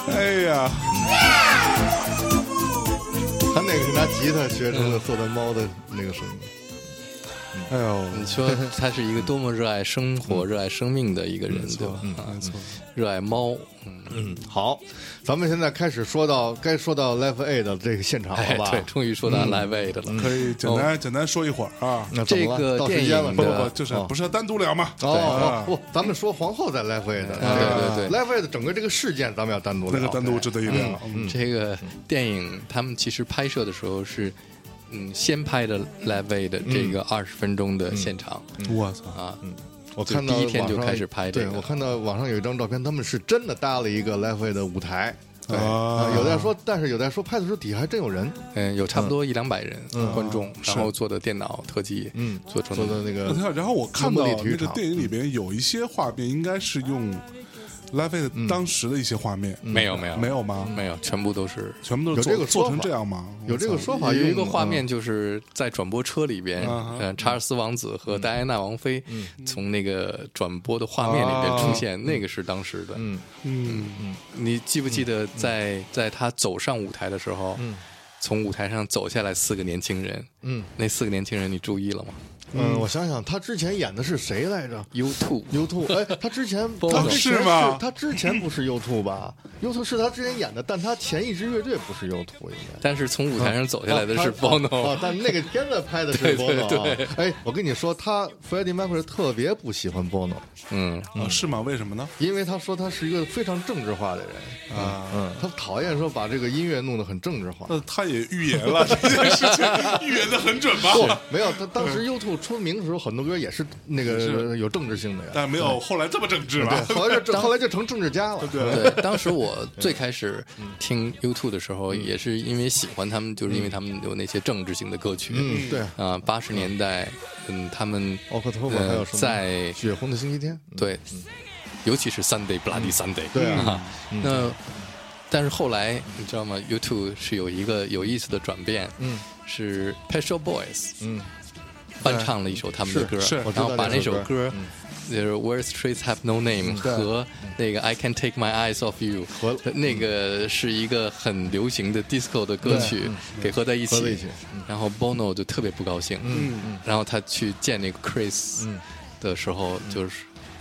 [SPEAKER 1] 哎呀，
[SPEAKER 3] 他那个是拿吉他学成的，做的猫的那个声音。
[SPEAKER 1] 哎呦，
[SPEAKER 2] 你说他是一个多么热爱生活、热爱生命的一个人，对吧？
[SPEAKER 1] 嗯
[SPEAKER 2] 啊热爱猫，嗯，
[SPEAKER 3] 嗯，好，咱们现在开始说到该说到 Live Aid 的这个现场
[SPEAKER 2] 哎
[SPEAKER 3] 了，吧？
[SPEAKER 2] 对，终于说到 Live Aid 了。哦
[SPEAKER 1] 可以简单简单说一会儿啊。
[SPEAKER 3] 哦那怎么了
[SPEAKER 2] 这个
[SPEAKER 3] 到时间
[SPEAKER 2] 电
[SPEAKER 3] 了，
[SPEAKER 2] 影
[SPEAKER 1] 不不
[SPEAKER 2] 的
[SPEAKER 3] 是
[SPEAKER 1] 不，
[SPEAKER 3] 吧
[SPEAKER 1] 就是
[SPEAKER 3] 哦
[SPEAKER 1] 不是单独聊嘛？
[SPEAKER 3] 哦哦
[SPEAKER 1] 啊，
[SPEAKER 3] 不，咱们说皇后在 Live Aid 的，
[SPEAKER 2] 啊对对对
[SPEAKER 3] Live Aid 整个这个事件咱们要单独
[SPEAKER 1] 那
[SPEAKER 3] 聊，
[SPEAKER 1] 个单独值得一聊。嗯
[SPEAKER 2] 这个电影他们其实拍摄的时候是，嗯，先拍的 Live Aid 的这个二十分钟的现场
[SPEAKER 3] 嗯
[SPEAKER 1] 我操，
[SPEAKER 2] 啊，
[SPEAKER 3] 我看到
[SPEAKER 2] 就第一天就
[SPEAKER 3] 网上
[SPEAKER 2] 开始拍这
[SPEAKER 3] 对
[SPEAKER 2] 个
[SPEAKER 3] 我看到网上有一张照片，他们是真的搭了一个 Live Aid 的舞台，对，
[SPEAKER 1] 啊
[SPEAKER 3] 啊有在说，但是有在说拍的时候底下还真有人
[SPEAKER 2] 嗯，有差不多一两百人观众，然后做的电脑特技，嗯，做成
[SPEAKER 3] 做的那个，
[SPEAKER 1] 然后我看到
[SPEAKER 3] 莫里体育
[SPEAKER 1] 那个
[SPEAKER 3] 场嗯
[SPEAKER 1] 电影里边有一些画面，应该是用 l i v e
[SPEAKER 3] 嗯
[SPEAKER 1] 当时的一些画面，
[SPEAKER 2] 没有没有
[SPEAKER 1] 没有吗？
[SPEAKER 2] 没有，全部都是
[SPEAKER 1] 全部都
[SPEAKER 3] 有
[SPEAKER 1] 是
[SPEAKER 3] 这
[SPEAKER 1] 做
[SPEAKER 3] 个
[SPEAKER 1] 做
[SPEAKER 3] 说法
[SPEAKER 1] 成这样吗？
[SPEAKER 3] 有这个说
[SPEAKER 2] 有
[SPEAKER 3] 法，
[SPEAKER 2] 一个
[SPEAKER 3] 用
[SPEAKER 2] 画面，就是在转播车里边，
[SPEAKER 1] 啊
[SPEAKER 2] 嗯，查尔斯王子和戴安娜王妃从那个转播的画面里边出现，那个是当时的。
[SPEAKER 3] 嗯，
[SPEAKER 1] 嗯，
[SPEAKER 2] 你记不记得在在他走上舞台的时候，从舞台上走下来四个年轻人，
[SPEAKER 3] 嗯
[SPEAKER 2] 那四个年轻人你注意了吗
[SPEAKER 3] 嗯，我想想，他之前演的是谁来着？
[SPEAKER 2] ？U two，
[SPEAKER 3] U two，哎， 他之前
[SPEAKER 2] Bono
[SPEAKER 3] 他之前
[SPEAKER 1] 是吗
[SPEAKER 3] 他之前不是 U two 吧？U two 是他之前演的，但他前一支乐队不是 U two，应该。
[SPEAKER 2] 但是从舞台上走下来的
[SPEAKER 3] 啊
[SPEAKER 2] 是
[SPEAKER 3] 他
[SPEAKER 2] Bono，
[SPEAKER 3] 哦，但那个片子拍的
[SPEAKER 2] 对
[SPEAKER 3] 是
[SPEAKER 2] 对
[SPEAKER 3] Bono 啊
[SPEAKER 2] 对
[SPEAKER 3] 哎，我跟你说，他 Freddie Mercury 特别不喜欢 Bono，
[SPEAKER 2] 嗯，
[SPEAKER 1] 啊是吗？为什么呢？
[SPEAKER 3] 因为他说他是一个非常政治化的人，
[SPEAKER 1] 啊，呃
[SPEAKER 3] 嗯，他讨厌说把这个音乐弄得很政治化。
[SPEAKER 1] 那他也预言了 这件事情，预言的很准吧？
[SPEAKER 3] 不，没有，他当时 U two 出名的时候，很多歌也是那个
[SPEAKER 1] 是
[SPEAKER 3] 有政治性的呀。
[SPEAKER 1] 但没有后来这么政治
[SPEAKER 3] 对
[SPEAKER 1] 了，。
[SPEAKER 3] 后来就后来就成政治家了。对
[SPEAKER 2] 对，当时我最开始听 U two 的时候，
[SPEAKER 3] 嗯
[SPEAKER 2] 也是因为喜欢他们，就是因为他们有那些政治性的歌曲，
[SPEAKER 3] 嗯对
[SPEAKER 2] 啊，八十年代，嗯，他们
[SPEAKER 3] ，October 还有
[SPEAKER 2] 呃
[SPEAKER 3] 什么？
[SPEAKER 2] 在
[SPEAKER 3] 血红的星期天。嗯
[SPEAKER 2] 对，尤其是 Sunday Bloody Sunday，
[SPEAKER 3] 对啊
[SPEAKER 2] 啊， 那但是后来你知道吗？YouTube 是有一个有意思的转变，
[SPEAKER 3] 嗯，
[SPEAKER 2] 是 p e t s h o p Boys
[SPEAKER 3] 嗯，
[SPEAKER 2] 翻唱了一首他们的歌，
[SPEAKER 1] 是是
[SPEAKER 2] 然后把那首
[SPEAKER 3] 我知道
[SPEAKER 2] 歌。就是 Where Streets Have No Name 和那个 I Can Take My Eyes Off You
[SPEAKER 3] 嗯和
[SPEAKER 2] 那个是一个很流行的 disco 的歌曲，
[SPEAKER 3] 嗯
[SPEAKER 2] 给合在一
[SPEAKER 3] 合在
[SPEAKER 2] 起
[SPEAKER 3] 一起，
[SPEAKER 2] 然后 Bono 就特别不高兴，嗯，然后他去见那个 Chris 的时候，就是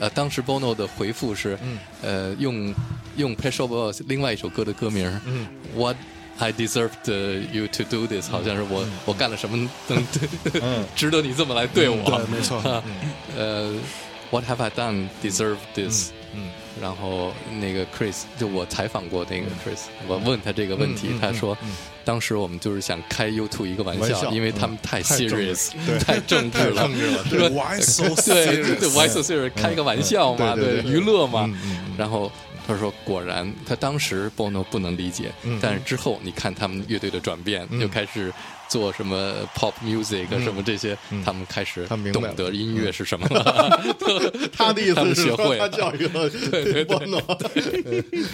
[SPEAKER 2] 呃，当时 Bono 的回复是，呃，用用 p e s h o Boys 另外一首歌的歌名，What。I deserved you to do this，好像是我我干了什么能 值得你这么来对我？
[SPEAKER 1] 嗯 对，没 错，
[SPEAKER 2] 呃，What have I done deserve this？
[SPEAKER 3] 嗯嗯
[SPEAKER 2] 然后那个 Chris 就我采访过那个 Chris，、我问他这个问题，
[SPEAKER 3] 嗯
[SPEAKER 2] 他说、当时我们就是想开 U two 一个玩笑，
[SPEAKER 3] 玩笑
[SPEAKER 2] 因为他们太
[SPEAKER 3] 嗯太正
[SPEAKER 2] serious，、太政治了，
[SPEAKER 3] 政治了
[SPEAKER 2] 是吧
[SPEAKER 1] Why so
[SPEAKER 2] 对
[SPEAKER 1] serious？
[SPEAKER 2] 对，Why so serious？开个玩笑嘛，
[SPEAKER 3] 对对对
[SPEAKER 2] 娱乐嘛。
[SPEAKER 3] 嗯
[SPEAKER 2] 然后他说，果然他当时 Bono 不能理解，
[SPEAKER 3] 嗯
[SPEAKER 2] 但是之后你看他们乐队的转变，就开始做什么 pop music 啊什么这些，他们开始
[SPEAKER 3] 嗯他明白
[SPEAKER 2] 懂
[SPEAKER 3] 了嗯
[SPEAKER 2] 得音乐是什么了。
[SPEAKER 3] 他的意
[SPEAKER 2] 他
[SPEAKER 3] 思
[SPEAKER 2] 们
[SPEAKER 3] 是
[SPEAKER 2] 学
[SPEAKER 3] 说
[SPEAKER 2] 会
[SPEAKER 3] 他
[SPEAKER 2] 了
[SPEAKER 3] 教育 了 Bono。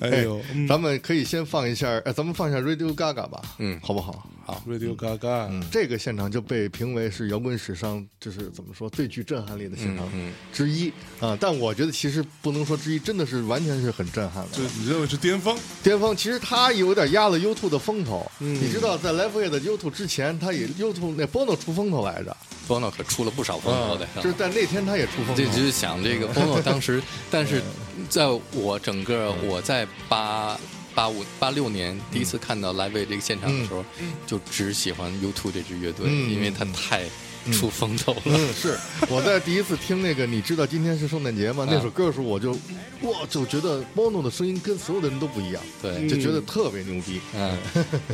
[SPEAKER 1] 哎呦嗯
[SPEAKER 3] 咱们可以先放一下，哎，咱们放一下 Radio Gaga 吧，
[SPEAKER 2] 嗯
[SPEAKER 3] 好不好？
[SPEAKER 1] ，Radio Gaga，
[SPEAKER 3] 这个现场就被评为是摇滚史上就是怎么说最具震撼力的现场
[SPEAKER 2] 嗯
[SPEAKER 3] 之一啊、但我觉得其实不能说之一，真的是完全是很震撼的
[SPEAKER 1] 就。你认为是巅峰？
[SPEAKER 3] 巅峰其实他有点压了 U t 的风头，
[SPEAKER 2] 嗯
[SPEAKER 3] 你知道在 Live Aid 的 U t 之前，他也 U t 那 Bono 出风头来着，
[SPEAKER 2] Bono 可出了不少风头的，是吧
[SPEAKER 3] 哦就是在嗯那天他也出风头
[SPEAKER 2] 这。就是想这个 Bono 当时， 但是在我整个
[SPEAKER 3] 嗯
[SPEAKER 2] 我在八八五八六年第一次看到 Live Aid 这个现场的时候，就只喜欢 U2 这支乐队，
[SPEAKER 3] 嗯
[SPEAKER 2] 因为它太出风头了。
[SPEAKER 3] 嗯，是我在第一次听那个，你知道今天是圣诞节吗？那首歌的时候，我就，哇，就觉得 Bono 的声音跟所有的人都不一样，
[SPEAKER 2] 对
[SPEAKER 3] 就觉得特别牛逼。
[SPEAKER 2] 嗯，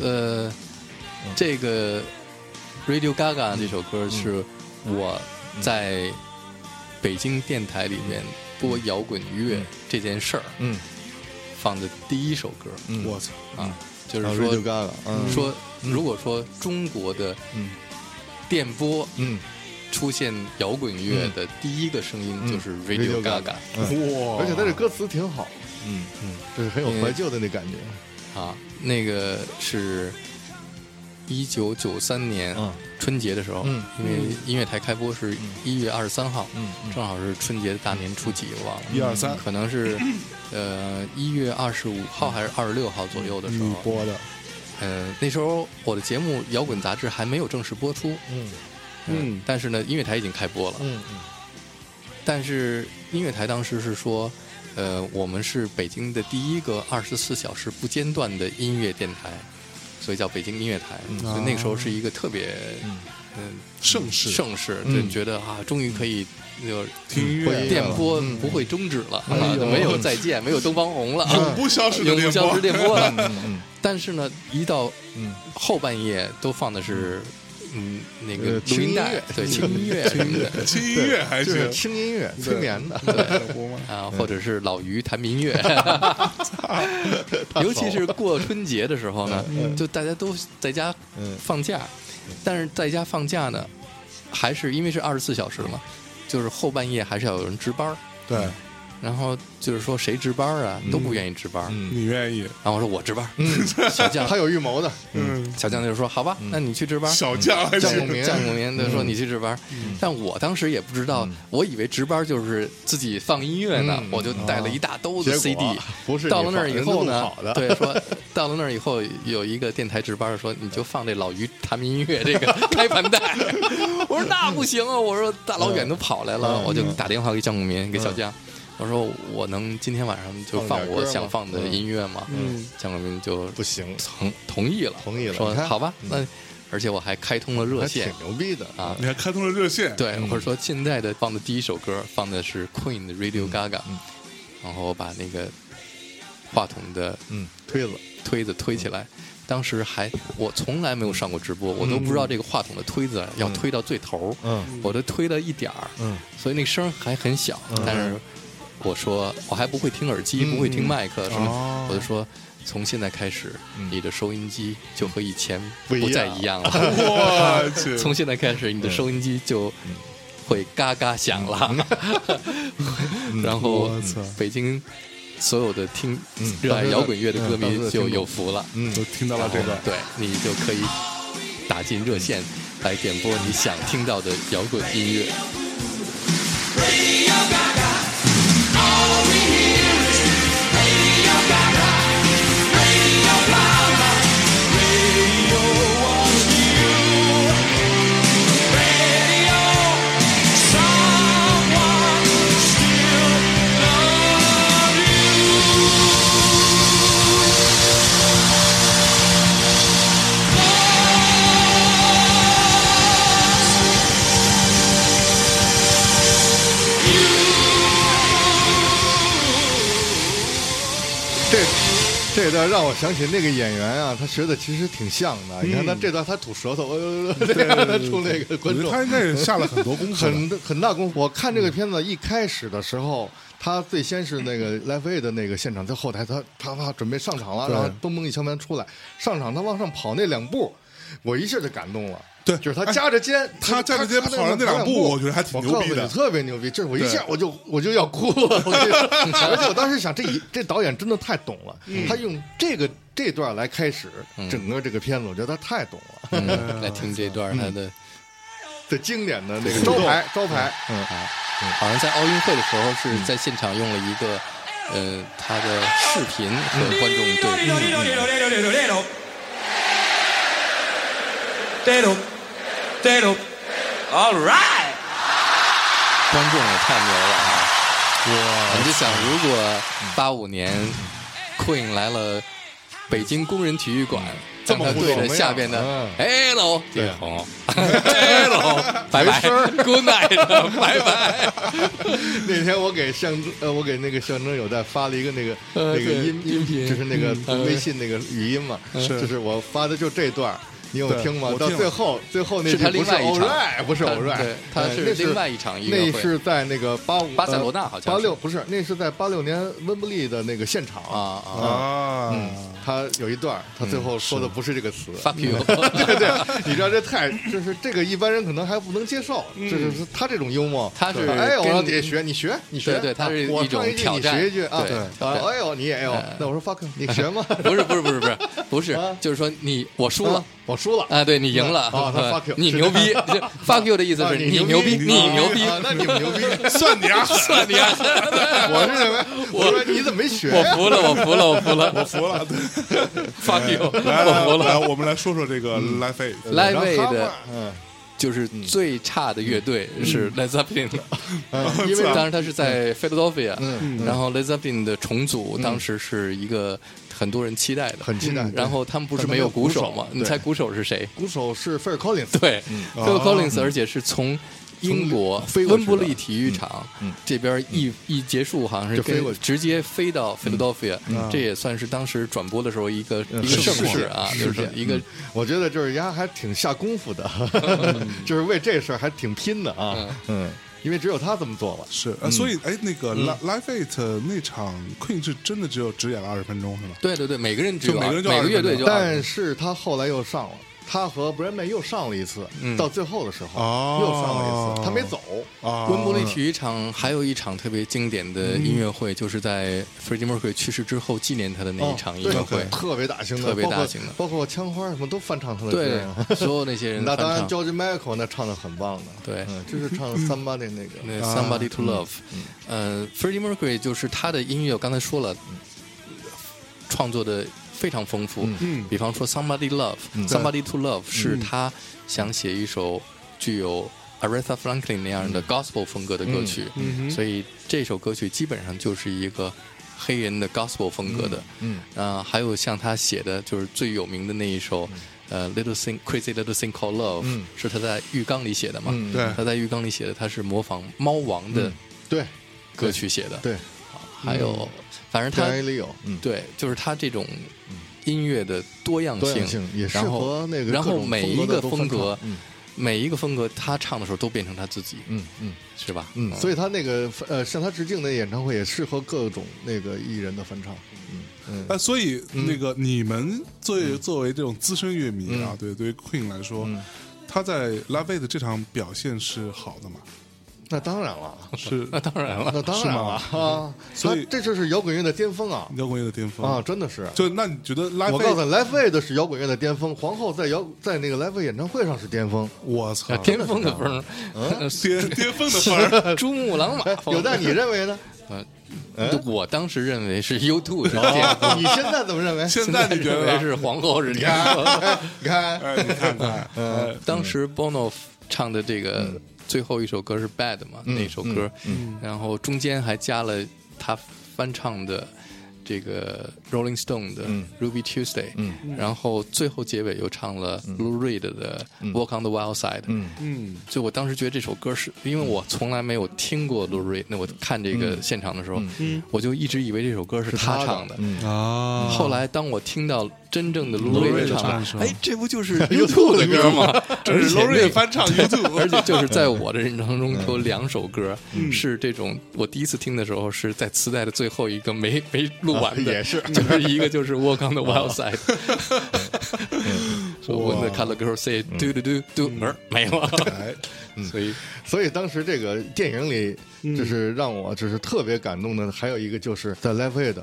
[SPEAKER 3] 嗯
[SPEAKER 2] 呃，这个 Radio Gaga 这首
[SPEAKER 3] 嗯
[SPEAKER 2] 歌是我在北京电台里面播摇滚乐这件事儿
[SPEAKER 3] 嗯，
[SPEAKER 2] 放的第一首歌
[SPEAKER 3] 嗯
[SPEAKER 1] 我操，
[SPEAKER 2] 啊，就
[SPEAKER 3] 然
[SPEAKER 2] 是
[SPEAKER 3] 后
[SPEAKER 2] 说
[SPEAKER 3] Radio Gaga，嗯，
[SPEAKER 2] 说，如果说中国的
[SPEAKER 3] 嗯
[SPEAKER 2] 电波
[SPEAKER 3] 嗯，
[SPEAKER 2] 出现摇滚乐的第一个声音就是 Radio
[SPEAKER 3] 嗯 Radio
[SPEAKER 2] Gaga
[SPEAKER 1] 哇！
[SPEAKER 3] 而且他这歌词挺好，嗯
[SPEAKER 2] 啊
[SPEAKER 3] 嗯，就是很有怀旧的那感觉。
[SPEAKER 2] 啊，那个是一九九三年
[SPEAKER 5] 嗯
[SPEAKER 2] 春节的时候，
[SPEAKER 5] 嗯
[SPEAKER 2] 因为音乐台开播是一月二十三号，
[SPEAKER 5] 嗯
[SPEAKER 2] 正好是春节大年初几，我忘了，嗯
[SPEAKER 1] 一二三
[SPEAKER 2] 可能是呃一月二十五号还是二十六号左右的时
[SPEAKER 1] 你
[SPEAKER 2] 候，
[SPEAKER 1] 嗯播的，
[SPEAKER 2] 呃，那时候我的节目《摇滚杂志》还没有正式播出，
[SPEAKER 5] 嗯
[SPEAKER 2] 嗯
[SPEAKER 1] 嗯，
[SPEAKER 2] 但是呢，音乐台已经开播了，
[SPEAKER 5] 嗯
[SPEAKER 2] 但是音乐台当时是说，呃，我们是北京的第一个二十四小时不间断的音乐电台，所以叫北京音乐台。所以那个时候是一个特别
[SPEAKER 5] 嗯
[SPEAKER 2] 嗯
[SPEAKER 1] 盛世
[SPEAKER 2] 盛世，
[SPEAKER 5] 嗯
[SPEAKER 2] 就觉得啊，终于可以就
[SPEAKER 1] 听音乐了
[SPEAKER 2] 电波不会终止了，啊，
[SPEAKER 5] 呦
[SPEAKER 2] 没有再见，没有东方红了，
[SPEAKER 1] 永
[SPEAKER 2] 啊
[SPEAKER 1] 不消失的
[SPEAKER 2] 永不消失电波了。
[SPEAKER 5] 嗯
[SPEAKER 2] 但是呢，一到
[SPEAKER 5] 嗯
[SPEAKER 2] 后半夜都放的是。嗯，那
[SPEAKER 3] 呃
[SPEAKER 2] 个录
[SPEAKER 3] 轻
[SPEAKER 2] 音
[SPEAKER 3] 音
[SPEAKER 2] 带
[SPEAKER 3] 乐，
[SPEAKER 2] 对轻音乐什么的，
[SPEAKER 1] 轻音乐还
[SPEAKER 3] 就
[SPEAKER 1] 行，
[SPEAKER 3] 是轻音乐催眠的，
[SPEAKER 1] 嗯
[SPEAKER 2] 啊，或者是老于 弹民乐，尤其是过春节的时候呢，
[SPEAKER 1] 嗯
[SPEAKER 2] 就大家都在家放假，但是在家放假呢，还是因为是二十四小时嘛，就是后半夜还是要有人值班儿，
[SPEAKER 1] 对
[SPEAKER 2] 然后就是说谁值班儿啊，都
[SPEAKER 1] 嗯
[SPEAKER 2] 不愿意值班儿，
[SPEAKER 1] 你愿意，
[SPEAKER 2] 然后我说我值班儿，小将
[SPEAKER 3] 他有预谋的，
[SPEAKER 1] 嗯，
[SPEAKER 2] 小将就说好吧，那你去值班儿，
[SPEAKER 1] 小将还
[SPEAKER 3] 将
[SPEAKER 1] 行
[SPEAKER 3] 功，名嗯
[SPEAKER 2] 将明的说你去值班儿，但我当时也不知道，我以为值班就是自己放音乐呢，我就带了一大兜子
[SPEAKER 3] 嗯啊结
[SPEAKER 2] CD
[SPEAKER 3] 果。不是你
[SPEAKER 2] 到了那儿
[SPEAKER 3] 放
[SPEAKER 2] 以
[SPEAKER 3] 人
[SPEAKER 2] 后
[SPEAKER 3] 录
[SPEAKER 2] 呢
[SPEAKER 3] 好的，
[SPEAKER 2] 对，说到了那儿以后，有一个电台值班的说，你就放这老于弹民乐这 个开盘带。我说那不行啊，我说大老远都跑来
[SPEAKER 3] 嗯
[SPEAKER 2] 了，我就打电话给姜武民，给小江。我说我能今天晚上就放
[SPEAKER 3] 放点歌
[SPEAKER 2] 我
[SPEAKER 3] 吗
[SPEAKER 2] 想放的音乐吗？
[SPEAKER 1] 嗯，
[SPEAKER 2] 姜武民就
[SPEAKER 3] 不行，
[SPEAKER 2] 同同意了，
[SPEAKER 3] 同意了
[SPEAKER 2] 说
[SPEAKER 3] 你看嗯
[SPEAKER 2] 好吧，那而且我还开通了热
[SPEAKER 3] 还
[SPEAKER 2] 线
[SPEAKER 3] 挺，嗯牛逼的
[SPEAKER 2] 啊
[SPEAKER 1] 你还开通了热线，
[SPEAKER 2] 对，或者说现在的放的第一首歌放的是 Queen 的
[SPEAKER 3] 嗯
[SPEAKER 2] Radio Gaga，、然后我把那个话筒的
[SPEAKER 3] 嗯，推子
[SPEAKER 2] 推子推起来。
[SPEAKER 3] 嗯
[SPEAKER 2] 当时还我从来没有上过直播，我都不知道
[SPEAKER 3] 嗯
[SPEAKER 2] 这个话筒的推子要推到最头，
[SPEAKER 5] 嗯，
[SPEAKER 2] 我都推了一点儿，
[SPEAKER 5] 嗯，
[SPEAKER 2] 所以那声儿还很小，但是我说我还不会听耳机，不会听麦克什么，
[SPEAKER 1] 哦
[SPEAKER 2] 我就说从现在开始，你的收音机就和以前
[SPEAKER 3] 不一
[SPEAKER 2] 嗯
[SPEAKER 3] 样
[SPEAKER 2] 不再一样了，
[SPEAKER 1] 我 去，
[SPEAKER 2] 从现在开始，你的收音机就会嘎嘎响了。嗯 然后
[SPEAKER 1] 我操，
[SPEAKER 2] 北京所有的听热爱摇滚乐的歌迷就有福了。
[SPEAKER 1] 嗯，都听到了这
[SPEAKER 2] 然
[SPEAKER 1] 个
[SPEAKER 2] 后，对你就可以打进热线来点播你想听到的摇滚音乐。
[SPEAKER 3] 这这段让我想起那个演员啊，他学的其实挺像的。你看他这段他吐舌头，呃，这样他冲那个
[SPEAKER 1] 我
[SPEAKER 3] 观
[SPEAKER 1] 觉得
[SPEAKER 3] 众
[SPEAKER 1] 他应该也下了很多功夫了，
[SPEAKER 3] 很很大功夫。我看这个片子一开始的时候，他最先是那个 l i f e 的那个现场，在后台他啪啪准备上场了，
[SPEAKER 1] 对
[SPEAKER 3] 然后嘣嘣一敲门出来，上场他往上跑那两步，我一下就感动了。
[SPEAKER 1] 对哎
[SPEAKER 3] 就是他夹着肩，
[SPEAKER 1] 他夹着肩跑了那两步我觉得还挺牛逼的
[SPEAKER 3] 我告诉你特别牛逼。这我一下
[SPEAKER 1] 对
[SPEAKER 3] 我就我就要哭了， 我跟你说而且我当时想，这一这导演真的太懂了，
[SPEAKER 1] 嗯
[SPEAKER 3] 他用这个这段来开始整个这个片子，我觉得他太懂了。
[SPEAKER 2] 嗯，来听这段他的，
[SPEAKER 3] 这经典的那个招牌招牌，嗯，
[SPEAKER 2] 好像在奥运会的时候是在现场用了一个呃他的视频和观众对嗯比。
[SPEAKER 4] 嗯 All right.
[SPEAKER 2] 观众也太牛了啊！哇！你就想，如果八五年 Queen 来了北京工人体育馆，
[SPEAKER 3] 这么
[SPEAKER 2] 让他
[SPEAKER 3] 互
[SPEAKER 2] 对
[SPEAKER 3] 动
[SPEAKER 2] 着下边的哎
[SPEAKER 3] 嗯
[SPEAKER 2] Hello 对红 Hello 拜拜 Good night 拜拜。
[SPEAKER 3] 那天我给象征，呃，我给那个象征有代发了一个那个、
[SPEAKER 2] 呃
[SPEAKER 3] 那个
[SPEAKER 2] 对
[SPEAKER 3] 音
[SPEAKER 2] 音频
[SPEAKER 3] 就是那个
[SPEAKER 2] 嗯
[SPEAKER 3] 微信那个语音嘛，
[SPEAKER 1] 是
[SPEAKER 3] 就是我发的就这段儿。你有
[SPEAKER 1] 对
[SPEAKER 3] 听吗
[SPEAKER 1] 我？
[SPEAKER 3] 到
[SPEAKER 1] 听了
[SPEAKER 3] 最后，最后那
[SPEAKER 2] 是
[SPEAKER 3] 句
[SPEAKER 2] 他
[SPEAKER 3] 不
[SPEAKER 2] 另
[SPEAKER 3] 是
[SPEAKER 2] 外一
[SPEAKER 3] all
[SPEAKER 2] 场
[SPEAKER 3] right，不是
[SPEAKER 2] 他
[SPEAKER 3] all right，
[SPEAKER 2] 对他
[SPEAKER 3] 呃
[SPEAKER 2] 是
[SPEAKER 3] 那是
[SPEAKER 2] 另外一场音乐
[SPEAKER 3] 那
[SPEAKER 2] 会
[SPEAKER 3] 是在那个八五
[SPEAKER 2] 巴塞罗那好像是
[SPEAKER 3] 八六不是，那是在八六年温布利的那个现场
[SPEAKER 2] 啊啊！
[SPEAKER 1] 啊，
[SPEAKER 3] 他有一段儿，他最后说的不是这个词，
[SPEAKER 2] 发皮油，
[SPEAKER 3] 对对，你知道这太就是这个一般人可能还不能接受，这就是他这种幽默，
[SPEAKER 2] 嗯他是
[SPEAKER 3] 哎我
[SPEAKER 2] 跟
[SPEAKER 3] 让姐学，你学你学，
[SPEAKER 2] 对对他是
[SPEAKER 3] 啊我
[SPEAKER 2] 一种
[SPEAKER 3] 唱一句
[SPEAKER 2] 挑
[SPEAKER 3] 你
[SPEAKER 2] 战
[SPEAKER 3] 学一句啊，
[SPEAKER 2] 对
[SPEAKER 3] 啊
[SPEAKER 2] 挑战
[SPEAKER 3] 哎呦你也哎呦，那我说 fuck 你学吗？
[SPEAKER 2] 不是不是不是不是不是
[SPEAKER 3] 啊，
[SPEAKER 2] 就是说你我输了
[SPEAKER 3] 啊。我输了
[SPEAKER 2] 啊，对你赢了
[SPEAKER 3] 啊 他
[SPEAKER 2] 呃
[SPEAKER 3] fuck you，
[SPEAKER 2] 你
[SPEAKER 3] 是
[SPEAKER 2] 牛逼这，fuck you 的意思
[SPEAKER 3] 啊
[SPEAKER 2] 是
[SPEAKER 3] 你
[SPEAKER 2] 牛
[SPEAKER 3] 逼
[SPEAKER 2] 逼，你牛逼，
[SPEAKER 3] 啊那你们牛逼，
[SPEAKER 1] 算你啊，
[SPEAKER 2] 算你啊！
[SPEAKER 3] 我是什么？我说你怎么没学
[SPEAKER 2] 我
[SPEAKER 3] 呀？
[SPEAKER 2] 服了，我服了，我服了，我
[SPEAKER 1] 服了。对
[SPEAKER 2] fuck you，
[SPEAKER 1] 来
[SPEAKER 2] 我
[SPEAKER 1] 来
[SPEAKER 2] 服
[SPEAKER 1] 来，
[SPEAKER 2] 了。
[SPEAKER 1] 我们来说说这个 Life a
[SPEAKER 2] 莱
[SPEAKER 3] 然后
[SPEAKER 2] 维
[SPEAKER 3] 他
[SPEAKER 2] 的
[SPEAKER 3] 嘛嗯，
[SPEAKER 2] 就是最差的乐队是 Led Zeppelin，
[SPEAKER 3] 嗯因嗯为
[SPEAKER 2] 当然他是在 Philadelphia，然后 Led Zeppelin 的重组当时是一个很多人期待的，
[SPEAKER 3] 嗯
[SPEAKER 2] 嗯
[SPEAKER 3] 很期待
[SPEAKER 2] 然后他们不是没有鼓手吗？你猜鼓手是谁？
[SPEAKER 3] 鼓手是菲尔· Collins，
[SPEAKER 2] 对，Phil Collins，而且是从英国
[SPEAKER 3] 嗯哦飞过
[SPEAKER 2] 温
[SPEAKER 3] 去的嗯
[SPEAKER 2] 布利体育场这边一一结束，好像是
[SPEAKER 3] 就飞
[SPEAKER 2] 跟
[SPEAKER 3] 过去嗯
[SPEAKER 2] 直接飞到 Philadelphia，这也算是当时转播的时候一个一个
[SPEAKER 3] 是
[SPEAKER 2] 盛
[SPEAKER 3] 是
[SPEAKER 2] 世啊，
[SPEAKER 3] 呃是
[SPEAKER 2] 就是
[SPEAKER 3] 是嗯
[SPEAKER 2] 一个
[SPEAKER 3] 我觉得就是人家还挺下功夫的，
[SPEAKER 2] 嗯
[SPEAKER 3] 就是为这事儿还挺拼的啊，嗯，因为只有他这么做了。
[SPEAKER 1] 是，呃所以哎，那个 Live Eight 那场 Queen 是真的只有只演了二十分钟是吗？
[SPEAKER 2] 对对对，每个人只有
[SPEAKER 1] 就每个人就
[SPEAKER 2] 每个乐队
[SPEAKER 1] 20
[SPEAKER 2] 就
[SPEAKER 3] 但是他后来又上了，他和 b r a n m a n 又上了一次，
[SPEAKER 2] 嗯
[SPEAKER 3] 到最后的时候、
[SPEAKER 1] 哦
[SPEAKER 3] 又上了一次，他没走。
[SPEAKER 1] 啊，
[SPEAKER 2] 温布利
[SPEAKER 3] 嗯
[SPEAKER 2] 体育场还有一场特别经典的音乐会，就是在 Freddie Mercury 去世之后纪念他的那一场音乐
[SPEAKER 3] 哦对
[SPEAKER 2] 会，
[SPEAKER 3] 特别大型的，
[SPEAKER 2] 特别
[SPEAKER 3] 包括
[SPEAKER 2] 大型的
[SPEAKER 3] 包括枪花什么都翻唱他的
[SPEAKER 2] 对
[SPEAKER 3] 歌。，
[SPEAKER 2] 所有那些人
[SPEAKER 3] 那
[SPEAKER 2] 翻
[SPEAKER 3] 当然
[SPEAKER 2] 唱，
[SPEAKER 3] ，George Michael 那唱的很棒的，
[SPEAKER 2] 对
[SPEAKER 3] 嗯，就是唱《三八》的那个，
[SPEAKER 2] 那 Somebody to Love，呃，Freddie Mercury 就是他的音乐，我刚才说了，创作的非常丰富，比方说 Somebody Love，Somebody to Love 是他想写一首具有 Aretha Franklin 那样的 Gospel 风格的歌曲，所以这首歌曲基本上就是一个黑人的 Gospel 风格的，
[SPEAKER 3] 嗯，
[SPEAKER 2] 啊，还有像他写的就是最有名的那一首，呃，Little Thing Crazy Little Thing Called Love，、
[SPEAKER 3] 嗯
[SPEAKER 2] 是他在浴缸里写的嘛？
[SPEAKER 3] 嗯
[SPEAKER 1] 对
[SPEAKER 2] 他在浴缸里写的，他是模仿猫王的
[SPEAKER 3] 嗯对
[SPEAKER 2] 歌曲写的。
[SPEAKER 3] 对，嗯
[SPEAKER 2] 还有，反正他
[SPEAKER 3] 张学友，嗯，
[SPEAKER 2] 对，就是他这种音乐的多样
[SPEAKER 3] 多
[SPEAKER 2] 性，
[SPEAKER 3] 样性也适
[SPEAKER 2] 然后
[SPEAKER 3] 合那个
[SPEAKER 2] 然
[SPEAKER 3] 各
[SPEAKER 2] 后
[SPEAKER 3] 种
[SPEAKER 2] 每一
[SPEAKER 3] 的
[SPEAKER 2] 个
[SPEAKER 3] 都
[SPEAKER 2] 风
[SPEAKER 3] 翻唱
[SPEAKER 2] 格，
[SPEAKER 3] 嗯
[SPEAKER 2] 每一个风格他唱的时候都变成他自己，
[SPEAKER 3] 嗯嗯
[SPEAKER 2] 是吧？
[SPEAKER 3] 嗯，所以他那个呃向他致敬的演唱会也适合各种那个艺人的翻唱，嗯嗯，
[SPEAKER 1] 哎，所以那个你们作为
[SPEAKER 2] 嗯
[SPEAKER 1] 作为这种资深乐迷啊，对，对于 Queen 来说，他在 Live Aid 这场表现是好的嘛？
[SPEAKER 3] 那当然了。
[SPEAKER 1] 是
[SPEAKER 2] 那当然了，
[SPEAKER 3] 那当然了啊，
[SPEAKER 1] 所以
[SPEAKER 3] 他这就是摇滚乐的巅峰啊
[SPEAKER 1] 摇滚乐的巅峰
[SPEAKER 3] 啊，！真的是。
[SPEAKER 1] 就那你觉得 Live
[SPEAKER 3] 我告诉
[SPEAKER 1] Aid？
[SPEAKER 3] 你，Live Aid 是摇滚乐的巅峰，皇后在摇在那个 Live Aid 演唱会上是巅峰。
[SPEAKER 1] 我操，
[SPEAKER 2] 呃巅峰的风，
[SPEAKER 1] 巅巅峰的范儿
[SPEAKER 2] 珠穆朗玛
[SPEAKER 3] 哎，
[SPEAKER 2] 峰。
[SPEAKER 3] 嗯 有蛋，你认嗯为呢？
[SPEAKER 2] 呃，我当时认为是 U two 是巅峰，
[SPEAKER 3] 哦你现在怎么认为？
[SPEAKER 1] 现
[SPEAKER 2] 现
[SPEAKER 1] 在
[SPEAKER 2] 在
[SPEAKER 1] 你觉
[SPEAKER 2] 认
[SPEAKER 1] 得呢？
[SPEAKER 2] 为
[SPEAKER 1] 啊
[SPEAKER 2] 是皇后是巅峰。
[SPEAKER 3] 哎你看，
[SPEAKER 1] 哎，你看看，
[SPEAKER 2] 嗯
[SPEAKER 1] 哎
[SPEAKER 2] 当时 Bono 唱的这个最后一首歌是 Bad 嘛，
[SPEAKER 1] 嗯
[SPEAKER 2] 那首歌，然后中间还加了他翻唱的。这个 Rolling Stone 的
[SPEAKER 1] 嗯
[SPEAKER 2] Ruby Tuesday，、然后最后结尾又唱了 Lou Reed 的 Walk on the Wild Side，嗯
[SPEAKER 1] 嗯，
[SPEAKER 2] 所以我当时觉得这首歌是因为我从来没有听过 Lou Reed，那我看这
[SPEAKER 1] 嗯
[SPEAKER 2] 个现场的时候，我就一直以为这首歌是他
[SPEAKER 3] 他的
[SPEAKER 2] 唱的，
[SPEAKER 1] 啊，
[SPEAKER 2] 后来当我听到真正的 Lou
[SPEAKER 1] Lou
[SPEAKER 2] Reed
[SPEAKER 1] Reed 唱
[SPEAKER 2] 唱
[SPEAKER 1] 的
[SPEAKER 2] 的
[SPEAKER 1] 时，候
[SPEAKER 2] 哎，这不就是 YouTube 的歌吗？
[SPEAKER 1] 这是 l
[SPEAKER 2] 而
[SPEAKER 1] o r
[SPEAKER 2] 且那
[SPEAKER 1] i
[SPEAKER 3] 嗯
[SPEAKER 1] 翻唱 YouTube，
[SPEAKER 2] 而且就是在我的人生中有两首歌是这种，我第一次听的时候是在磁带的最后一个没没录完的，
[SPEAKER 3] 啊也是 啊
[SPEAKER 2] 就是一个就是《Walk on the Wild Side》，说 When the color girl say do do do
[SPEAKER 3] 嗯
[SPEAKER 2] do，门儿没了，
[SPEAKER 1] 哎
[SPEAKER 2] 所以
[SPEAKER 3] 所以当时这个电影里，就是让我就是特别感动的，还有一个就是在 Live Aid，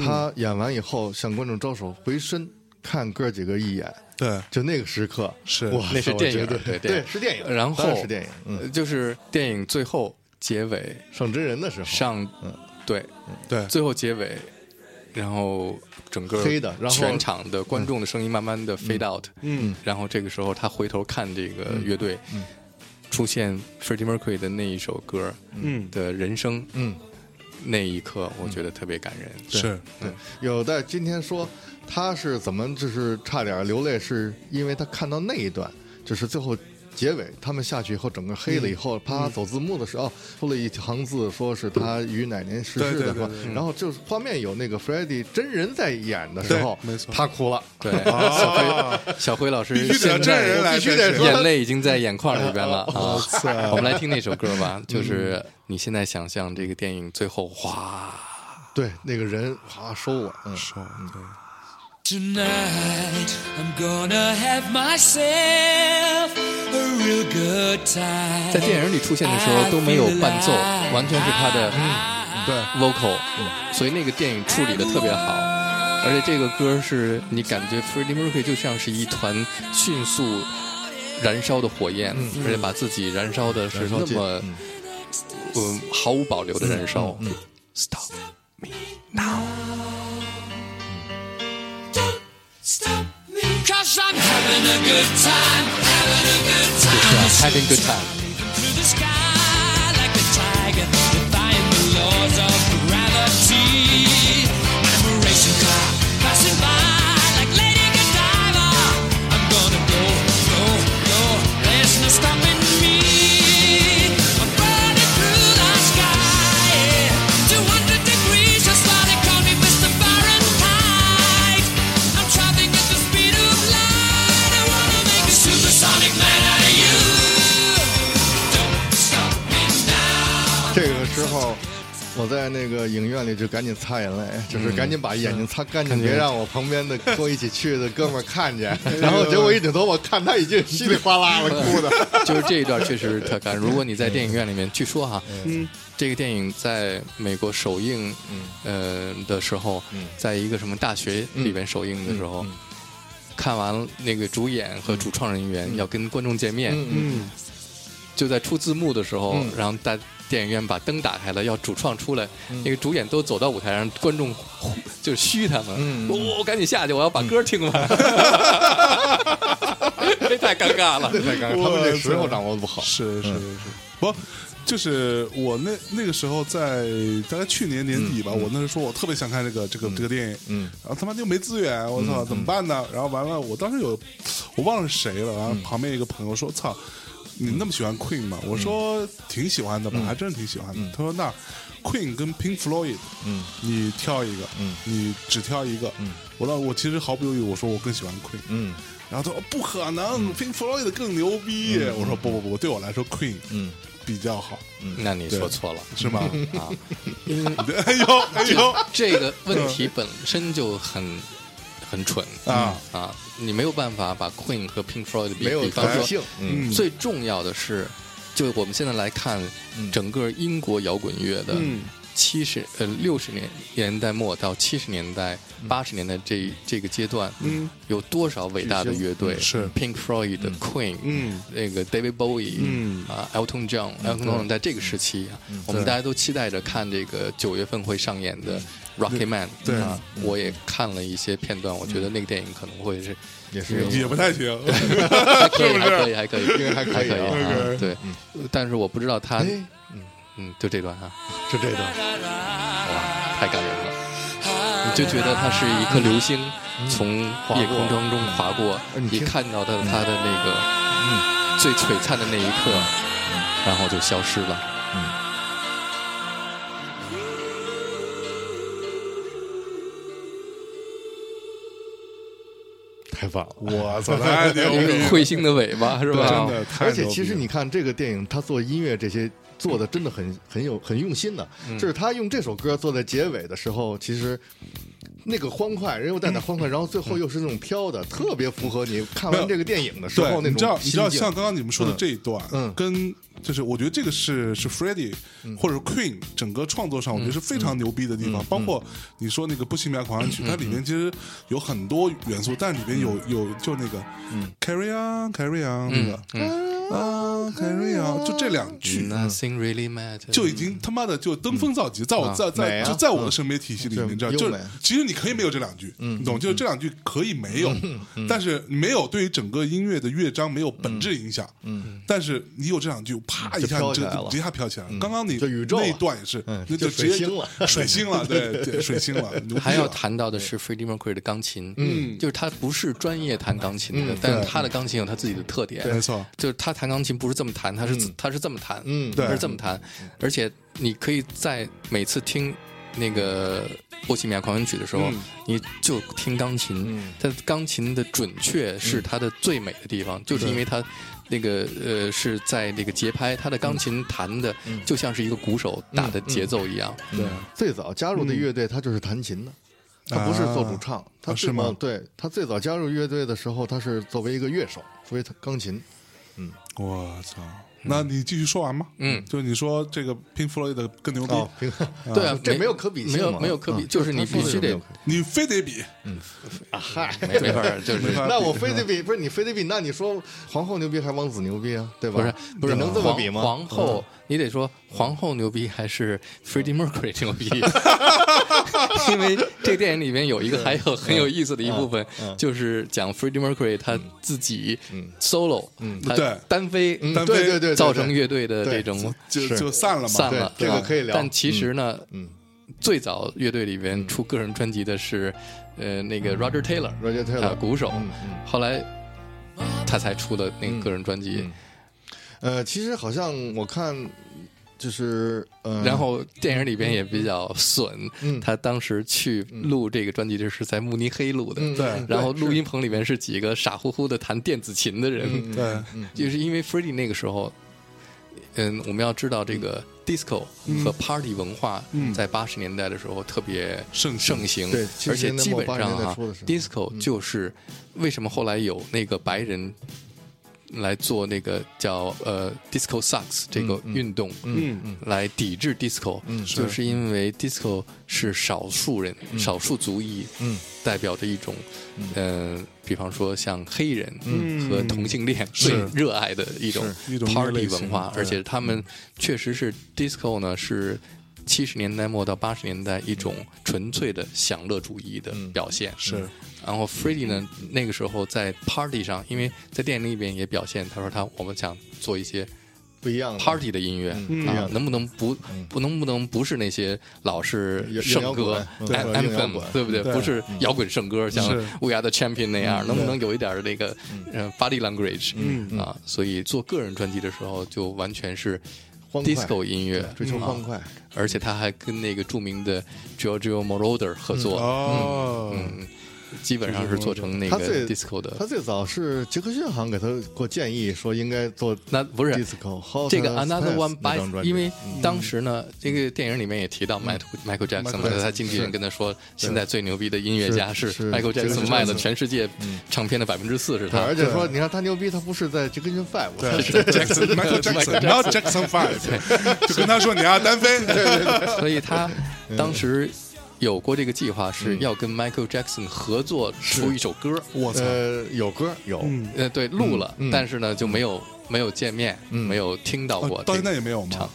[SPEAKER 3] 他演完以后向观众招手，回身看哥几个一眼，
[SPEAKER 1] 对，
[SPEAKER 3] 就那个时刻
[SPEAKER 1] 是
[SPEAKER 3] 哇，
[SPEAKER 2] 那是
[SPEAKER 3] 啊我
[SPEAKER 2] 电
[SPEAKER 3] 觉
[SPEAKER 2] 影
[SPEAKER 3] 得，
[SPEAKER 2] 对
[SPEAKER 3] 对是电影，
[SPEAKER 2] 然
[SPEAKER 3] 当
[SPEAKER 2] 后
[SPEAKER 3] 是电影，嗯，
[SPEAKER 2] 呃就是电影最后结尾
[SPEAKER 3] 上真人的时候，
[SPEAKER 2] 上，
[SPEAKER 3] 嗯
[SPEAKER 2] 对，
[SPEAKER 1] 对，
[SPEAKER 2] 最后结尾，然后整个
[SPEAKER 3] 黑的然后
[SPEAKER 2] 全场的观众的声音慢慢的 fade out，嗯，然后这个时候他回头看这个乐队，出现 Freddie Mercury 的那一首歌，嗯的人声，
[SPEAKER 3] 嗯，
[SPEAKER 2] 那一刻我觉得特别感人，
[SPEAKER 1] 是
[SPEAKER 3] 对，有在今天说他是怎么就是差点流泪，是因为他看到那一段，就是最后结尾他们下去以后，整个黑
[SPEAKER 1] 嗯
[SPEAKER 3] 了以后，啪走字幕的时候、哦说了一行字，说是他于哪年逝世
[SPEAKER 1] 对对
[SPEAKER 3] 的
[SPEAKER 1] 对
[SPEAKER 3] 话
[SPEAKER 1] 对，嗯
[SPEAKER 3] 然后就是画面有那个 f r e d d y 真人在演的时候，
[SPEAKER 1] 对没错
[SPEAKER 3] 他哭了。
[SPEAKER 2] 对， 小
[SPEAKER 1] 啊
[SPEAKER 2] 辉小辉老师
[SPEAKER 1] 必须得
[SPEAKER 2] 现
[SPEAKER 1] 真
[SPEAKER 2] 在
[SPEAKER 1] 人来
[SPEAKER 3] 必须
[SPEAKER 1] 才
[SPEAKER 3] 得
[SPEAKER 1] 行
[SPEAKER 3] 说
[SPEAKER 2] 眼泪已经在眼眶里边了啊！我们来听那首歌吧，就是你现在想象这个电影最后哗。
[SPEAKER 3] 对，那个人啊收我，嗯，
[SPEAKER 1] 爽，对，
[SPEAKER 4] Tonight, I'm gonna have myself a real good time.
[SPEAKER 2] 在电影里出现的时候都没有伴奏，完全是他的嗯
[SPEAKER 1] 对
[SPEAKER 2] vocal，所嗯以那个电影处理的特别好。而且这个歌是你感觉 Freddie Mercury 就像是一团迅速燃烧的火焰，而且把自己嗯燃烧的是那么嗯毫无保留的燃烧。Stop me now。
[SPEAKER 4] Don't stop me, cause I'm having a good time, having a good time.
[SPEAKER 2] Having good time。
[SPEAKER 4] Through the sky like a tiger, defying the laws of gravity. I'm a racing car, passing by like Lady Godiva. I'm gonna go, go, go. There's no stopping me. I'm burning through the sky, yeah. 200 degrees, that's why they call me Mr. Fahrenheit. I'm traveling at the speed of light. I wanna make a supersonic man out of you. Don't stop me now.
[SPEAKER 3] 这个时候，我在那个影院里就赶紧擦眼泪，
[SPEAKER 2] 嗯
[SPEAKER 3] 就是赶紧把眼睛擦干净，别让我旁边的跟我一起去的哥们儿 看见。然后结果一扭头，我看他已经稀里哗啦了，哭 的。
[SPEAKER 2] 就是这一段确实特感人。如果你在电影院里面，据说哈，嗯，这个电影在美国首映，
[SPEAKER 3] 嗯
[SPEAKER 2] 呃的时候，在一个什么大学
[SPEAKER 3] 嗯
[SPEAKER 2] 里边首映的时候，看完了那个主演和主创人员要跟观众见面，
[SPEAKER 3] 嗯
[SPEAKER 2] 就在出字幕的时候，然后大电影院把灯打开了，要主创出来，
[SPEAKER 3] 嗯
[SPEAKER 2] 那个主演都走到舞台上，观众呼就是嘘他
[SPEAKER 3] 嗯
[SPEAKER 2] 们，我我我赶紧下去，我要把歌听 完， 这太尴尬了。
[SPEAKER 3] 这才感觉他们这时候掌握的不好。嗯
[SPEAKER 1] 是是是是，不，就是我那那个时候在大概去年年底吧，我那时候说我特别想看这个这个、这个电影，
[SPEAKER 3] 嗯，
[SPEAKER 1] 然后他妈就没资源，我操，怎么办呢？然后完了，我当时有我忘了是谁了，然后旁边一个朋友说：“操，你那么喜欢 Queen 吗？”
[SPEAKER 3] 嗯
[SPEAKER 1] 我说：“挺喜欢的吧，还真是挺喜欢的。他说：“那 Queen 跟 Pink Floyd，
[SPEAKER 3] 嗯，
[SPEAKER 1] 你挑一个，
[SPEAKER 3] 嗯
[SPEAKER 1] 你只挑一个，嗯。”我说：“我其实毫不犹豫，我说我更喜欢 Queen。”
[SPEAKER 3] 嗯
[SPEAKER 1] 然后他说不可能、p i n k Floyd 更牛逼。我说不不不，对我来说 Queen
[SPEAKER 3] 嗯
[SPEAKER 1] 比较好，
[SPEAKER 2] 那你说错了。
[SPEAKER 1] 是吗？
[SPEAKER 2] 啊，
[SPEAKER 1] 哎呦哎呦
[SPEAKER 2] 这个问题本身就很很蠢
[SPEAKER 1] 啊！
[SPEAKER 2] 啊！你没有办法把 Queen 和 Pink Floyd 比，
[SPEAKER 3] 没有
[SPEAKER 2] 比方
[SPEAKER 3] 可
[SPEAKER 2] 说
[SPEAKER 3] 性，嗯
[SPEAKER 1] 嗯
[SPEAKER 2] 最重要的是，就我们现在来看整个英国摇滚乐的
[SPEAKER 1] 嗯
[SPEAKER 2] 七十呃六十年年代末到七十年代
[SPEAKER 1] 嗯
[SPEAKER 2] 八十年代这这个阶段，嗯，有多少伟大的乐队？
[SPEAKER 1] 是
[SPEAKER 2] Pink Floyd、Queen，
[SPEAKER 1] 嗯，
[SPEAKER 2] 那个 David Bowie，
[SPEAKER 1] 嗯
[SPEAKER 2] 啊，Elton John，Elton John 在这个时期啊，我们大家都期待着看这个九月份会上演的 Rocky Man，
[SPEAKER 1] 对嗯
[SPEAKER 2] 啊，我也看了一些片段，我觉得那个电影可能会是
[SPEAKER 3] 也是
[SPEAKER 1] 也不太 行，
[SPEAKER 2] 还可以，还可以，还可以，
[SPEAKER 3] 应该还可
[SPEAKER 2] 还
[SPEAKER 3] 以
[SPEAKER 2] 可以
[SPEAKER 3] 啊
[SPEAKER 2] 啊，对，但是我不知道他，
[SPEAKER 3] 哎
[SPEAKER 2] 嗯，就这段啊，
[SPEAKER 3] 就这段。
[SPEAKER 2] 太感人了，你就觉得它是一颗流星
[SPEAKER 3] 嗯
[SPEAKER 2] 从夜空当中划过，
[SPEAKER 3] 哎
[SPEAKER 2] 你看到的它的那个嗯最璀璨的那一刻，
[SPEAKER 3] 嗯
[SPEAKER 2] 然后就消失了。
[SPEAKER 3] 太棒了！
[SPEAKER 1] 我操，太牛逼
[SPEAKER 2] 一个
[SPEAKER 1] 了！
[SPEAKER 2] 彗星的尾巴是吧？
[SPEAKER 1] 真的太
[SPEAKER 3] 而
[SPEAKER 1] 牛逼
[SPEAKER 3] 且
[SPEAKER 1] 了
[SPEAKER 3] 其实你看这个电影，他做音乐这些做的真的很很有很用心的，就是他用这首歌做在结尾的时候，其实那个欢快，人又带点欢快，然后最后又是那种飘的，特别符合你看完这个电影的时候
[SPEAKER 1] 对，
[SPEAKER 3] 那
[SPEAKER 1] 你知道
[SPEAKER 3] 种
[SPEAKER 1] 你知道
[SPEAKER 3] 心
[SPEAKER 1] 像
[SPEAKER 3] 境。
[SPEAKER 1] 刚刚你们说的这一段，
[SPEAKER 3] 嗯
[SPEAKER 1] 跟就是我觉得这个是是 Freddie 或者是 Queen 整个创作上，我觉得
[SPEAKER 3] 嗯
[SPEAKER 1] 是非常牛逼的地方。包括你说那个《不西米亚狂
[SPEAKER 3] 嗯
[SPEAKER 1] 想曲》，它里面其实有很多元素，但里面有有就那个
[SPEAKER 3] 嗯
[SPEAKER 1] Carry on Carry on 那个啊 Carry on，就这两
[SPEAKER 3] 嗯
[SPEAKER 1] 句，
[SPEAKER 2] Nothing really matters，
[SPEAKER 1] 就已经他妈的就登峰造极，在我在
[SPEAKER 3] 美
[SPEAKER 1] 在
[SPEAKER 3] 啊
[SPEAKER 1] 就在我的审美体系里面，
[SPEAKER 3] 嗯
[SPEAKER 1] 这样
[SPEAKER 3] 优
[SPEAKER 1] 就是
[SPEAKER 3] 美嗯
[SPEAKER 1] 其实你可以没有这两句，你懂？就是这两句可以没有，但是没有对于整个音乐的乐章没有本质影响。嗯，但是你有这两句，啪一
[SPEAKER 3] 就
[SPEAKER 1] 下
[SPEAKER 3] 飘
[SPEAKER 1] 你
[SPEAKER 3] 起来
[SPEAKER 1] 就
[SPEAKER 3] 了
[SPEAKER 1] 一下飘起来了。刚刚你
[SPEAKER 3] 就宇宙啊
[SPEAKER 1] 那一段也是
[SPEAKER 3] 嗯，
[SPEAKER 1] 那
[SPEAKER 3] 就
[SPEAKER 1] 直接
[SPEAKER 3] 水星了
[SPEAKER 1] 就水星了， 对对，水星了，
[SPEAKER 3] 啊
[SPEAKER 1] 牛逼啊
[SPEAKER 2] 还要
[SPEAKER 1] 了
[SPEAKER 2] 谈到的是 Freddie Mercury 的钢琴，嗯，就是他不是专业弹钢琴
[SPEAKER 3] 嗯
[SPEAKER 2] 的，但是他的钢琴有他自己的特点，
[SPEAKER 1] 没错
[SPEAKER 2] 就是他弹钢琴不是这么弹，他是他是这么弹，
[SPEAKER 3] 嗯
[SPEAKER 1] 对
[SPEAKER 2] 他是这么弹，而且你可以在每次听那个《波西米亚狂想曲》的时候
[SPEAKER 1] 嗯，
[SPEAKER 2] 你就听钢琴，
[SPEAKER 3] 嗯
[SPEAKER 2] 他的钢琴的准确是他的最美的地方，就是因为他。那个呃，是在那个节拍，他的钢琴弹的
[SPEAKER 3] 嗯
[SPEAKER 2] 就像是一个鼓手打的节奏一样，
[SPEAKER 3] 最早加入的乐队，他就是弹琴的，他不是做主唱，他
[SPEAKER 1] 是吗
[SPEAKER 3] 最早对他最早加入乐队的时候，他是作为一个乐手，作为钢琴。
[SPEAKER 1] 我操！
[SPEAKER 3] 嗯
[SPEAKER 1] 那你继续说完吗？嗯，就是你说这个 Pink Floyd 的更牛逼，
[SPEAKER 3] 哦，平衡
[SPEAKER 2] 对啊，
[SPEAKER 3] 这没有可比性
[SPEAKER 2] 没有
[SPEAKER 3] 嘛
[SPEAKER 2] 没有可比，
[SPEAKER 3] 嗯
[SPEAKER 2] 就是你
[SPEAKER 3] 他说
[SPEAKER 2] 必
[SPEAKER 3] 的
[SPEAKER 2] 须
[SPEAKER 3] 有没
[SPEAKER 2] 得
[SPEAKER 3] 有可比
[SPEAKER 1] 你非得比，
[SPEAKER 3] 嗨，
[SPEAKER 2] 没没法儿，就是
[SPEAKER 1] 没法儿
[SPEAKER 3] 那我非得比不是你非得比，那你说皇后牛逼还是王子牛逼啊？对吧？
[SPEAKER 2] 不是不是
[SPEAKER 3] 你能这么比吗？嗯
[SPEAKER 2] 皇皇后，你得说皇后牛逼还是 Freddie Mercury 牛 逼？因为这个电影里面有一
[SPEAKER 3] 嗯
[SPEAKER 2] 个还有很有意思的一部分，就是讲 Freddie Mercury 他自己 solo，他
[SPEAKER 1] 对
[SPEAKER 2] 单飞，
[SPEAKER 3] 嗯，
[SPEAKER 1] 单
[SPEAKER 3] 对
[SPEAKER 1] 飞
[SPEAKER 3] 对对对，对
[SPEAKER 2] 造成乐队的这种
[SPEAKER 1] 就是就散了嘛，
[SPEAKER 2] 散了，
[SPEAKER 3] 对
[SPEAKER 2] 是吧
[SPEAKER 3] 这个可以聊
[SPEAKER 2] 但其实呢，
[SPEAKER 3] 嗯嗯
[SPEAKER 2] 最早乐队里边出个人专辑的是，呃，那个 Roger Taylor，
[SPEAKER 3] 嗯 Roger Taylor，
[SPEAKER 2] 啊鼓手
[SPEAKER 3] 嗯嗯，
[SPEAKER 2] 后来他才出的那个个人专辑
[SPEAKER 3] 嗯。呃，其实好像我看就是呃，
[SPEAKER 2] 然后电影里边也比较损，
[SPEAKER 3] 嗯
[SPEAKER 2] 他当时去录这个专辑，就是在慕尼黑录的。
[SPEAKER 3] 嗯
[SPEAKER 1] 对
[SPEAKER 3] 嗯
[SPEAKER 2] 然后
[SPEAKER 3] 对
[SPEAKER 2] 录
[SPEAKER 3] 是
[SPEAKER 2] 音棚里面是几个傻乎乎的弹电子琴的人，
[SPEAKER 3] 嗯
[SPEAKER 1] 对，
[SPEAKER 2] 就是因为 Freddie 那个时候，嗯，我们要知道这个 disco
[SPEAKER 3] 嗯
[SPEAKER 2] 和 party 文化在八十年代的时候特别
[SPEAKER 1] 盛行
[SPEAKER 2] 盛行，
[SPEAKER 3] 对
[SPEAKER 2] 而且
[SPEAKER 3] 70年代
[SPEAKER 2] 基
[SPEAKER 3] 末
[SPEAKER 2] 本上
[SPEAKER 3] 80年代
[SPEAKER 2] 啊
[SPEAKER 3] 初的时候嗯
[SPEAKER 2] ，disco 就是为什么后来有那个白人来做那个叫呃 disco sax 这个运动，
[SPEAKER 1] 嗯
[SPEAKER 2] 嗯，来抵制 disco，嗯，
[SPEAKER 1] 是
[SPEAKER 2] 就是因为 disco 是少数人、少数族裔，
[SPEAKER 3] 嗯，
[SPEAKER 2] 代表着一种，呃，比方说像黑人
[SPEAKER 3] 嗯
[SPEAKER 2] 和同性恋最
[SPEAKER 1] 是
[SPEAKER 2] 热爱的一种
[SPEAKER 1] 是一种类
[SPEAKER 2] party
[SPEAKER 1] 型
[SPEAKER 2] 文化，
[SPEAKER 1] 对
[SPEAKER 2] 而且他们确实是 disco 呢是。七十年代末到八十年代，一种纯粹的享乐主义的表现、
[SPEAKER 1] 嗯是。
[SPEAKER 2] 然后 Freddie 呢，那个时候在 party 上，因为在电影里边也表现，他说他我们想做一些
[SPEAKER 3] 不一样的
[SPEAKER 2] party 的音乐、
[SPEAKER 3] 嗯
[SPEAKER 2] 啊，
[SPEAKER 3] 嗯
[SPEAKER 2] 能不能不不能不能不是那些老是
[SPEAKER 3] 摇
[SPEAKER 2] 圣歌 an-
[SPEAKER 3] 摇滚对嗯摇
[SPEAKER 2] anthem，
[SPEAKER 3] 滚
[SPEAKER 2] 对不对？
[SPEAKER 1] 对
[SPEAKER 2] 不是摇滚圣歌，像
[SPEAKER 1] 是
[SPEAKER 2] We Are the Champion 那样，能不能有一点儿那个
[SPEAKER 3] 嗯
[SPEAKER 2] 呃 body language 啊？所以做个人专辑的时候，就完全是
[SPEAKER 3] 欢快
[SPEAKER 2] disco 音乐，
[SPEAKER 3] 追求
[SPEAKER 2] 啊
[SPEAKER 3] 欢快，
[SPEAKER 2] 而且他还跟那个著名的 Giorgio Moroder 合作，
[SPEAKER 1] 哦，
[SPEAKER 2] 嗯，基本上是做成那
[SPEAKER 3] 他
[SPEAKER 2] 个
[SPEAKER 3] 最
[SPEAKER 2] disco 的
[SPEAKER 3] 他最早是杰克逊好像给他给我建议说应该做
[SPEAKER 2] 那不是
[SPEAKER 3] disco Hot
[SPEAKER 2] 这个
[SPEAKER 3] Step
[SPEAKER 2] Another One
[SPEAKER 3] 那张专
[SPEAKER 2] Bites，
[SPEAKER 3] 辑嗯
[SPEAKER 2] 因为当时呢，这个电影里面也提到 Michael Michael Jackson，嘛
[SPEAKER 1] Jackson，
[SPEAKER 2] 他经纪人跟他说，现在最牛逼的音乐
[SPEAKER 3] 是
[SPEAKER 2] 家是
[SPEAKER 3] 是
[SPEAKER 2] Michael
[SPEAKER 3] Jackson
[SPEAKER 2] Jackson，卖了全世界唱片的百分之四是
[SPEAKER 3] 对，
[SPEAKER 2] 他
[SPEAKER 3] 而。且说你看他牛逼，他不是在杰克逊 Five，
[SPEAKER 1] 对
[SPEAKER 3] 他是
[SPEAKER 1] ，Jackson Michael Jackson，not Jackson Five，就跟 他说你要单飞，
[SPEAKER 2] 所以他
[SPEAKER 3] 嗯
[SPEAKER 2] 当时有过这个计划，是要跟 Michael Jackson 合作出一首歌。
[SPEAKER 1] 我操，
[SPEAKER 3] 呃有歌有，
[SPEAKER 2] 呃，对，录了
[SPEAKER 3] 嗯嗯，嗯
[SPEAKER 2] 但是呢就没有没有见面，没有听到过
[SPEAKER 3] 哦
[SPEAKER 1] 啊。到现在
[SPEAKER 2] 这
[SPEAKER 1] 也没有吗？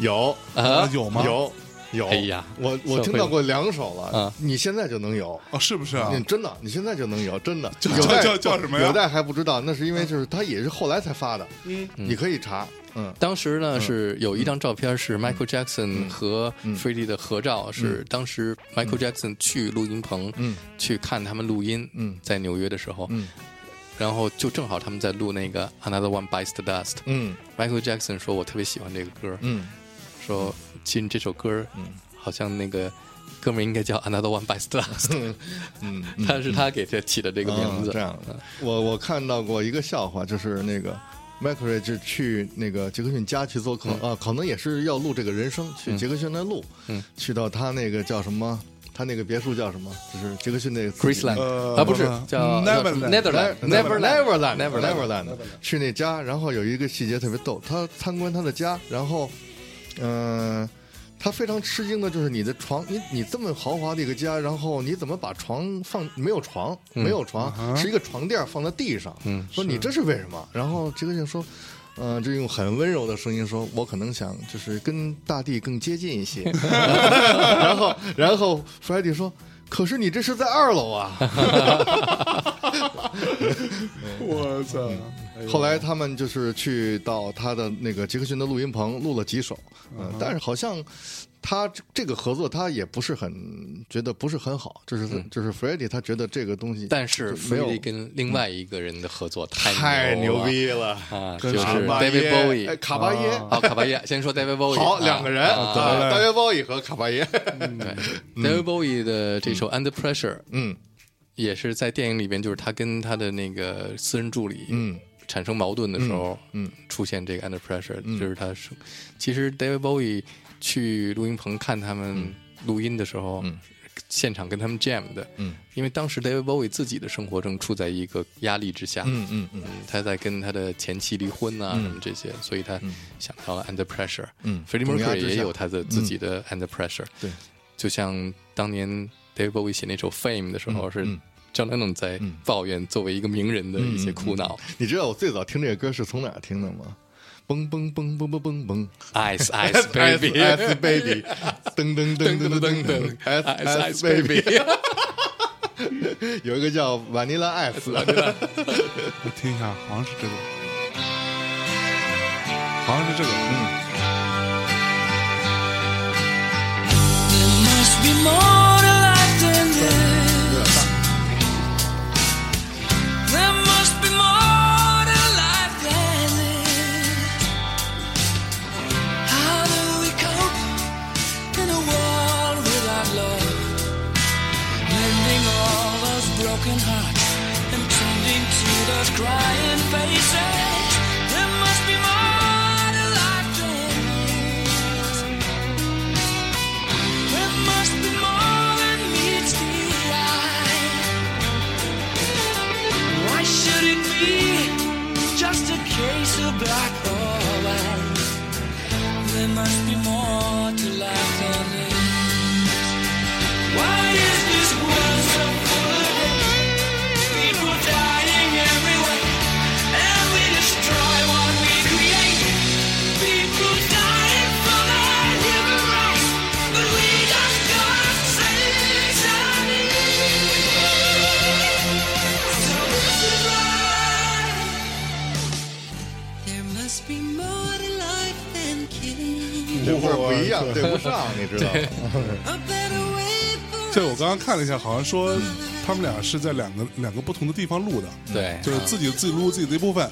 [SPEAKER 3] 有
[SPEAKER 1] 啊
[SPEAKER 2] 啊，
[SPEAKER 1] 有吗？
[SPEAKER 3] 有有，
[SPEAKER 2] 哎呀
[SPEAKER 3] 我我
[SPEAKER 2] 社
[SPEAKER 3] 听
[SPEAKER 2] 会
[SPEAKER 3] 到过两首了
[SPEAKER 2] 啊，
[SPEAKER 3] 你现在就能有。
[SPEAKER 1] 哦，是不是啊
[SPEAKER 3] 你？真的，你现在就能有，真的。
[SPEAKER 1] 叫
[SPEAKER 3] 有代
[SPEAKER 1] 叫叫什么呀
[SPEAKER 3] 有代还不知道，那是因为就是他也是后来才发的。嗯，你可以查。嗯，嗯
[SPEAKER 2] 当时呢是有一张照片是 Michael Jackson 和 Freddie 的合照，是当时 Michael Jackson 去录音棚，
[SPEAKER 3] 嗯
[SPEAKER 2] 去看他们录音，
[SPEAKER 3] 嗯
[SPEAKER 2] 在纽约的时候，
[SPEAKER 3] 嗯
[SPEAKER 2] 然后就正好他们在录那个 Another One Bites the Dust。
[SPEAKER 3] 嗯
[SPEAKER 2] Michael Jackson 说：“我特别喜欢这个歌，
[SPEAKER 3] 嗯，
[SPEAKER 2] 说其实这首歌，好像那个歌名应该叫 Another One Bites the Dust，
[SPEAKER 3] 嗯，
[SPEAKER 2] 但是他给他起的这个名字嗯
[SPEAKER 3] 啊。这样，我我看到过一个笑话，就是那个 m i c r a 是去那个杰克逊家去做客、啊，可能也是要录这个人声，去杰克逊那录，
[SPEAKER 2] 嗯
[SPEAKER 3] 去到他那个叫什么，他那个别墅叫什么，就是杰克逊那个
[SPEAKER 2] Graceland
[SPEAKER 1] 呃
[SPEAKER 2] 啊，不是
[SPEAKER 1] 呃
[SPEAKER 2] 叫
[SPEAKER 1] Neverland
[SPEAKER 2] Netherland
[SPEAKER 3] Neverland
[SPEAKER 2] Neverland
[SPEAKER 3] Neverland 去那家，然后有一个细节特别逗，他参观他的家，然后，嗯、他非常吃惊的就是你的床，你你这么豪华的一个家，然后你怎么把床放没有床，没有床，是一个床垫放在地上，嗯，说你这是为什么？然后杰克逊说。嗯、就用很温柔的声音说：“我可能想就是跟大地更接近一 些。”然后，然后 f r e d d y 说：“可是你这是在二楼啊。”
[SPEAKER 1] 我操，哎
[SPEAKER 3] 后来他们就是去到他的那个杰克逊的录音棚录了几首，嗯，但是好像他这这个合作他也不是很觉得不是很好，就是就是 Freddie 他觉得这个东西，
[SPEAKER 2] 但是
[SPEAKER 3] 没有
[SPEAKER 2] Freddie 跟另外一个人的合作
[SPEAKER 3] 太
[SPEAKER 2] 太
[SPEAKER 3] 牛
[SPEAKER 2] 牛了
[SPEAKER 3] 逼了，
[SPEAKER 2] 啊，
[SPEAKER 1] 跟
[SPEAKER 2] 就是
[SPEAKER 1] 卡巴
[SPEAKER 2] David
[SPEAKER 3] 哎
[SPEAKER 2] Bowie。
[SPEAKER 3] 卡巴耶，
[SPEAKER 2] 好，哦卡巴耶，先说 David Bowie。
[SPEAKER 3] 好
[SPEAKER 2] 啊
[SPEAKER 3] 两个人，
[SPEAKER 2] 啊嗯
[SPEAKER 3] 对 David Bowie 和卡巴耶，
[SPEAKER 2] 对，David Bowie 的这首《Under Pressure》
[SPEAKER 3] 嗯
[SPEAKER 2] 也是在电影里边，就是他跟他的那个私人助理，
[SPEAKER 3] 嗯，
[SPEAKER 2] 产生矛盾的时候，
[SPEAKER 3] 嗯，
[SPEAKER 2] 出现这个 Under Pressure，就是他是，
[SPEAKER 3] 嗯
[SPEAKER 2] 其实 David Bowie 去录音棚看他们录音的时候，现场跟他们 jam 的，嗯，因为当时 David Bowie 自己的生活正处在一个压力之下，
[SPEAKER 3] 嗯嗯嗯，
[SPEAKER 2] 嗯，他在跟他的前妻离婚啊，什么这些，所以他想到了 Under Pressure。
[SPEAKER 3] 嗯
[SPEAKER 2] f r e d d
[SPEAKER 3] 重
[SPEAKER 2] i
[SPEAKER 3] 压
[SPEAKER 2] Mercury
[SPEAKER 3] 之
[SPEAKER 2] 也
[SPEAKER 3] 下嗯
[SPEAKER 2] 有他的自己的 Under Pressure。
[SPEAKER 3] 对，
[SPEAKER 2] 就像当年 David Bowie 写那首 Fame 的时候，是
[SPEAKER 3] 嗯
[SPEAKER 2] John Lennon 在
[SPEAKER 3] 嗯
[SPEAKER 2] 抱怨作为一个名人的一些苦恼。
[SPEAKER 3] 你知道我最早听这个歌是从哪儿听的吗？嘣嘣嘣嘣嘣嘣嘣
[SPEAKER 2] Ice Ice Baby。
[SPEAKER 3] S S Baby，噔噔噔
[SPEAKER 2] 噔噔噔
[SPEAKER 3] 噔噔噔
[SPEAKER 2] 噔，Ice
[SPEAKER 3] ，S
[SPEAKER 2] Ice
[SPEAKER 3] S
[SPEAKER 2] Baby，
[SPEAKER 3] Baby，有一个叫 Vanilla Ice，
[SPEAKER 1] 我听一下，好像是这个，好像是这个，嗯，
[SPEAKER 4] There must be more to life than this. There must be more to life than this. How do we cope in a world without love? Mending all those broken hearts and tending to those crying faces. There must be more to life than this. There must be more than meets the eye. Why should it be just a case of black or white? There must be more to life than this. Why is this world so full of hate? People dying everywhere, and we destroy what we create. People dying for their human rights, but we just gotta save So this is why there must be more to life than killing.
[SPEAKER 3] 这味儿不一样，对不上，你知道吗？
[SPEAKER 4] A better way for
[SPEAKER 1] 这我刚刚看了一下，好像说他们俩是在两个两个不同的地方录的，
[SPEAKER 2] 对，
[SPEAKER 1] 就是自己自己录自己的一部分，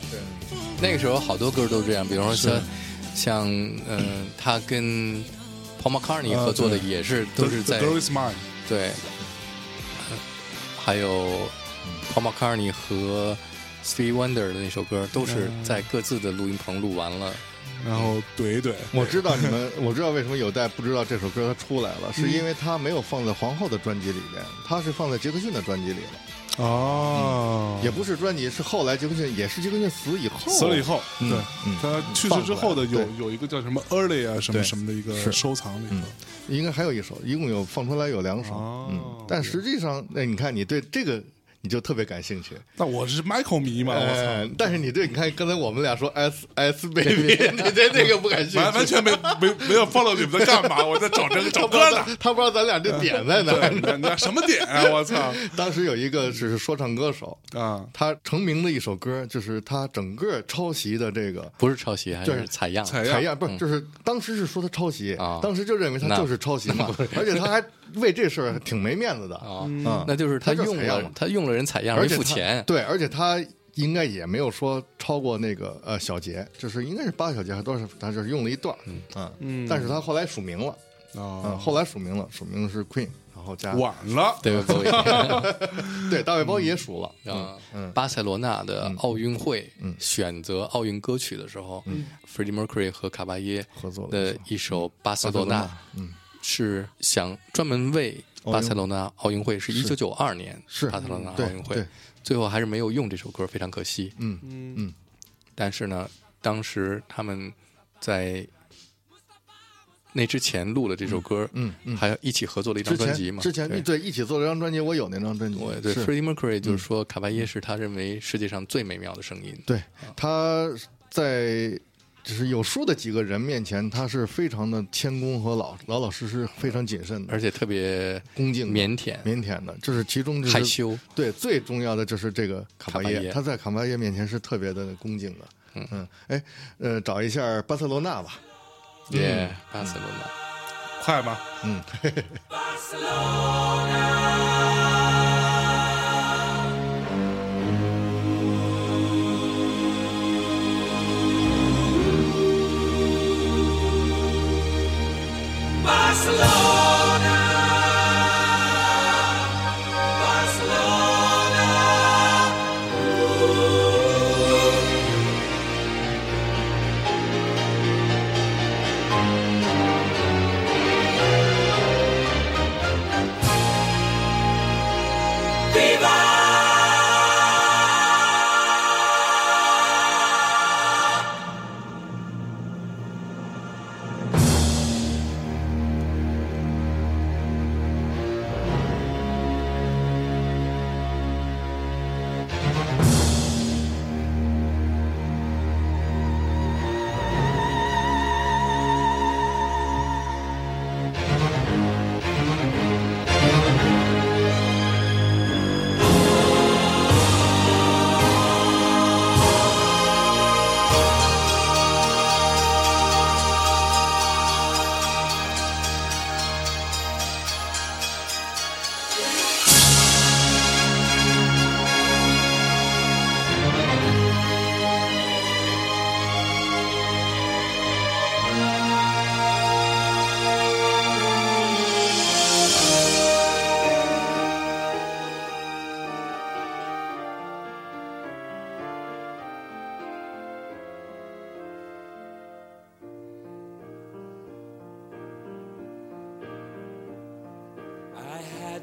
[SPEAKER 2] 那个时候好多歌都这样，比方说像像嗯，他跟 Paul McCartney
[SPEAKER 1] 啊
[SPEAKER 2] 合作的
[SPEAKER 1] 对
[SPEAKER 2] 也是都是
[SPEAKER 1] The-
[SPEAKER 2] 在
[SPEAKER 1] The Girl Is Mine，
[SPEAKER 2] 对，还有 Paul McCartney 和 Stevie Wonder 的那首歌，都是在各自的录音棚录完了。
[SPEAKER 1] 然后怼一怼，
[SPEAKER 3] 我知道你们，我知道为什么有代不知道这首歌它出来
[SPEAKER 1] 嗯
[SPEAKER 3] 了，是因为它没有放在皇后的专辑里边，它是放在杰克逊的专辑里了，
[SPEAKER 1] 哦，
[SPEAKER 3] 也不是专辑，是后来杰克逊也是杰克逊死以后，
[SPEAKER 1] 死了以后，
[SPEAKER 3] 嗯
[SPEAKER 1] 对
[SPEAKER 3] 嗯，
[SPEAKER 1] 他去世之后的有
[SPEAKER 3] 放出来
[SPEAKER 1] 有一个叫什么 early 啊什么
[SPEAKER 3] 对
[SPEAKER 1] 什么的一
[SPEAKER 3] 是嗯
[SPEAKER 1] 个收藏里头，
[SPEAKER 3] 应该还有一首，一共有放出来有两首，
[SPEAKER 1] 哦
[SPEAKER 3] 嗯，但实际上，那你看你对这个你就特别感兴趣，
[SPEAKER 1] 那我是 Michael 迷嘛，哦我操。
[SPEAKER 3] 哎，但是你对你看刚才我们俩说 S S baby，你对这个不感兴
[SPEAKER 1] 完
[SPEAKER 3] 趣
[SPEAKER 1] 完。全没没没有 follow 你们在干嘛，我在找这个
[SPEAKER 3] 他
[SPEAKER 1] 找
[SPEAKER 3] 不知
[SPEAKER 1] 歌
[SPEAKER 3] 道
[SPEAKER 1] 呢。
[SPEAKER 3] 咱，他不知道咱俩这点 在哪儿。
[SPEAKER 1] 对，那那什么点啊？我操
[SPEAKER 3] 当时有一个是说唱歌手，
[SPEAKER 1] 啊！
[SPEAKER 3] 他成名的一首歌，就是他整个抄袭的这个
[SPEAKER 2] 不是抄袭，还
[SPEAKER 3] 对
[SPEAKER 2] 是采样。
[SPEAKER 1] 采
[SPEAKER 3] 采样，不是，就是当时是说他抄袭
[SPEAKER 2] 哎嗯啊，
[SPEAKER 3] 当时就认为他
[SPEAKER 2] 那
[SPEAKER 3] 就是抄袭嘛， 而且他还为这事儿挺没面子的
[SPEAKER 2] 啊
[SPEAKER 3] 啊，
[SPEAKER 2] 那就是他
[SPEAKER 3] 他就是
[SPEAKER 2] 用
[SPEAKER 3] 采样
[SPEAKER 2] 了
[SPEAKER 3] 嘛
[SPEAKER 2] 他用了人采样
[SPEAKER 3] 而
[SPEAKER 2] 没
[SPEAKER 3] 且
[SPEAKER 2] 付
[SPEAKER 3] 他
[SPEAKER 2] 钱。
[SPEAKER 3] 对，而且他应该也没有说超过那个呃小节，就是应该是八小节还多少，他就是用了一段儿，
[SPEAKER 2] 嗯
[SPEAKER 3] 啊，但是他后来署名了，啊，
[SPEAKER 2] 哦
[SPEAKER 1] 啊，
[SPEAKER 3] 后来署名了，署名是 Queen，然后加
[SPEAKER 1] 晚了，
[SPEAKER 2] 对不对？
[SPEAKER 3] 对大卫
[SPEAKER 2] 嗯
[SPEAKER 3] 包也署了，
[SPEAKER 2] 啊
[SPEAKER 3] 嗯，
[SPEAKER 2] 巴塞罗那的奥运会选择奥运歌曲的时候，Freddie
[SPEAKER 3] 嗯
[SPEAKER 2] Mercury 和卡巴耶
[SPEAKER 3] 合作了一
[SPEAKER 2] 的
[SPEAKER 3] 首
[SPEAKER 2] 一首《巴塞罗那》，
[SPEAKER 3] 嗯
[SPEAKER 2] 是想专门为巴塞罗那奥运会，是一九九二年
[SPEAKER 3] 是
[SPEAKER 2] 巴塞罗那
[SPEAKER 3] 对
[SPEAKER 2] 奥运会
[SPEAKER 3] 对，
[SPEAKER 2] 最后还是没有用这首歌，非常可惜。
[SPEAKER 3] 嗯
[SPEAKER 2] 嗯，但是呢，当时他们在。那之前录了这首歌，
[SPEAKER 3] 嗯嗯嗯
[SPEAKER 2] 还一起合作了一张
[SPEAKER 3] 之
[SPEAKER 2] 专辑
[SPEAKER 3] 前
[SPEAKER 2] 嘛？
[SPEAKER 3] 之前
[SPEAKER 2] 对
[SPEAKER 3] 对一起做了张专辑，我有那张专辑
[SPEAKER 2] 我，对
[SPEAKER 3] 嗯是
[SPEAKER 2] Freddie Mercury 就是说，卡巴耶是他认为世界上最美妙的声音。
[SPEAKER 3] 对，他在就是有数的几个人面前，他是非常的谦恭和老老老实实，非常谨慎的，
[SPEAKER 2] 而且特别
[SPEAKER 3] 恭敬的、
[SPEAKER 2] 腼腆、
[SPEAKER 3] 腼腆的，就是其中就是
[SPEAKER 2] 害羞。
[SPEAKER 3] 对，最重要的就是这个卡巴
[SPEAKER 2] 卡巴
[SPEAKER 3] 耶，
[SPEAKER 2] 耶
[SPEAKER 3] 他在卡巴耶面前是特别的恭敬的。嗯，哎，呃，找一下巴塞罗那吧。
[SPEAKER 2] 耶，巴塞罗那，
[SPEAKER 1] 快吗？
[SPEAKER 3] 嗯，
[SPEAKER 4] Barcelona, Barcelona. Ooh.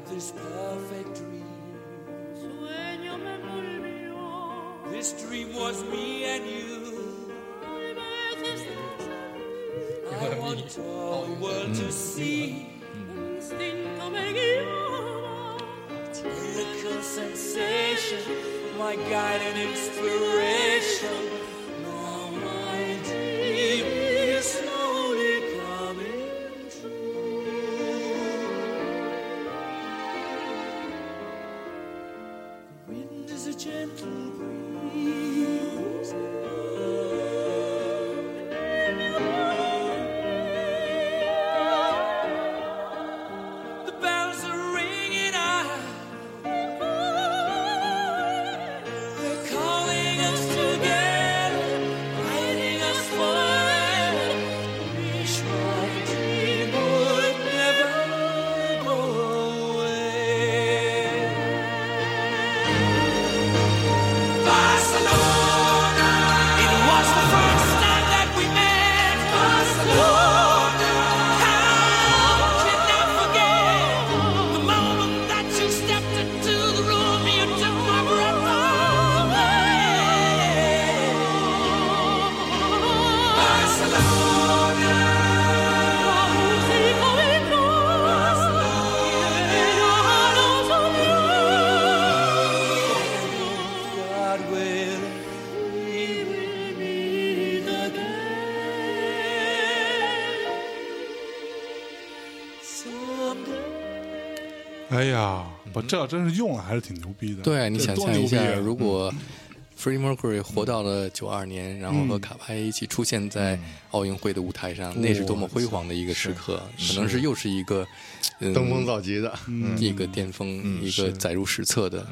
[SPEAKER 4] this perfect dream.
[SPEAKER 5] Sueño me volvió
[SPEAKER 4] This dream was me and you.
[SPEAKER 5] mil veces
[SPEAKER 4] I want all the world to see
[SPEAKER 5] mi instinto me guiaba.
[SPEAKER 4] miracle sensation, my guide and inspiration. Now my dream is slowly coming true. Wind is a gentle breeze. The bells are ringing out. They're calling us together, guiding us forever. Wish my dream would never go away. Barcelona. It was the first night that we met. Barcelona. How can I forget the moment that you stepped into the room? You took my breath away. Barcelona.
[SPEAKER 5] Músico de luz, regálanos un
[SPEAKER 4] God willing, we will meet again someday.
[SPEAKER 1] 哎呀，我这要真是用了，还是挺牛逼的。
[SPEAKER 2] 对你
[SPEAKER 1] 这
[SPEAKER 2] 想
[SPEAKER 1] 多
[SPEAKER 2] 象一
[SPEAKER 1] 牛逼啊
[SPEAKER 2] 下，如果 Freddie Mercury 活到了九二年，然后和卡巴耶一起出现在奥运会的舞台上，那是多么辉煌的一个时刻，可能是又是一个嗯
[SPEAKER 3] 登峰造极的，
[SPEAKER 2] 一个巅峰，一个载入史册的。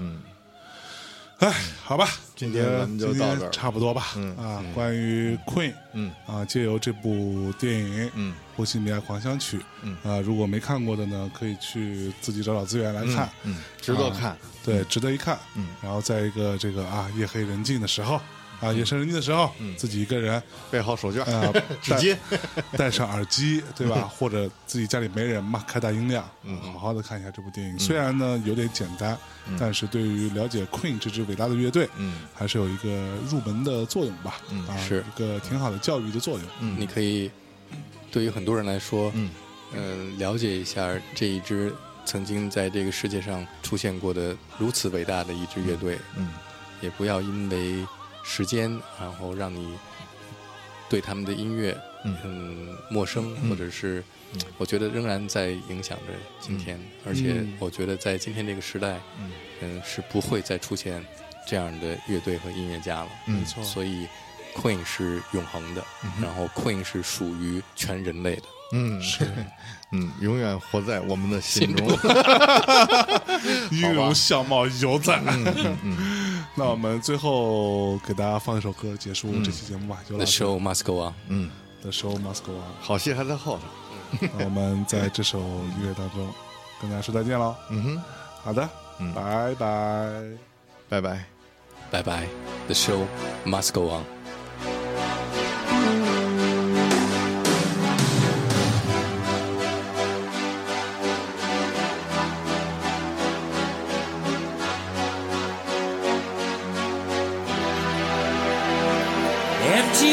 [SPEAKER 1] 哎，好吧，呃
[SPEAKER 3] 今天咱们就到这儿嗯
[SPEAKER 1] 今天差不多吧。啊，关于 Queen，嗯啊，借由这部电影，嗯，《波西米亚狂想曲》，嗯啊，如果没看过的呢，可以去自己找找资源来看，嗯，
[SPEAKER 3] 值
[SPEAKER 2] 啊
[SPEAKER 3] 得看。
[SPEAKER 1] 对，值得一看。嗯，然后在一个这个啊夜黑人静的时候，啊
[SPEAKER 3] 嗯
[SPEAKER 1] 夜深人静的时候，自己一个人，
[SPEAKER 3] 备好手绢，
[SPEAKER 1] 啊，
[SPEAKER 3] 纸巾。
[SPEAKER 1] 戴，戴上耳机，对
[SPEAKER 3] 嗯
[SPEAKER 1] 吧？或者自己家里没人嘛，开大音量，好好的看一下这部
[SPEAKER 3] 嗯
[SPEAKER 1] 电影。虽然呢有点简单，但是对于了解 Queen 这支伟大的乐队，
[SPEAKER 3] 嗯，
[SPEAKER 1] 还是有一个入门的作用吧。啊，
[SPEAKER 2] 是
[SPEAKER 1] 一个挺好的教育的作用。
[SPEAKER 3] 嗯
[SPEAKER 2] 你可以对于很多人来说，嗯、了解一下这一支曾经在这个世界上出现过的如此伟大的一支乐队，
[SPEAKER 3] 嗯，
[SPEAKER 2] 也不要因为时间，然后让你对他们的音乐，嗯陌生，或者是我觉得仍然在影响着今天，而且我觉得在今天这个时代，嗯，是不会再出现这样的乐队和音乐家了，
[SPEAKER 3] 嗯
[SPEAKER 2] 没
[SPEAKER 1] 错
[SPEAKER 2] 所以 Queen 是永恒的，然后 Queen 是属于全人类的。
[SPEAKER 3] 嗯，是， 嗯，永远活在我们的心中。
[SPEAKER 1] 音容相貌犹在。 那我们最后给大家放一首歌结束这期节目吧。有
[SPEAKER 2] The
[SPEAKER 1] 老师
[SPEAKER 2] show must go on。
[SPEAKER 3] 嗯，
[SPEAKER 1] 的 show must go on。
[SPEAKER 3] 好戏还在后头。
[SPEAKER 1] 那我们在这首音乐当中跟大家说再见喽。
[SPEAKER 3] 嗯哼，
[SPEAKER 1] 好的，拜拜。
[SPEAKER 3] 拜拜。
[SPEAKER 2] 拜拜，The show must go on。
[SPEAKER 4] Empty